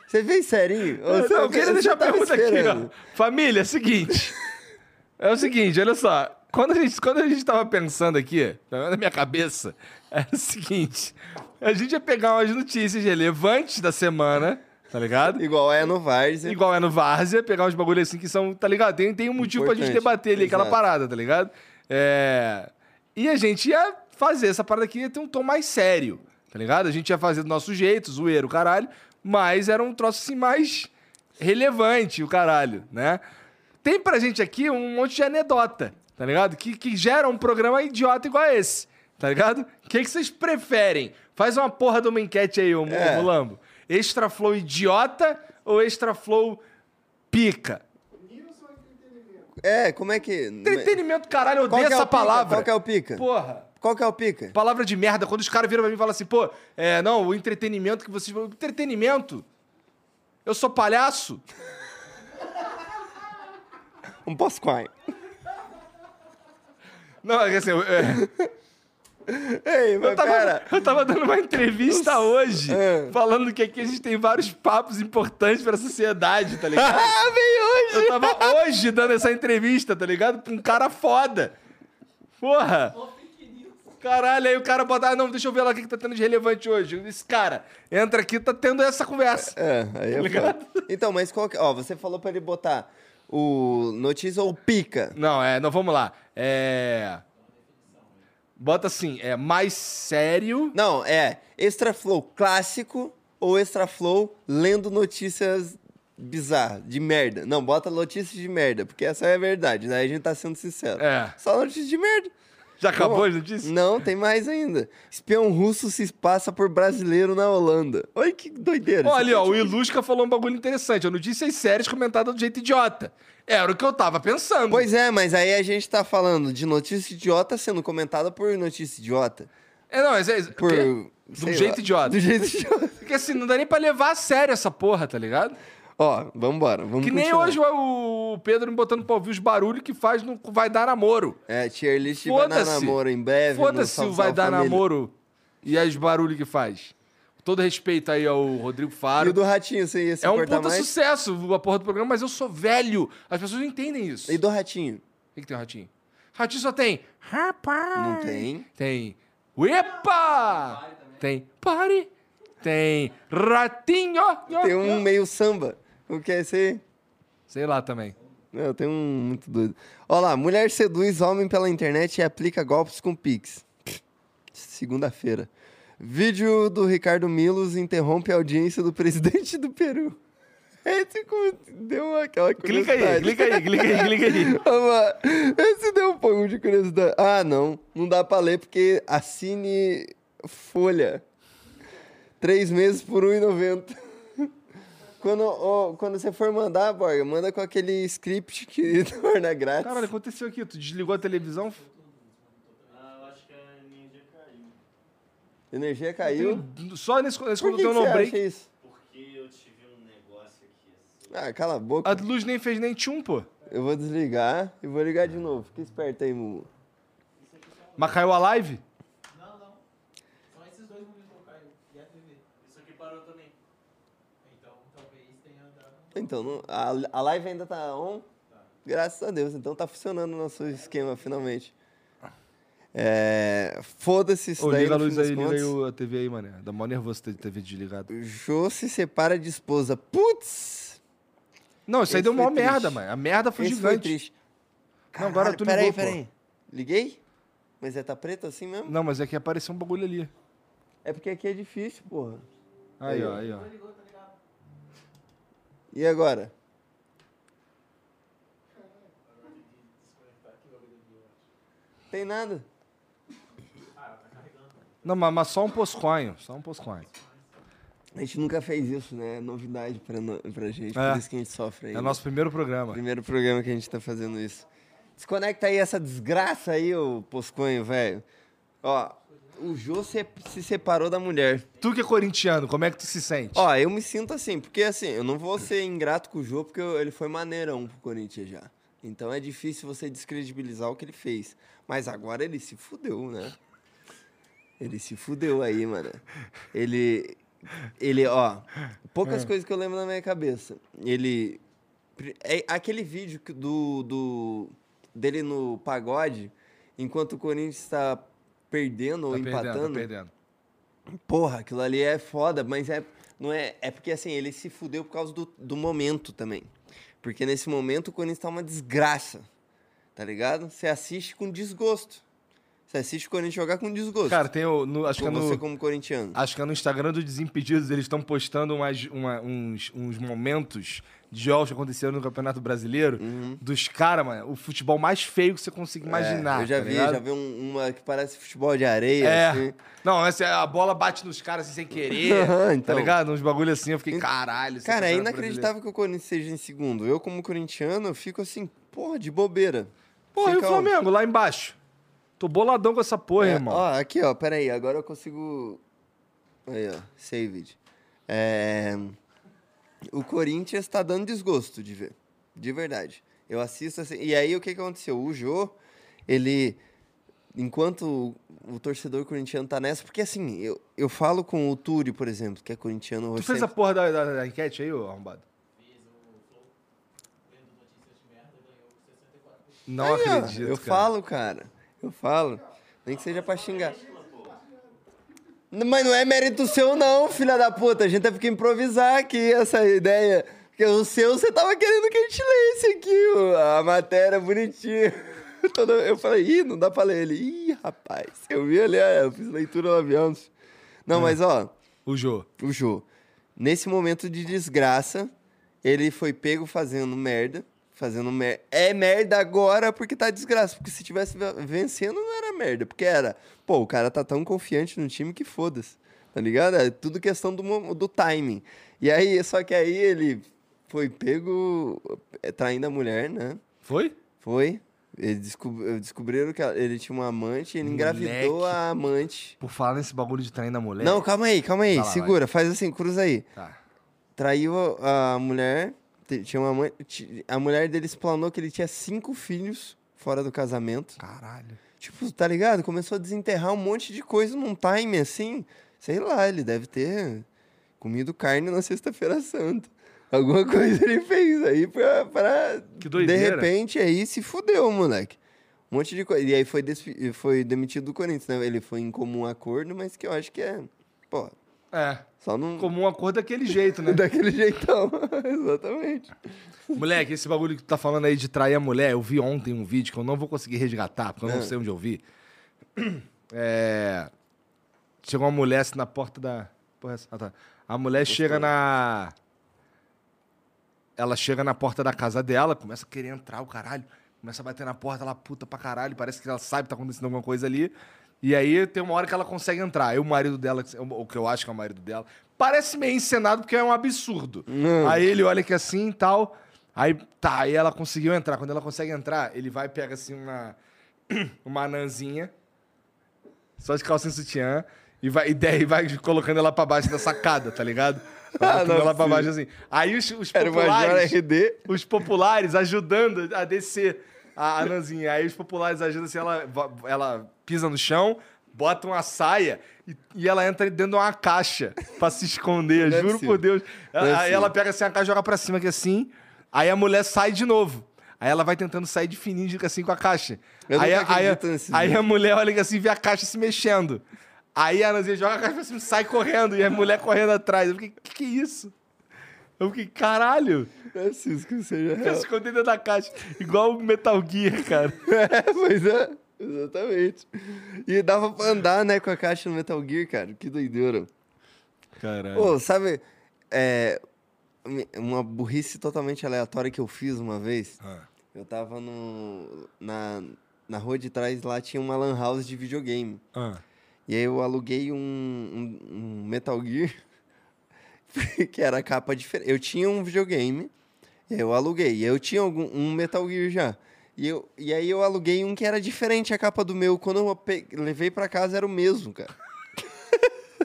A: Você fez serinho? Ou
B: Eu,
A: você- tá
B: não, eu queria
A: você
B: deixar a
A: tava
B: pergunta
A: esperando?
B: aqui, ó. Família, é o seguinte. É o seguinte, olha só. Quando a gente, quando a gente tava pensando aqui, pelo menos na minha cabeça, era o seguinte. A gente ia pegar umas notícias relevantes da semana, tá ligado?
A: Igual é no Varze.
B: Igual é no Várzea, pegar uns bagulho assim que são, tá ligado? Tem, tem um motivo pra gente
A: Importante.
B: debater ali aquela
A: Exato.
B: parada, tá ligado? É... E a gente ia fazer essa parada aqui, ia ter um tom mais sério, tá ligado? A gente ia fazer do nosso jeito, zoeiro, caralho, mas era um troço assim mais relevante, o caralho, né? Tem pra gente aqui um monte de anedota, tá ligado? Que, que gera um programa idiota igual a esse, tá ligado? O que, que vocês preferem? Faz uma porra de uma enquete aí, ô
A: É.
B: é. Mulambo. Extra flow idiota ou extra flow pica?
A: É, como é que.
B: Entretenimento, caralho, eu
A: Qual
B: odeio
A: que é
B: essa
A: o pica?
B: palavra.
A: Qual que é o pica?
B: Porra.
A: Qual que é o pica?
B: Palavra de merda. Quando os caras viram pra mim e falam assim, pô, é, não, o entretenimento que vocês. o Entretenimento? Eu sou palhaço?
A: Um Pasquai.
B: Não, é que assim, eu, é,
A: Ei,
B: eu
A: mas
B: tava,
A: pera.
B: eu tava dando uma entrevista hoje,
A: É.
B: falando que aqui a gente tem vários papos importantes pra sociedade, tá ligado?
A: Ah, veio
B: Eu
A: hoje!
B: tava hoje dando essa entrevista, tá ligado? Pra um cara foda. Porra! Caralho, aí o cara bota. Ah, não, deixa eu ver lá o que, que tá tendo de relevante hoje. Esse cara, entra aqui, tá tendo essa conversa.
A: É, aí é foda. Então, mas qual que. Ó, você falou pra ele botar o notícia ou pica.
B: Não, é, não, vamos lá. É. Bota assim, é mais sério.
A: Não, é extra flow clássico ou extra flow lendo notícias bizarras, de merda. Não, bota notícias de merda, porque essa é a verdade. Daí a gente tá sendo sincero.
B: É.
A: Só notícias de merda.
B: Já acabou
A: Bom,
B: as notícias?
A: Não, tem mais ainda. Espião russo se passa por brasileiro na Holanda. Olha que doideira.
B: Olha, ali, ó, o
A: Isso
B: Ilusca falou um bagulho interessante. ó, Notícias sérias comentadas do jeito idiota. Era o que eu tava pensando.
A: Pois é, mas aí a gente tá falando de notícia idiota sendo comentada por notícia idiota.
B: é. não, é, é,
A: Por.
B: porque, um
A: sei
B: jeito idiota.
A: Do jeito idiota.
B: porque assim, não dá nem pra levar a sério essa porra, tá ligado?
A: Ó, vambora. Vamos
B: Que nem
A: continuar.
B: hoje o Pedro me botando pra ouvir os barulhos que faz no Vai Dar Namoro.
A: É, tier list vai dar
B: Foda-se.
A: namoro em breve. no
B: Foda-se o
A: É, Salve,
B: Vai
A: Salve
B: Dar
A: Família.
B: Namoro e os barulhos que faz. Todo respeito aí ao Rodrigo
A: E o
B: Faro.
A: do Ratinho, você ia se
B: É um
A: importar
B: puta
A: mais?
B: sucesso a porra do programa, mas eu sou velho. As pessoas não entendem isso.
A: E do Ratinho?
B: O que, que tem o Ratinho? Ratinho só tem... Rapaz!
A: Não tem.
B: Tem... Uepa! Tem... Pare! Tem... Ratinho!
A: Tem um meio samba. O que é esse aí?
B: Sei lá também.
A: Não, tem um muito doido. Olha lá, mulher seduz homem pela internet e aplica golpes com Pix. Segunda-feira. Vídeo do Ricardo Milos interrompe a audiência do presidente do Peru. Esse cu- deu aquela
B: Clica aí,
A: curiosidade.
B: clica aí, clica aí, clica aí.
A: Vamos lá. Esse deu um pouco de curiosidade. Ah, não. Não dá pra ler porque assine folha. Três meses por R$1,90. Quando, ó, quando você for mandar, Borga, manda com aquele script que torna grátis.
B: Caralho, aconteceu aqui. Tu desligou a televisão?
C: Ah, eu acho que a energia caiu.
A: Energia caiu.
B: Só nesse, nesse
A: Por
B: quando
A: que,
B: eu
A: que
B: não
A: você
B: break.
A: acha isso?
C: Porque eu tive um negócio aqui assim.
A: Ah, cala a
B: A
A: boca.
B: luz nem fez nem tchum, pô.
A: Eu vou desligar e vou ligar de novo. Fica esperto aí, Mumu.
B: Mas caiu a live?
F: Não, não. São esses dois momentos que caiu. E a TV. Isso aqui parou também. Então talvez tenha dado.
A: Então, não- a, a live ainda tá on? Graças a Deus, então tá funcionando o nosso esquema finalmente. É, Foda-se isso
B: Ô,
A: daí.
B: liga a
A: no
B: luz
A: fim das
B: aí, liga
A: contas.
B: aí o- a TV aí, mané. Dá mó nervoso ter TV desligado.
A: Jô se separa de esposa. Putz!
B: Não, isso aí
A: Esse
B: deu mó
A: foi triste.
B: merda, mano. A merda foi
A: Esse foi
B: gigante.
A: triste.
B: Não, agora tu
A: peraí,
B: ligou, pô.
A: peraí. Liguei? Mas é tá preto assim mesmo?
B: Não, mas é que apareceu um bagulho ali.
A: É porque aqui é difícil, porra.
B: Aí,
A: Aí,
B: ó,
A: ó.
B: aí, ó.
A: E agora? Tem nada.
B: Não, mas, mas só um posconho, só um posconho.
A: A gente nunca fez isso, né? É novidade pra, no... pra gente,
B: É.
A: por isso que a gente sofre aí.
B: É o nosso primeiro programa.
A: Primeiro programa que a gente tá fazendo isso. Desconecta aí essa desgraça aí, ô Posconho, velho. Ó, o Jô se, se separou da mulher.
B: Tu que é corintiano, como é que tu se sente?
A: Ó, eu me sinto assim, porque assim, eu não vou ser ingrato com o Jô, porque eu- ele foi maneirão pro Corinthians já. Então é difícil você descredibilizar o que ele fez. Mas agora ele se fudeu, né? Ele se fudeu aí, mano. Ele. Ele, ó.
B: É.
A: Poucas coisas que eu lembro na minha cabeça. Ele. pri- É aquele vídeo que- do, do. dele no pagode, enquanto o Corinthians tá perdendo ou
B: tá perdendo,
A: empatando.
B: tá perdendo.
A: Porra, aquilo ali é foda, mas é, não é, é porque assim, ele se fudeu por causa do, do momento também. Porque nesse momento o Corinthians tá uma desgraça, tá ligado? Você assiste com desgosto. Você assiste o Corinthians jogar com desgosto.
B: Cara, tem o. no- acho, que
A: com
B: é no,
A: você como corintiano.
B: acho que é no Instagram do Desimpedidos, eles estão postando umas- uma- uns, uns momentos de jogos que aconteceram no Campeonato Brasileiro dos caras, mano. O futebol mais feio que você consegue imaginar.
A: Uhum. É, eu já
B: tá
A: vi,
B: ligado?
A: já vi um- uma que parece futebol de areia,
B: É.
A: assim.
B: Não, essa, a bola bate nos caras assim, sem querer.
A: Aham, então.
B: Tá ligado? Uns bagulho assim, eu fiquei,
A: Ent-
B: caralho. isso
A: Cara, é
B: campeonato brasileiro.
A: inacreditável que o Corinthians seja em segundo. Eu, como corintiano, eu fico assim, porra, de bobeira.
B: Porra, e o
A: Fica um-
B: Flamengo lá embaixo? Tô boladão com essa porra,
A: É,
B: irmão.
A: Ó, aqui, ó, peraí, agora eu consigo. Aí, ó, saved. É... O Corinthians tá dando desgosto de ver. De verdade. Eu assisto assim. E aí, o que, que aconteceu? O Jô, ele. Enquanto o, o torcedor corintiano tá nessa, porque assim, eu, eu falo com o Túlio, por exemplo, que é corintiano. eu
B: tu fez a
A: sempre-
B: porra da, da- da enquete aí, ô arrombado? Não
A: Aí, ó,
B: acredito.
A: Eu
B: cara.
A: falo, cara. Eu falo. Nem que seja pra xingar. N- Mas não é mérito seu, não, filha da puta. A gente teve que improvisar aqui essa ideia. Porque o seu, você tava querendo que a gente lesse aqui, ó, a matéria bonitinha. Toda- Eu falei, ih, não dá pra ler ele. Ih, rapaz, eu vi ali, ó, eu fiz leitura no avião.
B: É.
A: Não, mas ó,
B: O Jô.
A: o Jô. Nesse momento de desgraça, ele foi pego fazendo merda. Fazendo merda. É merda agora porque tá desgraça. Porque se tivesse ve- vencendo, não era merda. Porque era, pô, o cara tá tão confiante no time que foda-se. Tá ligado? É tudo questão do, mo- do timing. E aí, só que aí ele foi pego eh, traindo a mulher, né?
B: Foi?
A: Foi. Ele descob- descobriram que ela- ele tinha uma amante, ele engravidou
B: Moleque.
A: a amante.
B: Por falar nesse bagulho de trem da mulher.
A: Não, calma aí, calma aí.
B: Vai lá, vai.
A: Segura, faz assim, cruza aí
B: Tá.
A: traiu a a mulher, te- tinha uma mãe, ti- a mulher dele explanou que ele tinha cinco filhos fora do casamento.
B: Caralho.
A: Tipo, tá ligado? Começou a desenterrar um monte de coisa num time assim. Sei lá, ele deve ter comido carne na sexta-feira santa. Alguma coisa ele fez aí pra, pra
B: Que
A: de
B: doideira.
A: repente aí se fudeu, moleque. Um monte de coisa. E aí foi, desfi- foi demitido do Corinthians, né? Ele foi em comum acordo, mas que eu acho que é. Pô,
B: É.
A: só não.
B: Comum acordo daquele jeito, né?
A: Daquele jeitão. Exatamente.
B: Moleque, esse bagulho que tu tá falando aí de trair a mulher, eu vi ontem um vídeo que eu não vou conseguir resgatar, porque eu não sei onde eu vi. É... Chegou uma mulher assim, na porta da. Porra, essa- ah, tá. A mulher chega na. Ela chega na porta da casa dela, começa a querer entrar, o caralho. Começa a bater na porta, ela puta pra caralho, parece que ela sabe que tá acontecendo alguma coisa ali. E aí tem uma hora que ela consegue entrar. Aí o marido dela, o que eu acho que é o marido dela, parece meio encenado porque é um absurdo. Aí ele olha que assim e tal. Aí tá, aí ela conseguiu entrar. Quando ela consegue entrar, ele vai e pega assim uma, uma anãzinha, só de calcinha e sutiã, e vai, e der- e vai colocando ela pra baixo da sacada, tá ligado?
A: Ah,
B: Tava tudo
A: não,
B: lá pra
A: sim.
B: baixo assim. Aí os, os
A: Era o Major
B: populares,
A: RD.
B: os populares ajudando a descer a a Nanzinha. Aí os populares ajudam assim, ela, va- ela pisa no chão, bota uma saia e, e ela entra dentro de uma caixa pra se esconder,
A: Não é
B: juro
A: possível.
B: por Deus.
A: é
B: Ela- Aí
A: possível.
B: ela pega assim a caixa, joga pra cima aqui assim, aí a mulher sai de novo. Aí ela vai tentando sair de fininho assim com a caixa.
A: Eu
B: aí,
A: nunca
B: a- aí, a-
A: acredito né? nesses
B: aí a
A: vídeos.
B: mulher olha assim e vê a caixa se mexendo. Aí a Nanzinha joga a caixa pra cima e sai correndo. E a mulher correndo atrás. Eu fiquei, que que é isso? Eu fiquei, caralho.
A: Não é possível que seja
B: Eu
A: real.
B: escondi dentro da caixa. Igual o Metal Gear, cara.
A: É, pois é. Exatamente. E dava pra andar, né, com a caixa no Metal Gear, cara. Que doideira.
B: Caralho.
A: Pô, sabe... é, mi- uma burrice totalmente aleatória que eu fiz uma vez.
B: Ah.
A: Eu tava no... Na, na rua de trás, lá tinha uma lan house de videogame.
B: Ah.
A: E aí eu aluguei um, um- um Metal Gear, que era a capa diferente. Eu tinha um videogame, e aí eu aluguei. E eu tinha algum, um Metal Gear já. E, eu, e aí eu aluguei um que era diferente a capa do meu. Quando eu pe- levei pra casa, era o mesmo, cara.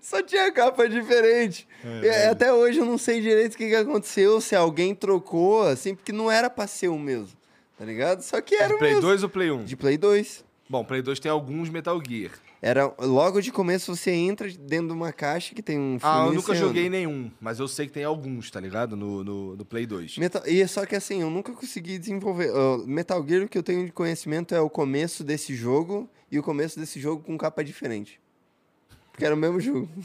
A: Só tinha capa diferente.
B: É
A: E até hoje eu não sei direito o que, que aconteceu, se alguém trocou, assim, porque não era pra ser o mesmo, tá ligado? Só que era
B: De
A: o
B: Play
A: mesmo.
B: 2 ou Play 1?
A: De Play 2.
B: Bom, Play 2 tem alguns Metal Gear.
A: Era logo de começo você entra dentro de uma caixa que tem um filme.
B: Ah, eu nunca joguei nenhum, mas eu sei que tem alguns, tá ligado? No, no, no Play 2.
A: Metal... E é só que assim, eu nunca consegui desenvolver. Ó, Metal Gear, o que eu tenho de conhecimento é o começo desse jogo e o começo desse jogo com capa diferente. Porque era o mesmo jogo.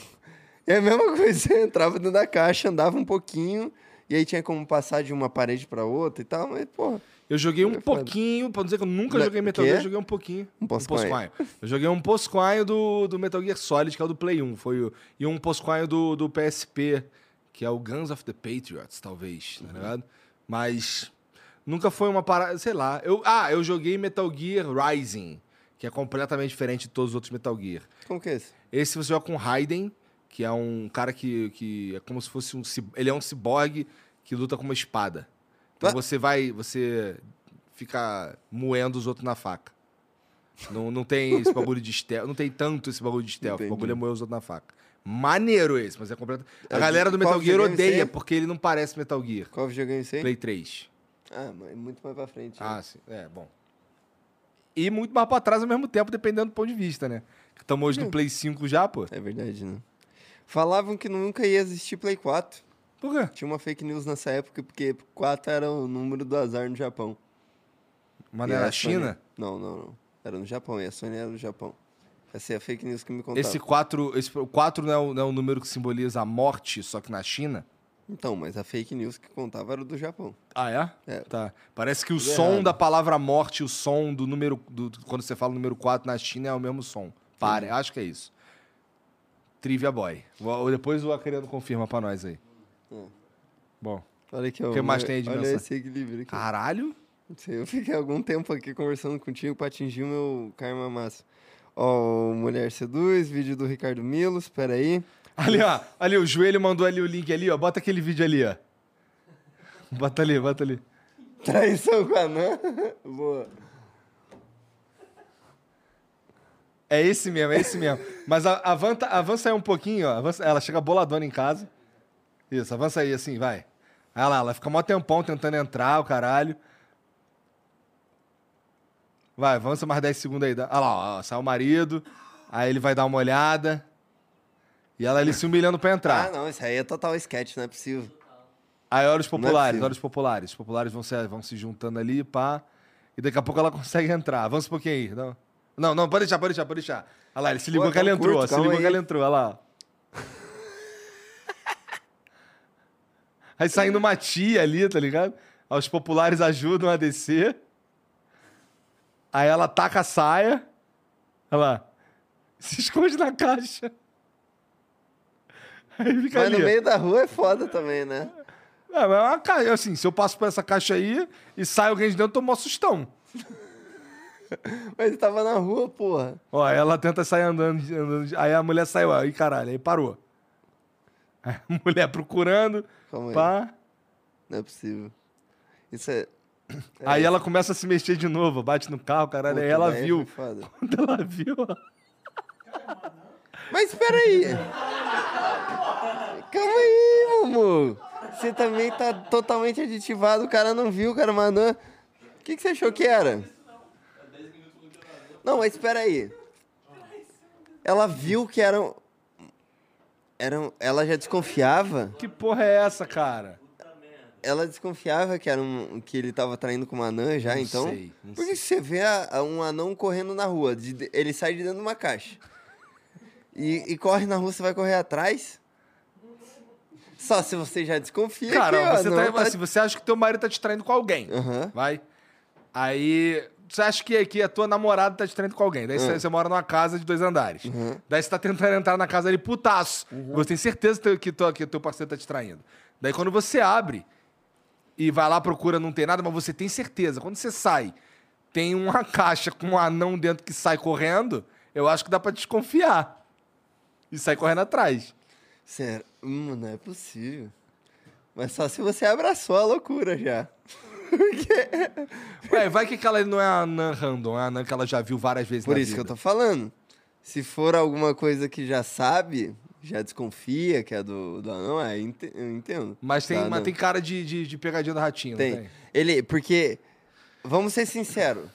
A: É a mesma coisa, você entrava dentro da caixa, andava um pouquinho, e aí tinha como passar de uma parede pra outra e tal, mas, porra,
B: Eu joguei um
A: É foda.
B: pouquinho, pra não dizer que eu nunca
A: Le-
B: joguei Metal
A: quê?
B: Gear, eu joguei um pouquinho.
A: Um posquinho.
B: posquinho. Eu joguei um posquinho do, do Metal Gear Solid, que é o do Play 1. Foi o, e um posquinho do, do PSP, que é o Guns of the Patriots, talvez,
A: Uhum.
B: tá ligado? Mas nunca foi uma parada, sei lá. Eu, ah, eu joguei Metal Gear Rising, que é completamente diferente de todos os outros Metal Gear.
A: como que é isso?
B: Esse você joga com Raiden, que é um cara que, que é como se fosse um. ci- Ele é um ciborgue que luta com uma espada. Então
A: Ué?
B: você vai. Você fica moendo os outros na faca. Não, não tem esse bagulho de stealth. Não tem tanto esse bagulho de stealth. O
A: Entendi.
B: bagulho é moer os outros na faca. Maneiro esse, mas é completo.
A: É
B: A
A: de-
B: galera do
A: qual
B: Metal Gear
A: videogame isso aí?
B: odeia, porque ele não parece Metal Gear.
A: Qual videogame isso aí?
B: Play 3.
A: Ah, mas muito mais pra frente. né?
B: Ah, sim. É, bom. E muito mais pra trás ao mesmo tempo, dependendo do ponto de vista, né? Estamos hoje no Play 5 já, pô.
A: É verdade, né? Falavam que nunca ia existir Play 4.
B: Por quê?
A: Tinha uma fake news nessa época, porque 4 era o número do azar no Japão.
B: Mas
A: E
B: não era
A: a Sony-
B: né, China?
A: Não, não, não. Era no Japão, e a Sony era no Japão. Essa é a fake news que me contaram.
B: Esse 4, esse 4 não, é o, não é o número que simboliza a morte, só que na China?
A: Então, mas a fake news que contava era do Japão.
B: Ah, é?
A: É.
B: Tá. Parece que o
A: Tudo
B: som
A: errado.
B: da palavra morte e o som do número. do- quando você fala o número 4 na China é o mesmo som. Para, eu acho que é isso. Trivia Boy. Vou- Depois o Acreano confirma pra nós aí.
A: Hum.
B: Bom.
A: Olha aqui, ó.
B: O que mais
A: olha-
B: tem aí de
A: Olha
B: mensagem? Ah.
A: esse equilíbrio aqui.
B: Caralho?
A: Não sei, Eu fiquei algum tempo aqui conversando contigo pra atingir o meu karma massa. Ó, o Mulher Seduz, vídeo do Ricardo Milos, peraí.
B: Ali, ó. Ali, o joelho mandou ali o link ali, ó. Bota aquele vídeo ali, ó. Bota ali, bota ali.
A: Traição com a Nan. Boa.
B: É esse mesmo, é esse mesmo. Mas a- avança, avança aí um pouquinho, ó. Avança- ela chega boladona em casa. Isso, avança aí assim, vai. Olha lá, ela fica mó tempão tentando entrar, o caralho. Vai, avança mais 10 segundos aí. dá- Olha lá, ó, sai o marido. Aí ele vai dar uma olhada. E ela ali se humilhando pra entrar.
A: Ah, não, isso aí é total sketch, não é possível.
B: Aí olha os
A: Não é
B: populares,
A: possível.
B: olha os populares. Os populares vão se, vão se juntando ali, pá. E daqui a pouco ela consegue entrar. Avança um pouquinho aí. Não, não, não pode deixar, pode deixar, pode deixar. Olha lá, ele se ligou
A: Pô,
B: que ela
A: tão
B: entrou, ó.
A: curto,
B: se
A: calma
B: ligou que
A: aí.
B: ela entrou, olha lá. Aí saindo uma tia ali, tá ligado? Aí Os populares ajudam a descer. Aí ela taca a saia. Olha lá. Se esconde na caixa. Aí fica
A: Mas
B: ali.
A: no
B: ó.
A: meio da rua é foda também, né?
B: É, mas é uma caixa. Assim, se eu passo por essa caixa aí e sai alguém de dentro, eu tomo um sustão.
A: Mas tava na rua, porra.
B: Ó, ela tenta sair andando, de- andando de- aí a mulher saiu, aí caralho, aí parou. Aí a mulher procurando,
A: Calma aí.
B: pá.
A: Não é possível. Isso é.
B: Aí ela começa a se mexer de novo, bate no carro, caralho,
A: Puta, né?
B: aí ela
A: daí
B: viu.
A: foi foda.
B: Quando ela viu, ó.
A: Mas peraí. Calma aí, Mumu. Você também tá totalmente aditivado, o cara não viu, o cara mandou. O que, que você achou que era? Não, mas espera aí. Ela viu que eram... eram... Ela já desconfiava?
B: Que porra é essa, cara?
A: Ela desconfiava que, era um, que ele tava traindo com uma anã já,
B: Não
A: então...
B: sei, não
A: Por que você vê a- a um anão correndo na rua? de- de- ele sai de dentro de uma caixa. E, e corre na rua, você vai correr atrás? Só se você já desconfia que
B: Cara,
A: o
B: você,
A: anão
B: tá, assim, você acha que teu marido tá te traindo com alguém.
A: Aham.
B: Vai. Aí. Você acha que aqui a tua namorada tá te traindo com alguém. Daí
A: Hum.
B: você- você mora numa casa de dois andares.
A: Uhum.
B: Daí você tá tentando entrar na casa ali putaço. Você tem certeza que, que, tua- que teu parceiro tá te traindo. Daí quando você abre e vai lá, procura, não tem nada, mas você tem certeza. Quando você sai, tem uma caixa com um anão dentro que sai correndo, eu acho que dá pra desconfiar. E sai correndo atrás.
A: Sério, hum, não é possível. Mas só se você abraçou a loucura já.
B: Ué, vai que aquela não é a anã random, é a anã que ela já viu várias vezes
A: Por
B: na
A: isso que eu
B: vida.
A: tô falando. Se for alguma coisa que já sabe, já desconfia que é do, do anão, aí ente- eu entendo.
B: Mas tem,
A: Tá,
B: mas
A: não.
B: tem cara de, de, de pegadinha do ratinho, não
A: Tem. Ele, porque, vamos ser sinceros,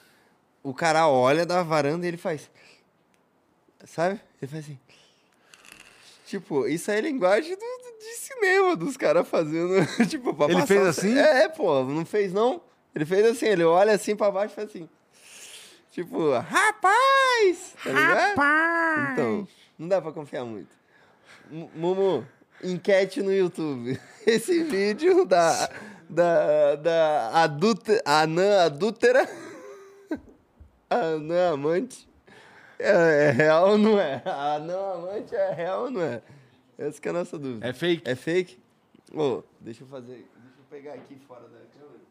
A: o cara olha da varanda e ele faz. Sabe? Ele faz assim. Tipo, isso aí é linguagem do- do- de cinema, dos caras fazendo. tipo, pra
B: Ele
A: passar
B: fez
A: o-
B: assim?
A: É, pô, não fez não? Ele fez assim, ele olha assim pra baixo e faz assim. Tipo, rapaz! Tá rapaz! Então, não dá pra confiar muito. M- Mumu, enquete no YouTube. Esse vídeo da. da. da. Adulta, anã adúltera. Anã amante. É, é real ou não é? Anã amante é real ou não é? Essa que é a nossa dúvida.
B: É fake?
A: É fake? Ô, deixa eu fazer. Deixa eu pegar aqui fora da câmera.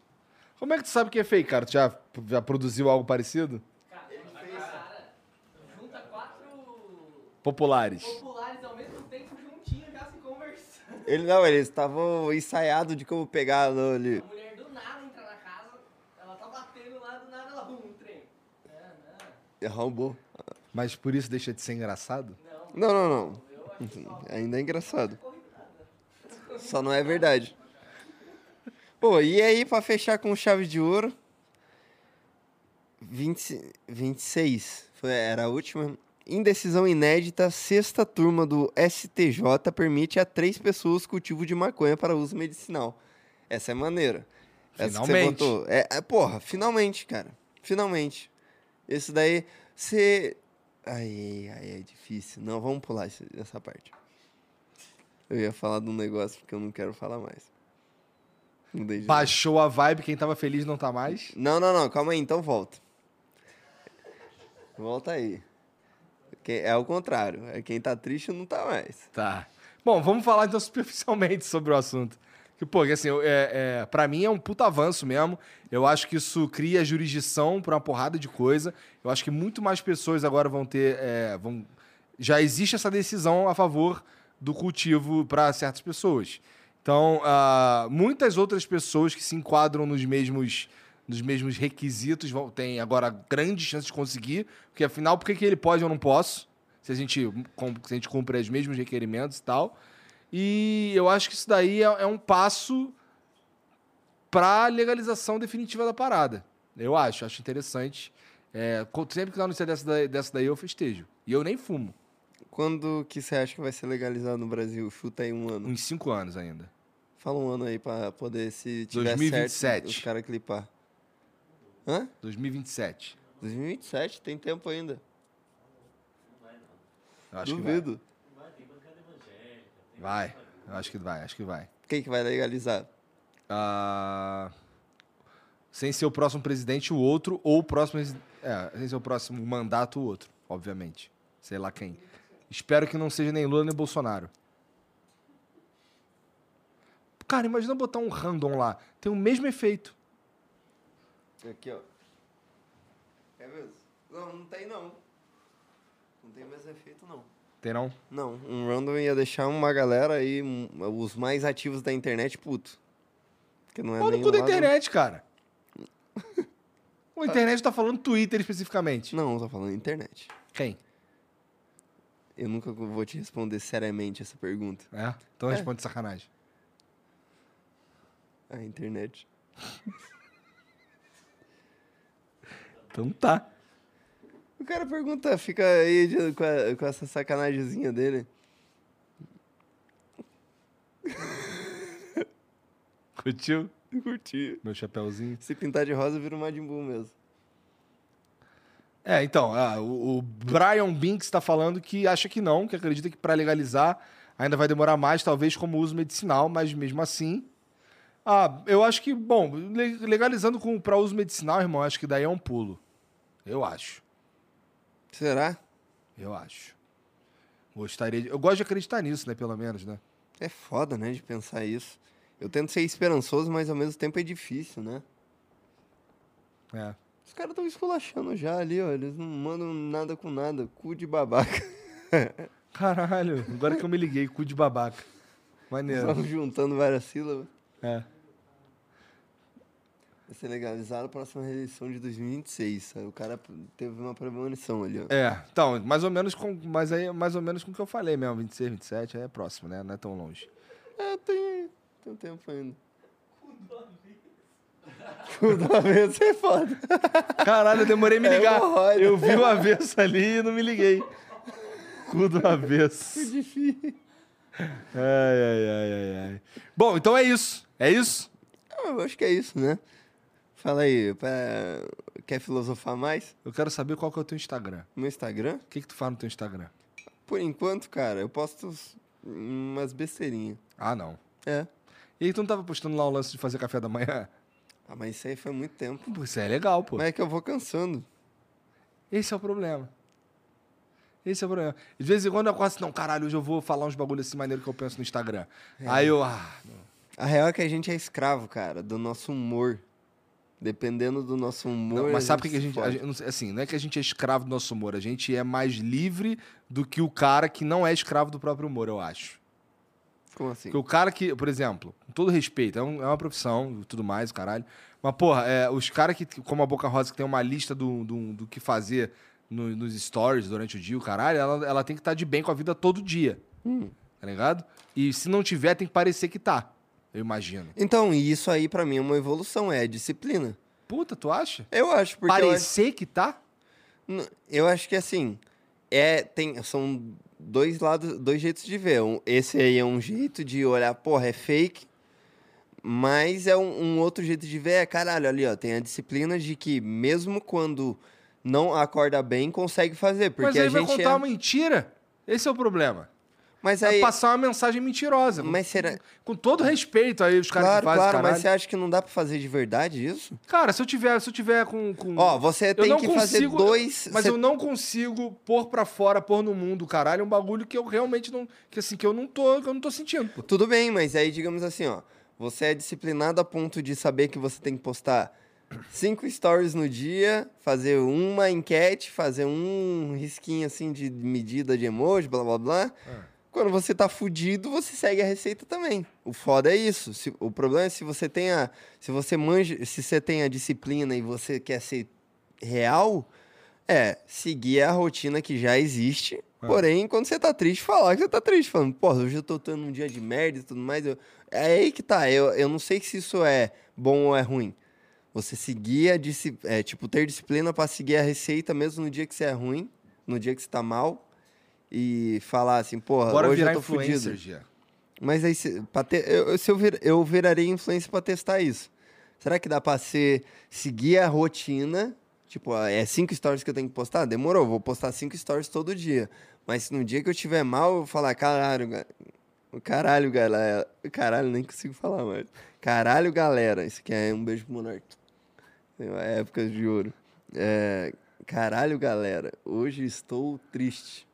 B: Como é que tu sabe que é fake, cara? Tu já, já produziu algo parecido?
F: Junta quatro
B: Populares.
F: populares ao mesmo tempo juntinho já se conversando.
A: Ele não, eles estavam ensaiados de como pegar no- ali.
F: A mulher do nada entra na casa, ela tá batendo lá, do nada ela arruma um trem. Ah, não.
A: Arrombou.
B: Mas por isso deixa de ser engraçado?
A: Não, não, não. Enfim, ainda é engraçado. Só não é verdade. Pô, e aí, pra fechar com chave de ouro? 20, 26. Foi, era a última. Indecisão inédita, sexta turma do STJ permite a três pessoas cultivo de maconha para uso medicinal. Essa é maneira. Essa que você
B: Finalmente.
A: botou. É, é, porra, finalmente, cara. Finalmente. Esse daí, você... Ai, ai, ai, é difícil. Não, vamos pular esse- essa parte. Eu ia falar de um negócio que eu não quero falar mais. Mudei de
B: Baixou a vibe, quem tava feliz não tá mais?
A: não, não, não, calma aí, então volta. Volta aí. Que- É ao contrário, é quem tá triste não tá mais.
B: Tá. Bom, vamos falar então superficialmente sobre o assunto. Que, pô, que assim, eu- é, é, pra mim é um puta avanço mesmo. Eu acho que isso cria jurisdição pra uma porrada de coisa. Eu acho que muito mais pessoas agora vão ter. é, vão... Já existe essa decisão a favor do cultivo pra certas pessoas. Então, ah, muitas outras pessoas que se enquadram nos mesmos, nos mesmos requisitos vão, têm agora grandes chances de conseguir, porque afinal, por que que ele pode e eu não posso? Se a gente, cum- se a gente cumpre os mesmos requerimentos e tal. E eu acho que isso daí é, é um passo para legalização definitiva da parada. Eu acho, acho interessante. É, co- sempre que dá notícia dessa daí, dessa daí, eu festejo. E eu nem fumo,
A: Quando que você acha que vai ser legalizado no Brasil? Chuta aí um ano.
B: uns cinco anos ainda.
A: Fala um ano aí pra poder, se tiver
B: 2027.
A: certo, os caras clipar. Hã?
B: 2027.
A: 2027, tem tempo ainda.
B: Eu acho
A: Duvido.
B: que vai. Vai. Eu acho que vai, acho que vai.
A: Quem que vai legalizar?
B: Ah, sem ser o próximo presidente, o outro, ou o próximo. resi- É, sem ser o próximo mandato, o outro, obviamente. Sei lá quem. Espero que não seja nem Lula nem Bolsonaro. Cara, imagina botar um random lá. Tem o mesmo efeito.
A: Aqui, ó. É mesmo? Não, não tem não. Não tem mais efeito não.
B: Tem não?
A: Não, um random ia deixar uma galera aí, um- os mais ativos da internet, puto. Porque não é
B: Pau no
A: nem
B: cu da
A: lado-
B: internet, cara. A internet tá falando Twitter especificamente.
A: Não, eu tô falando internet.
B: Quem?
A: Eu nunca vou te responder seriamente essa pergunta.
B: É? Então responde sacanagem.
A: A internet.
B: Então tá.
A: O cara pergunta, fica aí de- com, a- com essa sacanagemzinha dele.
B: Curtiu?
A: Eu curti.
B: Meu chapéuzinho.
A: Se pintar de rosa, vira um Majin Buu mesmo.
B: É, então, ah, o, o Brian Binks está falando que acha que não, que acredita que para legalizar ainda vai demorar mais, talvez como uso medicinal, mas mesmo assim. Ah, eu acho que, bom, le- legalizando para uso medicinal, irmão, acho que daí é um pulo. Eu acho.
A: Será?
B: Eu acho. Gostaria de. Eu gosto de acreditar nisso, né? Pelo menos, né?
A: É foda, né, de pensar isso. Eu tento ser esperançoso, mas ao mesmo tempo é difícil, né?
B: É.
A: Os caras estão esculachando já ali, ó. Eles não mandam nada com nada. Cu de babaca.
B: Caralho, agora que eu me liguei, cu de babaca. É.
A: Só
B: Maneiro.
A: juntando várias sílabas.
B: É.
A: Vai ser legalizado na próxima eleição de 2026. Aí O cara teve uma premonição ali, ó.
B: É, então, mais ou menos com. Mas aí é mais ou menos com o que eu falei mesmo, 26, 27, aí é próximo, né? Não é tão longe.
A: É, tem, tem um tempo ainda. Cu do avesso é foda.
B: Caralho, eu demorei a me ligar.
A: É hemorroida.
B: eu vi o avesso ali e não me liguei. Cu do avesso. Ai,
A: Difícil.
B: ai, ai, ai, ai. Bom, então é isso. É isso?
A: Ah, eu acho que é isso, né? Fala aí, pra... quer filosofar mais?
B: Eu quero saber qual que é o teu Instagram.
A: No Instagram?
B: O que, que tu faz no teu Instagram?
A: Por enquanto, cara, eu posto uns- umas besteirinhas.
B: Ah, não.
A: É.
B: E aí tu não tava postando lá o lance de fazer café da manhã?
A: Ah, mas isso aí foi muito tempo.
B: Pô, Isso é legal, pô.
A: Mas é que eu vou cansando.
B: Esse é o problema. Esse é o problema. De vez em quando eu acordo assim, não, caralho, hoje eu vou falar uns bagulho assim maneiro que eu penso no Instagram.
A: É.
B: Aí eu, ah,
A: A real é que a gente é escravo, cara, do nosso humor. Dependendo do nosso humor.
B: Não, mas sabe por que a
A: se
B: gente.
A: fode.
B: a gente- não sei, assim, não é que a gente é escravo do nosso humor, a gente é mais livre do que o cara que não é escravo do próprio humor, eu acho.
A: Como assim?
B: Porque o cara que, por exemplo, com todo respeito, é, um- é uma profissão e tudo mais, caralho. Mas, porra, é, os caras que, como a Boca Rosa, que tem uma lista do, do, do que fazer no- nos stories durante o dia, o caralho, ela, ela tem que estar de bem com a vida todo dia.
A: Hum.
B: Tá ligado? E se não tiver, tem que parecer que tá. Eu imagino.
A: Então, e isso aí pra mim é uma evolução, é a disciplina.
B: Puta, tu acha?
A: Eu acho, porque eu acho,
B: parecer que tá?
A: n- eu acho que assim, é, tem, são dois lados, dois jeitos de ver. Um- Esse aí é um jeito de olhar, porra, é fake, mas é um, um outro jeito de ver, é caralho, ali ó, tem a disciplina de que mesmo quando não acorda bem, consegue fazer, porque
B: mas aí
A: a
B: vai
A: gente
B: contar
A: é-
B: uma é mentira. Esse é o problema.
A: Mas
B: Vai
A: aí,
B: passar uma mensagem mentirosa.
A: mas será...
B: Com todo respeito aí, os caras
A: Claro,
B: que fazem
A: claro, mas
B: caralho.
A: você acha que não dá pra fazer de verdade isso?
B: Cara, se eu tiver, se eu tiver com. com-
A: Ó, você tem
B: Hum. não
A: que fazer
B: consigo-
A: dois...
B: mas
A: você
B: eu não consigo pôr pra fora, pôr no mundo, caralho, um bagulho que eu realmente não. Que assim, que eu não tô, que eu não tô sentindo. pô.
A: Tudo bem, mas aí digamos assim, ó. Você é disciplinado a ponto de saber que você tem que postar cinco stories no dia, fazer uma enquete, fazer um risquinho assim de medida de emoji, blá blá blá.
B: Ah.
A: Quando você tá fudido, você segue a receita também. O foda é isso. Se- o problema é se você tem a. Se você manja. Se você tem a disciplina e você quer ser real, é seguir a rotina que já existe.
B: Ah.
A: Porém, quando você tá triste, falar que você tá triste. Falando, pô, hoje eu tô tendo um dia de merda e tudo mais. Eu- é aí que tá. Eu, eu não sei se isso é bom ou é ruim. Você seguir a disci- é, tipo, ter disciplina pra seguir a receita mesmo no dia que você é ruim, no dia que você tá mal. E falar assim, porra,
B: Bora
A: hoje eu
B: virar
A: tô fudido.
B: influencer, Gia.
A: Mas aí, se, pra ter- eu, eu- se eu, vir, eu viraria influencer pra testar isso. Será que dá pra ser, seguir a rotina? Tipo, ah, é cinco stories que eu tenho que postar? Demorou, vou postar cinco stories todo dia. Mas se no dia que eu tiver mal, eu vou falar, caralho, ga- caralho, galera. Caralho, nem consigo falar mais. Caralho, galera. Isso aqui é um beijo pro Monark. É Épocas de ouro. É, caralho, galera. Hoje estou triste.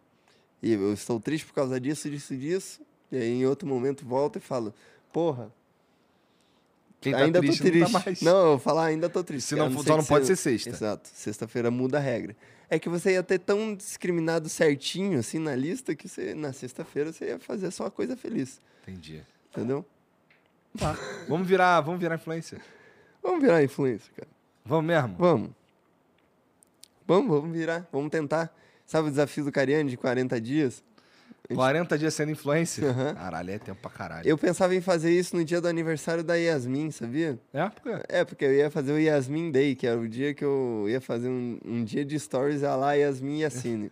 A: E eu estou triste por causa disso, disso, disso. E aí, em outro momento, volta e fala: Porra,
B: Quem tá
A: ainda
B: triste,
A: tô triste.
B: Não, tá mais.
A: não, eu vou falar, ainda tô triste.
B: Se não
A: A
B: for-
A: ser
B: só
A: que
B: não pode
A: você-
B: ser sexta.
A: Exato. Sexta-feira muda a regra. É que você ia ter tão discriminado certinho, assim, na lista, que você, na sexta-feira você ia fazer só uma coisa feliz.
B: Entendi.
A: Entendeu?
B: Vamos virar, vamos virar influencer.
A: Vamos virar influencer, cara.
B: Vamos mesmo?
A: Vamos. Vamos, vamos virar. Vamos tentar. Sabe o desafio do Cariani de 40 dias?
B: 40 dias sendo influencer?
A: Aham.
B: Caralho, é tempo pra caralho.
A: Eu pensava em fazer isso no dia do aniversário da Yasmin, sabia?
B: É, porque...
A: É, porque eu ia fazer o Yasmin Day, que era o dia que eu ia fazer um, um dia de stories a lá Yasmin e Yassine.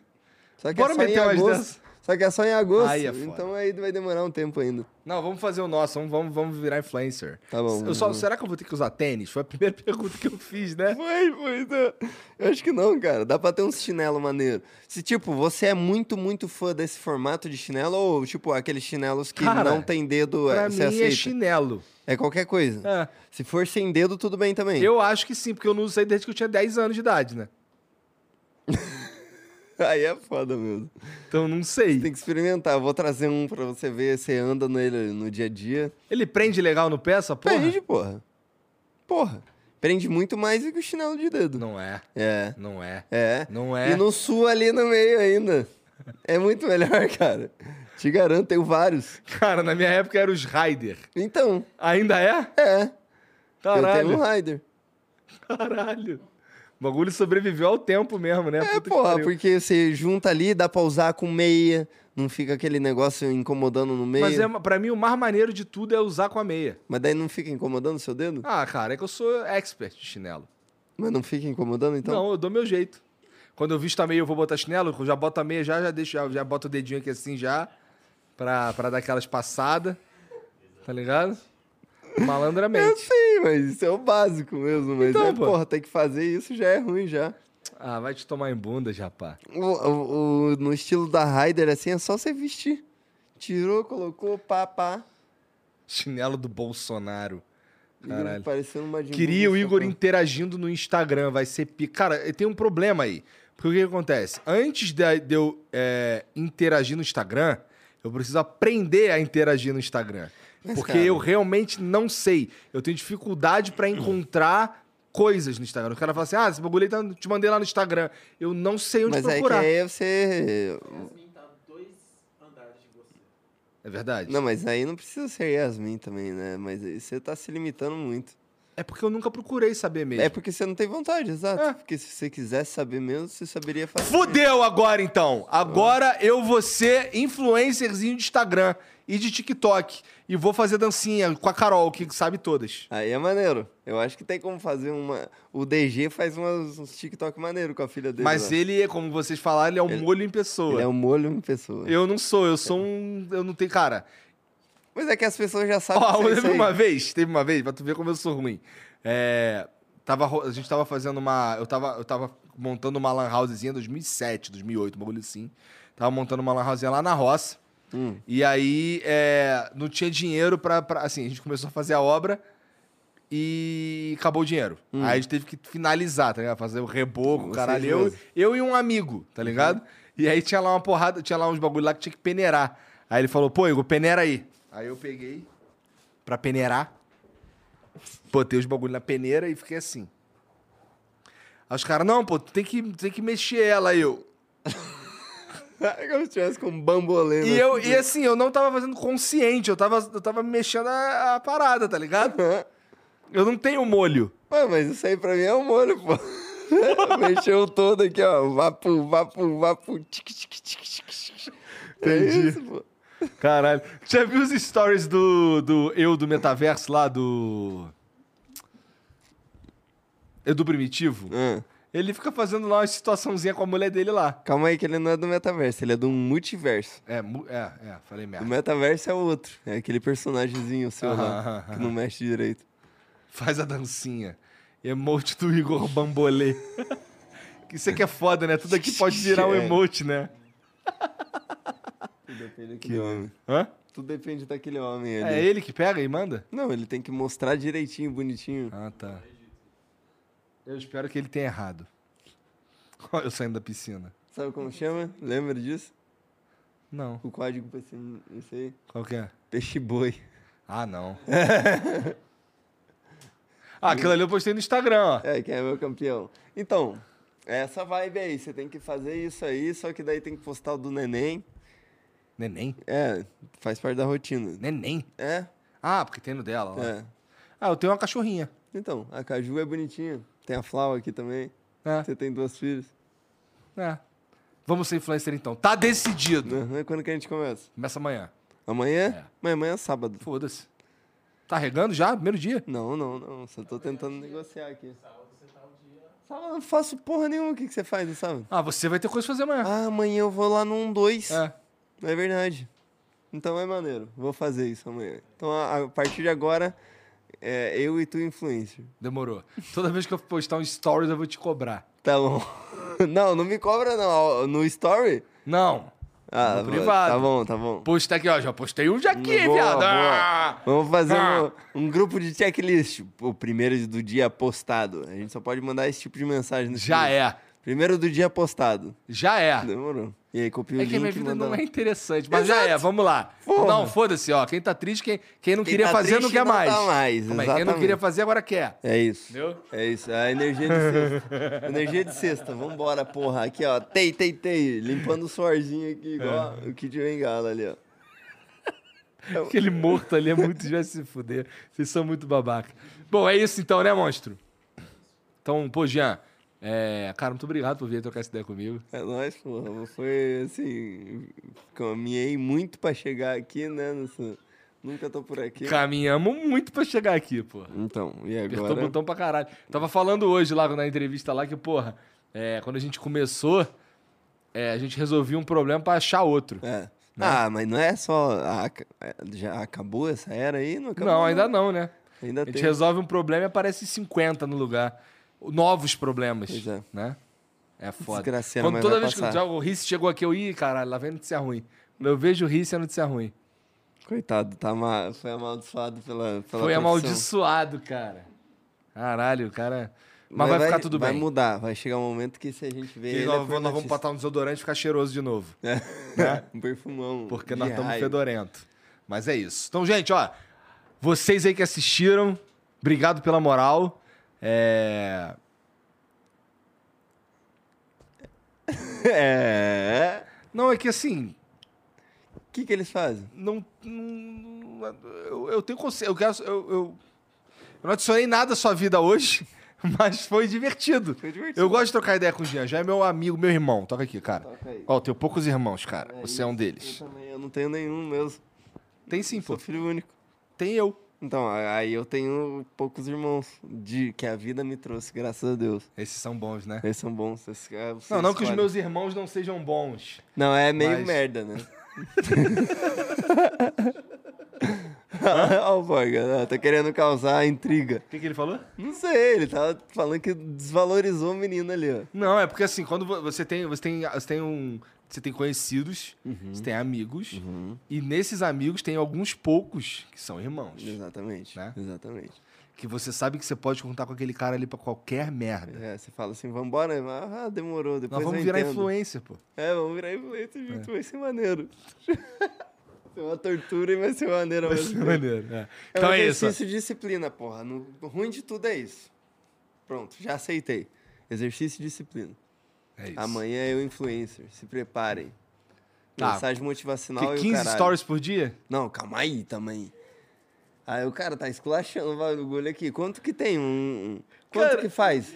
A: Só que
B: Bora
A: é só em
B: meter umas
A: agosto.
B: danças.
A: Só que é só em agosto.
B: Aí é foda.
A: então aí vai demorar um tempo ainda.
B: Não, vamos fazer o nosso, vamos, vamos, vamos virar influencer.
A: Tá bom.
B: Eu só, será que eu vou ter que usar tênis? Foi a primeira pergunta que eu fiz, né?
A: Foi, foi. tá. Eu acho que não, cara. Dá pra ter uns chinelo maneiro. Se, tipo, você é muito, muito fã desse formato de chinelo ou, tipo, aqueles chinelos que
B: Cara,
A: não tem dedo,
B: Pra
A: é,
B: mim
A: você
B: é
A: aceita?
B: chinelo.
A: É, qualquer coisa.
B: É.
A: Se for sem dedo, tudo bem também.
B: Eu acho que sim, porque eu não usei desde que eu tinha 10 anos de idade, né?
A: Aí é foda mesmo.
B: Então eu não sei.
A: Tem que experimentar. Eu vou trazer um pra você ver. Você anda nele no dia a dia.
B: Ele prende legal no pé, essa porra?
A: Prende, porra. Porra. Prende muito mais do que o chinelo de dedo.
B: Não é,
A: É,
B: não é,
A: é.
B: não é.
A: E no sul ali no meio ainda. É muito melhor, cara. Te garanto, tenho vários.
B: Cara, na minha época era os Raider.
A: Então,
B: Ainda é?
A: é. Eu tenho
B: Caralho,
A: um Raider.
B: caralho. O bagulho sobreviveu ao tempo mesmo, né?
A: É,
B: Puta que
A: porra,
B: pariu.
A: porque você junta ali, dá pra usar com meia. Não fica aquele negócio incomodando no meio.
B: Mas
A: Mas,
B: é, pra mim o mais maneiro de tudo é usar com a meia.
A: daí não fica incomodando seu dedo?
B: Ah, cara, é que eu sou expert de chinelo.
A: Mas não fica incomodando, então?
B: Não, eu dou meu jeito. Quando eu visto a meia, eu vou botar chinelo, eu já boto a meia, já, já deixo, já, já boto o dedinho aqui assim já, pra, pra dar aquelas passadas, tá ligado? Malandramente.
A: Sim, mas isso é o básico mesmo. Mas
B: Então,
A: é,
B: pô.
A: porra, tem que fazer isso já é ruim já.
B: Ah, vai te tomar em bunda, rapá.
A: O, o- o- no estilo da Raider, assim, é só você vestir. Tirou, colocou, pá, pá.
B: Chinelo do Bolsonaro. Caralho.
A: Igor Parecendo uma
B: Queria o
A: né?
B: Igor interagindo no Instagram, vai ser pica. Cara, tem um problema aí. Porque o que acontece? Antes de de eu é, interagir no Instagram, eu preciso aprender a interagir no Instagram.
A: Mas,
B: porque
A: cara-
B: eu realmente não sei. Eu tenho dificuldade pra encontrar coisas no Instagram. O cara fala assim: ah, esse bagulho aí tá- te mandei lá no Instagram. Eu não sei onde
A: Mas é que
B: procurar. É,
A: aí você.
F: Yasmin tá dois andares de você.
B: É verdade.
A: Não, mas aí não precisa ser Yasmin também, né? Mas aí você tá se limitando muito.
B: É porque eu nunca procurei saber mesmo.
A: É porque você não tem vontade, exato.
B: É.
A: Porque se você quisesse saber mesmo, você saberia fazer.
B: Fudeu agora então. Agora eu vou ser influencerzinho de Instagram e de TikTok e vou fazer dancinha com a Carol, que sabe todas.
A: Aí é maneiro. Eu acho que tem como fazer uma. O DG faz umas, uns TikTok maneiro com a filha dele.
B: Mas
A: lá.
B: ele, como vocês falaram, ele é um molho em pessoa.
A: Ele é um molho em pessoa.
B: Eu não sou, eu sou um. Eu não tenho. Cara,
A: Mas é que as pessoas já sabem.
B: ó,
A: que você é
B: teve
A: isso aí.
B: uma vez, teve uma vez, pra tu ver como eu sou ruim. É. Tava, ro- a gente tava fazendo uma. Eu tava, eu tava montando uma lan housezinha em 2007, 2008, um bagulho assim. Tava montando uma lan housezinha lá na roça.
A: Hum.
B: E aí, é, não tinha dinheiro pra, pra- Assim, a gente começou a fazer a obra e acabou o dinheiro. Aí a gente teve que finalizar, tá ligado? Fazer o
A: Hum. Vocês
B: reboco,
A: Uhum.
B: caralho. Eu,
A: mesmos.
B: eu e um amigo, tá ligado? E aí tinha lá uma porrada, tinha lá uns bagulho lá que tinha que peneirar. Aí ele falou, pô, Igor, peneira aí. Aí eu peguei pra peneirar, botei os bagulho na peneira e fiquei assim. Aí os caras, não, pô, tem que, tem que mexer ela aí, eu.
A: É como se tivesse com um bambolê.
B: E,
A: né?
B: eu, e assim, eu não tava fazendo consciente, eu tava, eu tava mexendo a, a parada, tá ligado? Eu não tenho molho.
A: Ué, mas isso aí pra mim é um molho, pô. Mexeu todo aqui, ó. Vapu, vapu, vapu. Tic, tic, tic, tic, tic. É
B: Entendi.
A: isso, pô.
B: Caralho. Já viu os stories do, do eu do metaverso lá do. Eu do Primitivo?
A: Ah,
B: Ele fica fazendo lá uma situaçãozinha com a mulher dele lá.
A: calma aí que ele não é do metaverso, ele é do multiverso.
B: É, mu- é, é, falei
A: O
B: merda.
A: metaverso é o outro. É aquele personagemzinho seu
B: Aham,
A: lá,
B: aham.
A: que não mexe direito.
B: Faz a dancinha. Emote do Igor Bambolê. Que Isso aqui é foda, né? Tudo aqui pode virar um
A: É.
B: emote, né?
A: Tudo depende daquele homem.
B: Hã?
A: Tudo depende daquele homem ali.
B: É ele que pega e manda?
A: Não, ele tem que mostrar direitinho, bonitinho.
B: Ah, tá. Eu espero que ele tenha errado. Olha eu saindo da piscina.
A: Sabe como chama? Lembra disso?
B: Não.
A: O código pra esse, esse aí?
B: Qual que é?
A: Peixe boi.
B: Ah, não. ah, aquilo ali eu postei no Instagram, ó.
A: É, quem é meu campeão. Então, é essa vibe aí. Você tem que fazer isso aí, só que daí tem que postar o do neném.
B: Neném?
A: É, faz parte da rotina.
B: Neném?
A: É,
B: Ah, porque tem no dela, ó.
A: é.
B: Ah, eu tenho uma cachorrinha.
A: Então, a Caju é bonitinha. Tem a Flau aqui também.
B: É,
A: Você tem duas filhas.
B: é. Vamos ser influencer então. Tá decidido.
A: Né? Quando que a gente começa?
B: Começa amanhã.
A: Amanhã?
B: É.
A: Mas amanhã é sábado.
B: Foda-se. Tá regando já? Primeiro dia?
A: Não, não, não. Só tô tentando negociar aqui.
B: tá um
A: Sábado eu não faço porra nenhuma. O que, que você faz no sábado?
B: Ah, você vai ter coisa pra fazer amanhã.
A: Ah, amanhã eu vou lá num 2.
B: É.
A: É verdade. Então é maneiro. Vou fazer isso amanhã. Então, a, a partir de agora, é eu e tu influencer.
B: Demorou. Toda vez que eu postar um stories, eu vou te cobrar.
A: Tá bom. Não, não me cobra, não. No story?
B: Não.
A: Ah,
B: No
A: vai-
B: privado.
A: Tá bom, tá bom.
B: Postar aqui, ó. Já postei um já aqui,
A: Boa,
B: viado.
A: boa.
B: Ah!
A: Vamos fazer
B: Ah.
A: um, um grupo de checklist. O primeiro do dia postado. A gente só pode mandar esse tipo de mensagem no
B: Já
A: Twitter.
B: é.
A: Primeiro do dia postado.
B: Já é.
A: Demorou. E aí, copia o
B: É
A: link
B: que a minha
A: e
B: vida
A: manda
B: não
A: lá.
B: é interessante, mas já é, vamos lá.
A: Porra.
B: Não, foda-se, ó. Quem tá triste, quem, quem não
A: Quem
B: queria
A: tá
B: fazer, não
A: triste
B: quer mais.
A: Tá mais
B: Calma aí,
A: exatamente.
B: quem não queria fazer, agora quer.
A: É isso.
B: Entendeu?
A: É isso. A energia de sexta. energia de sexta. Vambora, porra. Aqui, ó. Tei, tei, tei. Limpando o suorzinho
B: É.
A: aqui, igual o Kid Bengala ali, ó.
B: Aquele morto ali é muito. Já se fuder. Vocês são muito babaca. Bom, é isso então, né, monstro? Então, pô, Jean. é, cara, muito obrigado por vir trocar essa ideia comigo.
A: É nóis, porra. Foi assim. Caminhei muito pra chegar aqui, né? nessa- Nunca tô por aqui.
B: Caminhamos muito pra chegar aqui, pô.
A: Então, e
B: Apertou o
A: agora?
B: botão pra caralho. Tava falando hoje lá na entrevista lá que, porra, é, quando a gente começou, é, a gente resolvia um problema pra achar outro.
A: É.
B: Né?
A: Ah, mas não é só. ah, ca- é, já acabou essa era aí? Não, acabou,
B: Não, ainda não, né?
A: Ainda
B: A gente
A: tem.
B: resolve um problema e aparece 50 no lugar. Novos problemas.
A: Pois é.
B: Né? É foda.
A: Desgraceira,
B: Quando
A: mas
B: toda
A: vai
B: vez que
A: passar.
B: já o Rice chegou aqui, eu, ih, caralho, lá vem notícia ruim. Quando eu vejo o Rice, é notícia ruim.
A: Coitado, tá ma... foi amaldiçoado pela. pela
B: Foi
A: profissão.
B: amaldiçoado, cara. Caralho, cara. Mas, vai, ficar tudo
A: vai
B: bem.
A: mudar, vai chegar um momento que se a gente vê.
B: E
A: ele
B: nós,
A: é por
B: vamos- nós vamos
A: notícia.
B: botar um desodorante e ficar cheiroso de novo.
A: É. um perfumão.
B: Porque
A: de
B: nós estamos
A: raio.
B: fedorento. Mas é isso. Então, gente, ó. Vocês aí que assistiram, obrigado pela moral. É.
A: É.
B: Não, é que assim,
A: O que, que eles fazem?
B: não. não- eu, eu tenho conselho. Eu, quero- eu, eu- eu não adicionei nada à sua vida hoje, mas foi divertido.
A: Foi divertido.
B: Eu gosto de trocar ideia com o Jean. Já é meu amigo, meu irmão. Toca aqui, cara.
A: Toca aí.
B: Ó, eu tenho poucos irmãos, cara.
A: É
B: Você é um
A: isso.
B: deles.
A: Eu também, eu não tenho nenhum mesmo.
B: Tem sim, pô.
A: Sou filho único.
B: Tem eu.
A: Então, a- aí eu tenho poucos irmãos de que a vida me trouxe, graças a Deus.
B: Esses são bons, né?
A: Eles são bons. Esses, ah, vocês
B: Não, não que os
A: escolhem.
B: meus irmãos não sejam bons.
A: Não, é meio
B: Mas-
A: merda, né? Olha o Borga, tá querendo causar intriga.
B: O que, que ele falou?
A: Não sei, ele tava falando que desvalorizou o menino ali, ó.
B: Não, é porque assim, quando vo- você tem, você tem, você tem um, você tem conhecidos, você tem amigos, e nesses amigos tem alguns poucos que são irmãos,
A: Exatamente.
B: Né?
A: Exatamente.
B: que você sabe que você pode contar com aquele cara ali pra qualquer merda.
A: É, você fala assim, vambora, ah, demorou, depois
B: Nós vamos
A: eu
B: virar
A: entendo.
B: influencer, pô.
A: É, vamos virar influencer junto, vai ser maneiro. Vai ser uma tortura e vai ser maneiro ao
B: Vai
A: mesmo
B: ser
A: tempo.
B: maneiro. é.
A: É
B: Então
A: um
B: é isso.
A: exercício de disciplina, porra. No, o ruim de tudo é isso. Pronto, já aceitei. Exercício de disciplina.
B: É isso.
A: Amanhã eu influencer, se preparem.
B: Tá.
A: Mensagem motivacional
B: Que
A: e o
B: 15
A: caralho.
B: stories por dia?
A: Não, calma aí também. Aí o cara tá esculachando o bagulho aqui. Quanto que tem? Um, um- Quanto
B: Cara-
A: que faz?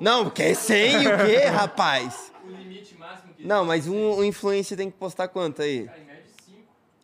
A: Não, porque é 100 o quê, rapaz?
F: O limite máximo que. é
A: Não, mas um, um influencer tem que postar quanto aí?
F: Em média, 5.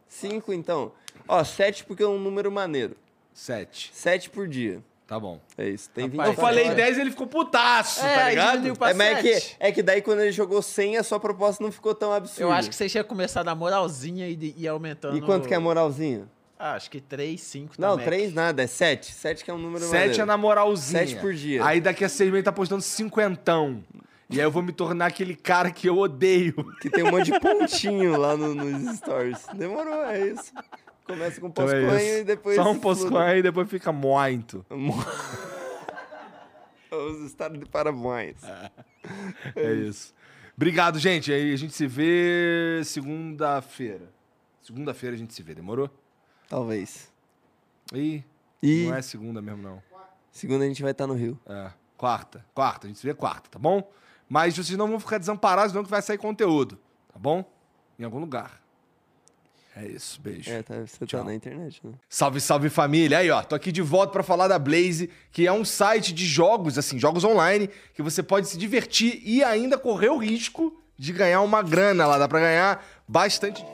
A: 5 então? Ó, 7 porque é um número maneiro.
B: 7.
A: 7 por dia.
B: Tá bom.
A: É isso, tem 20
D: Rapaz,
B: Eu falei
D: agora-
B: 10 e ele ficou putaço,
D: É,
B: tá
D: aí
B: ligado?
D: diminuiu pra
A: É, mas é que,
D: sete.
A: é que daí quando ele jogou 100, a sua proposta não ficou tão absurda.
D: Eu acho que vocês tinham começado na moralzinha e de- e aumentando.
A: E quanto que é a moralzinha?
D: Ah, acho que 3, 5
A: Não,
D: também.
A: 3 nada, é 7. 7 que é um número
B: Sete é na moralzinha.
A: Sete por dia.
B: Aí daqui a seis meses tá postando cinquentão. E aí eu vou me tornar aquele cara que eu odeio.
A: Que tem um monte de pontinho lá no- nos stories. Demorou, é isso. Começa com um
B: Então é
A: posconho
B: isso.
A: e depois...
B: Só um
A: se
B: posconho e depois fica muito.
A: fluda. Os estados de parabéns.
B: É isso. Obrigado, gente. Aí a gente se vê segunda-feira. Segunda-feira a gente se vê, demorou?
A: Talvez.
B: Ih,
A: E
B: não é segunda mesmo, não.
A: segunda a gente vai estar no Rio.
B: É, quarta. Quarta, a gente se vê quarta, tá bom? Mas vocês não vão ficar desamparados, não, que vai sair conteúdo, tá bom? Em algum lugar. É isso, beijo.
A: É, tá, você
B: Tchau.
A: tá na internet, né?
B: Salve, salve família. Aí, ó, tô aqui de volta pra falar da Blaze, que é um site de jogos, assim, jogos online, que você pode se divertir e ainda correr o risco de ganhar uma grana lá. Dá pra ganhar bastante.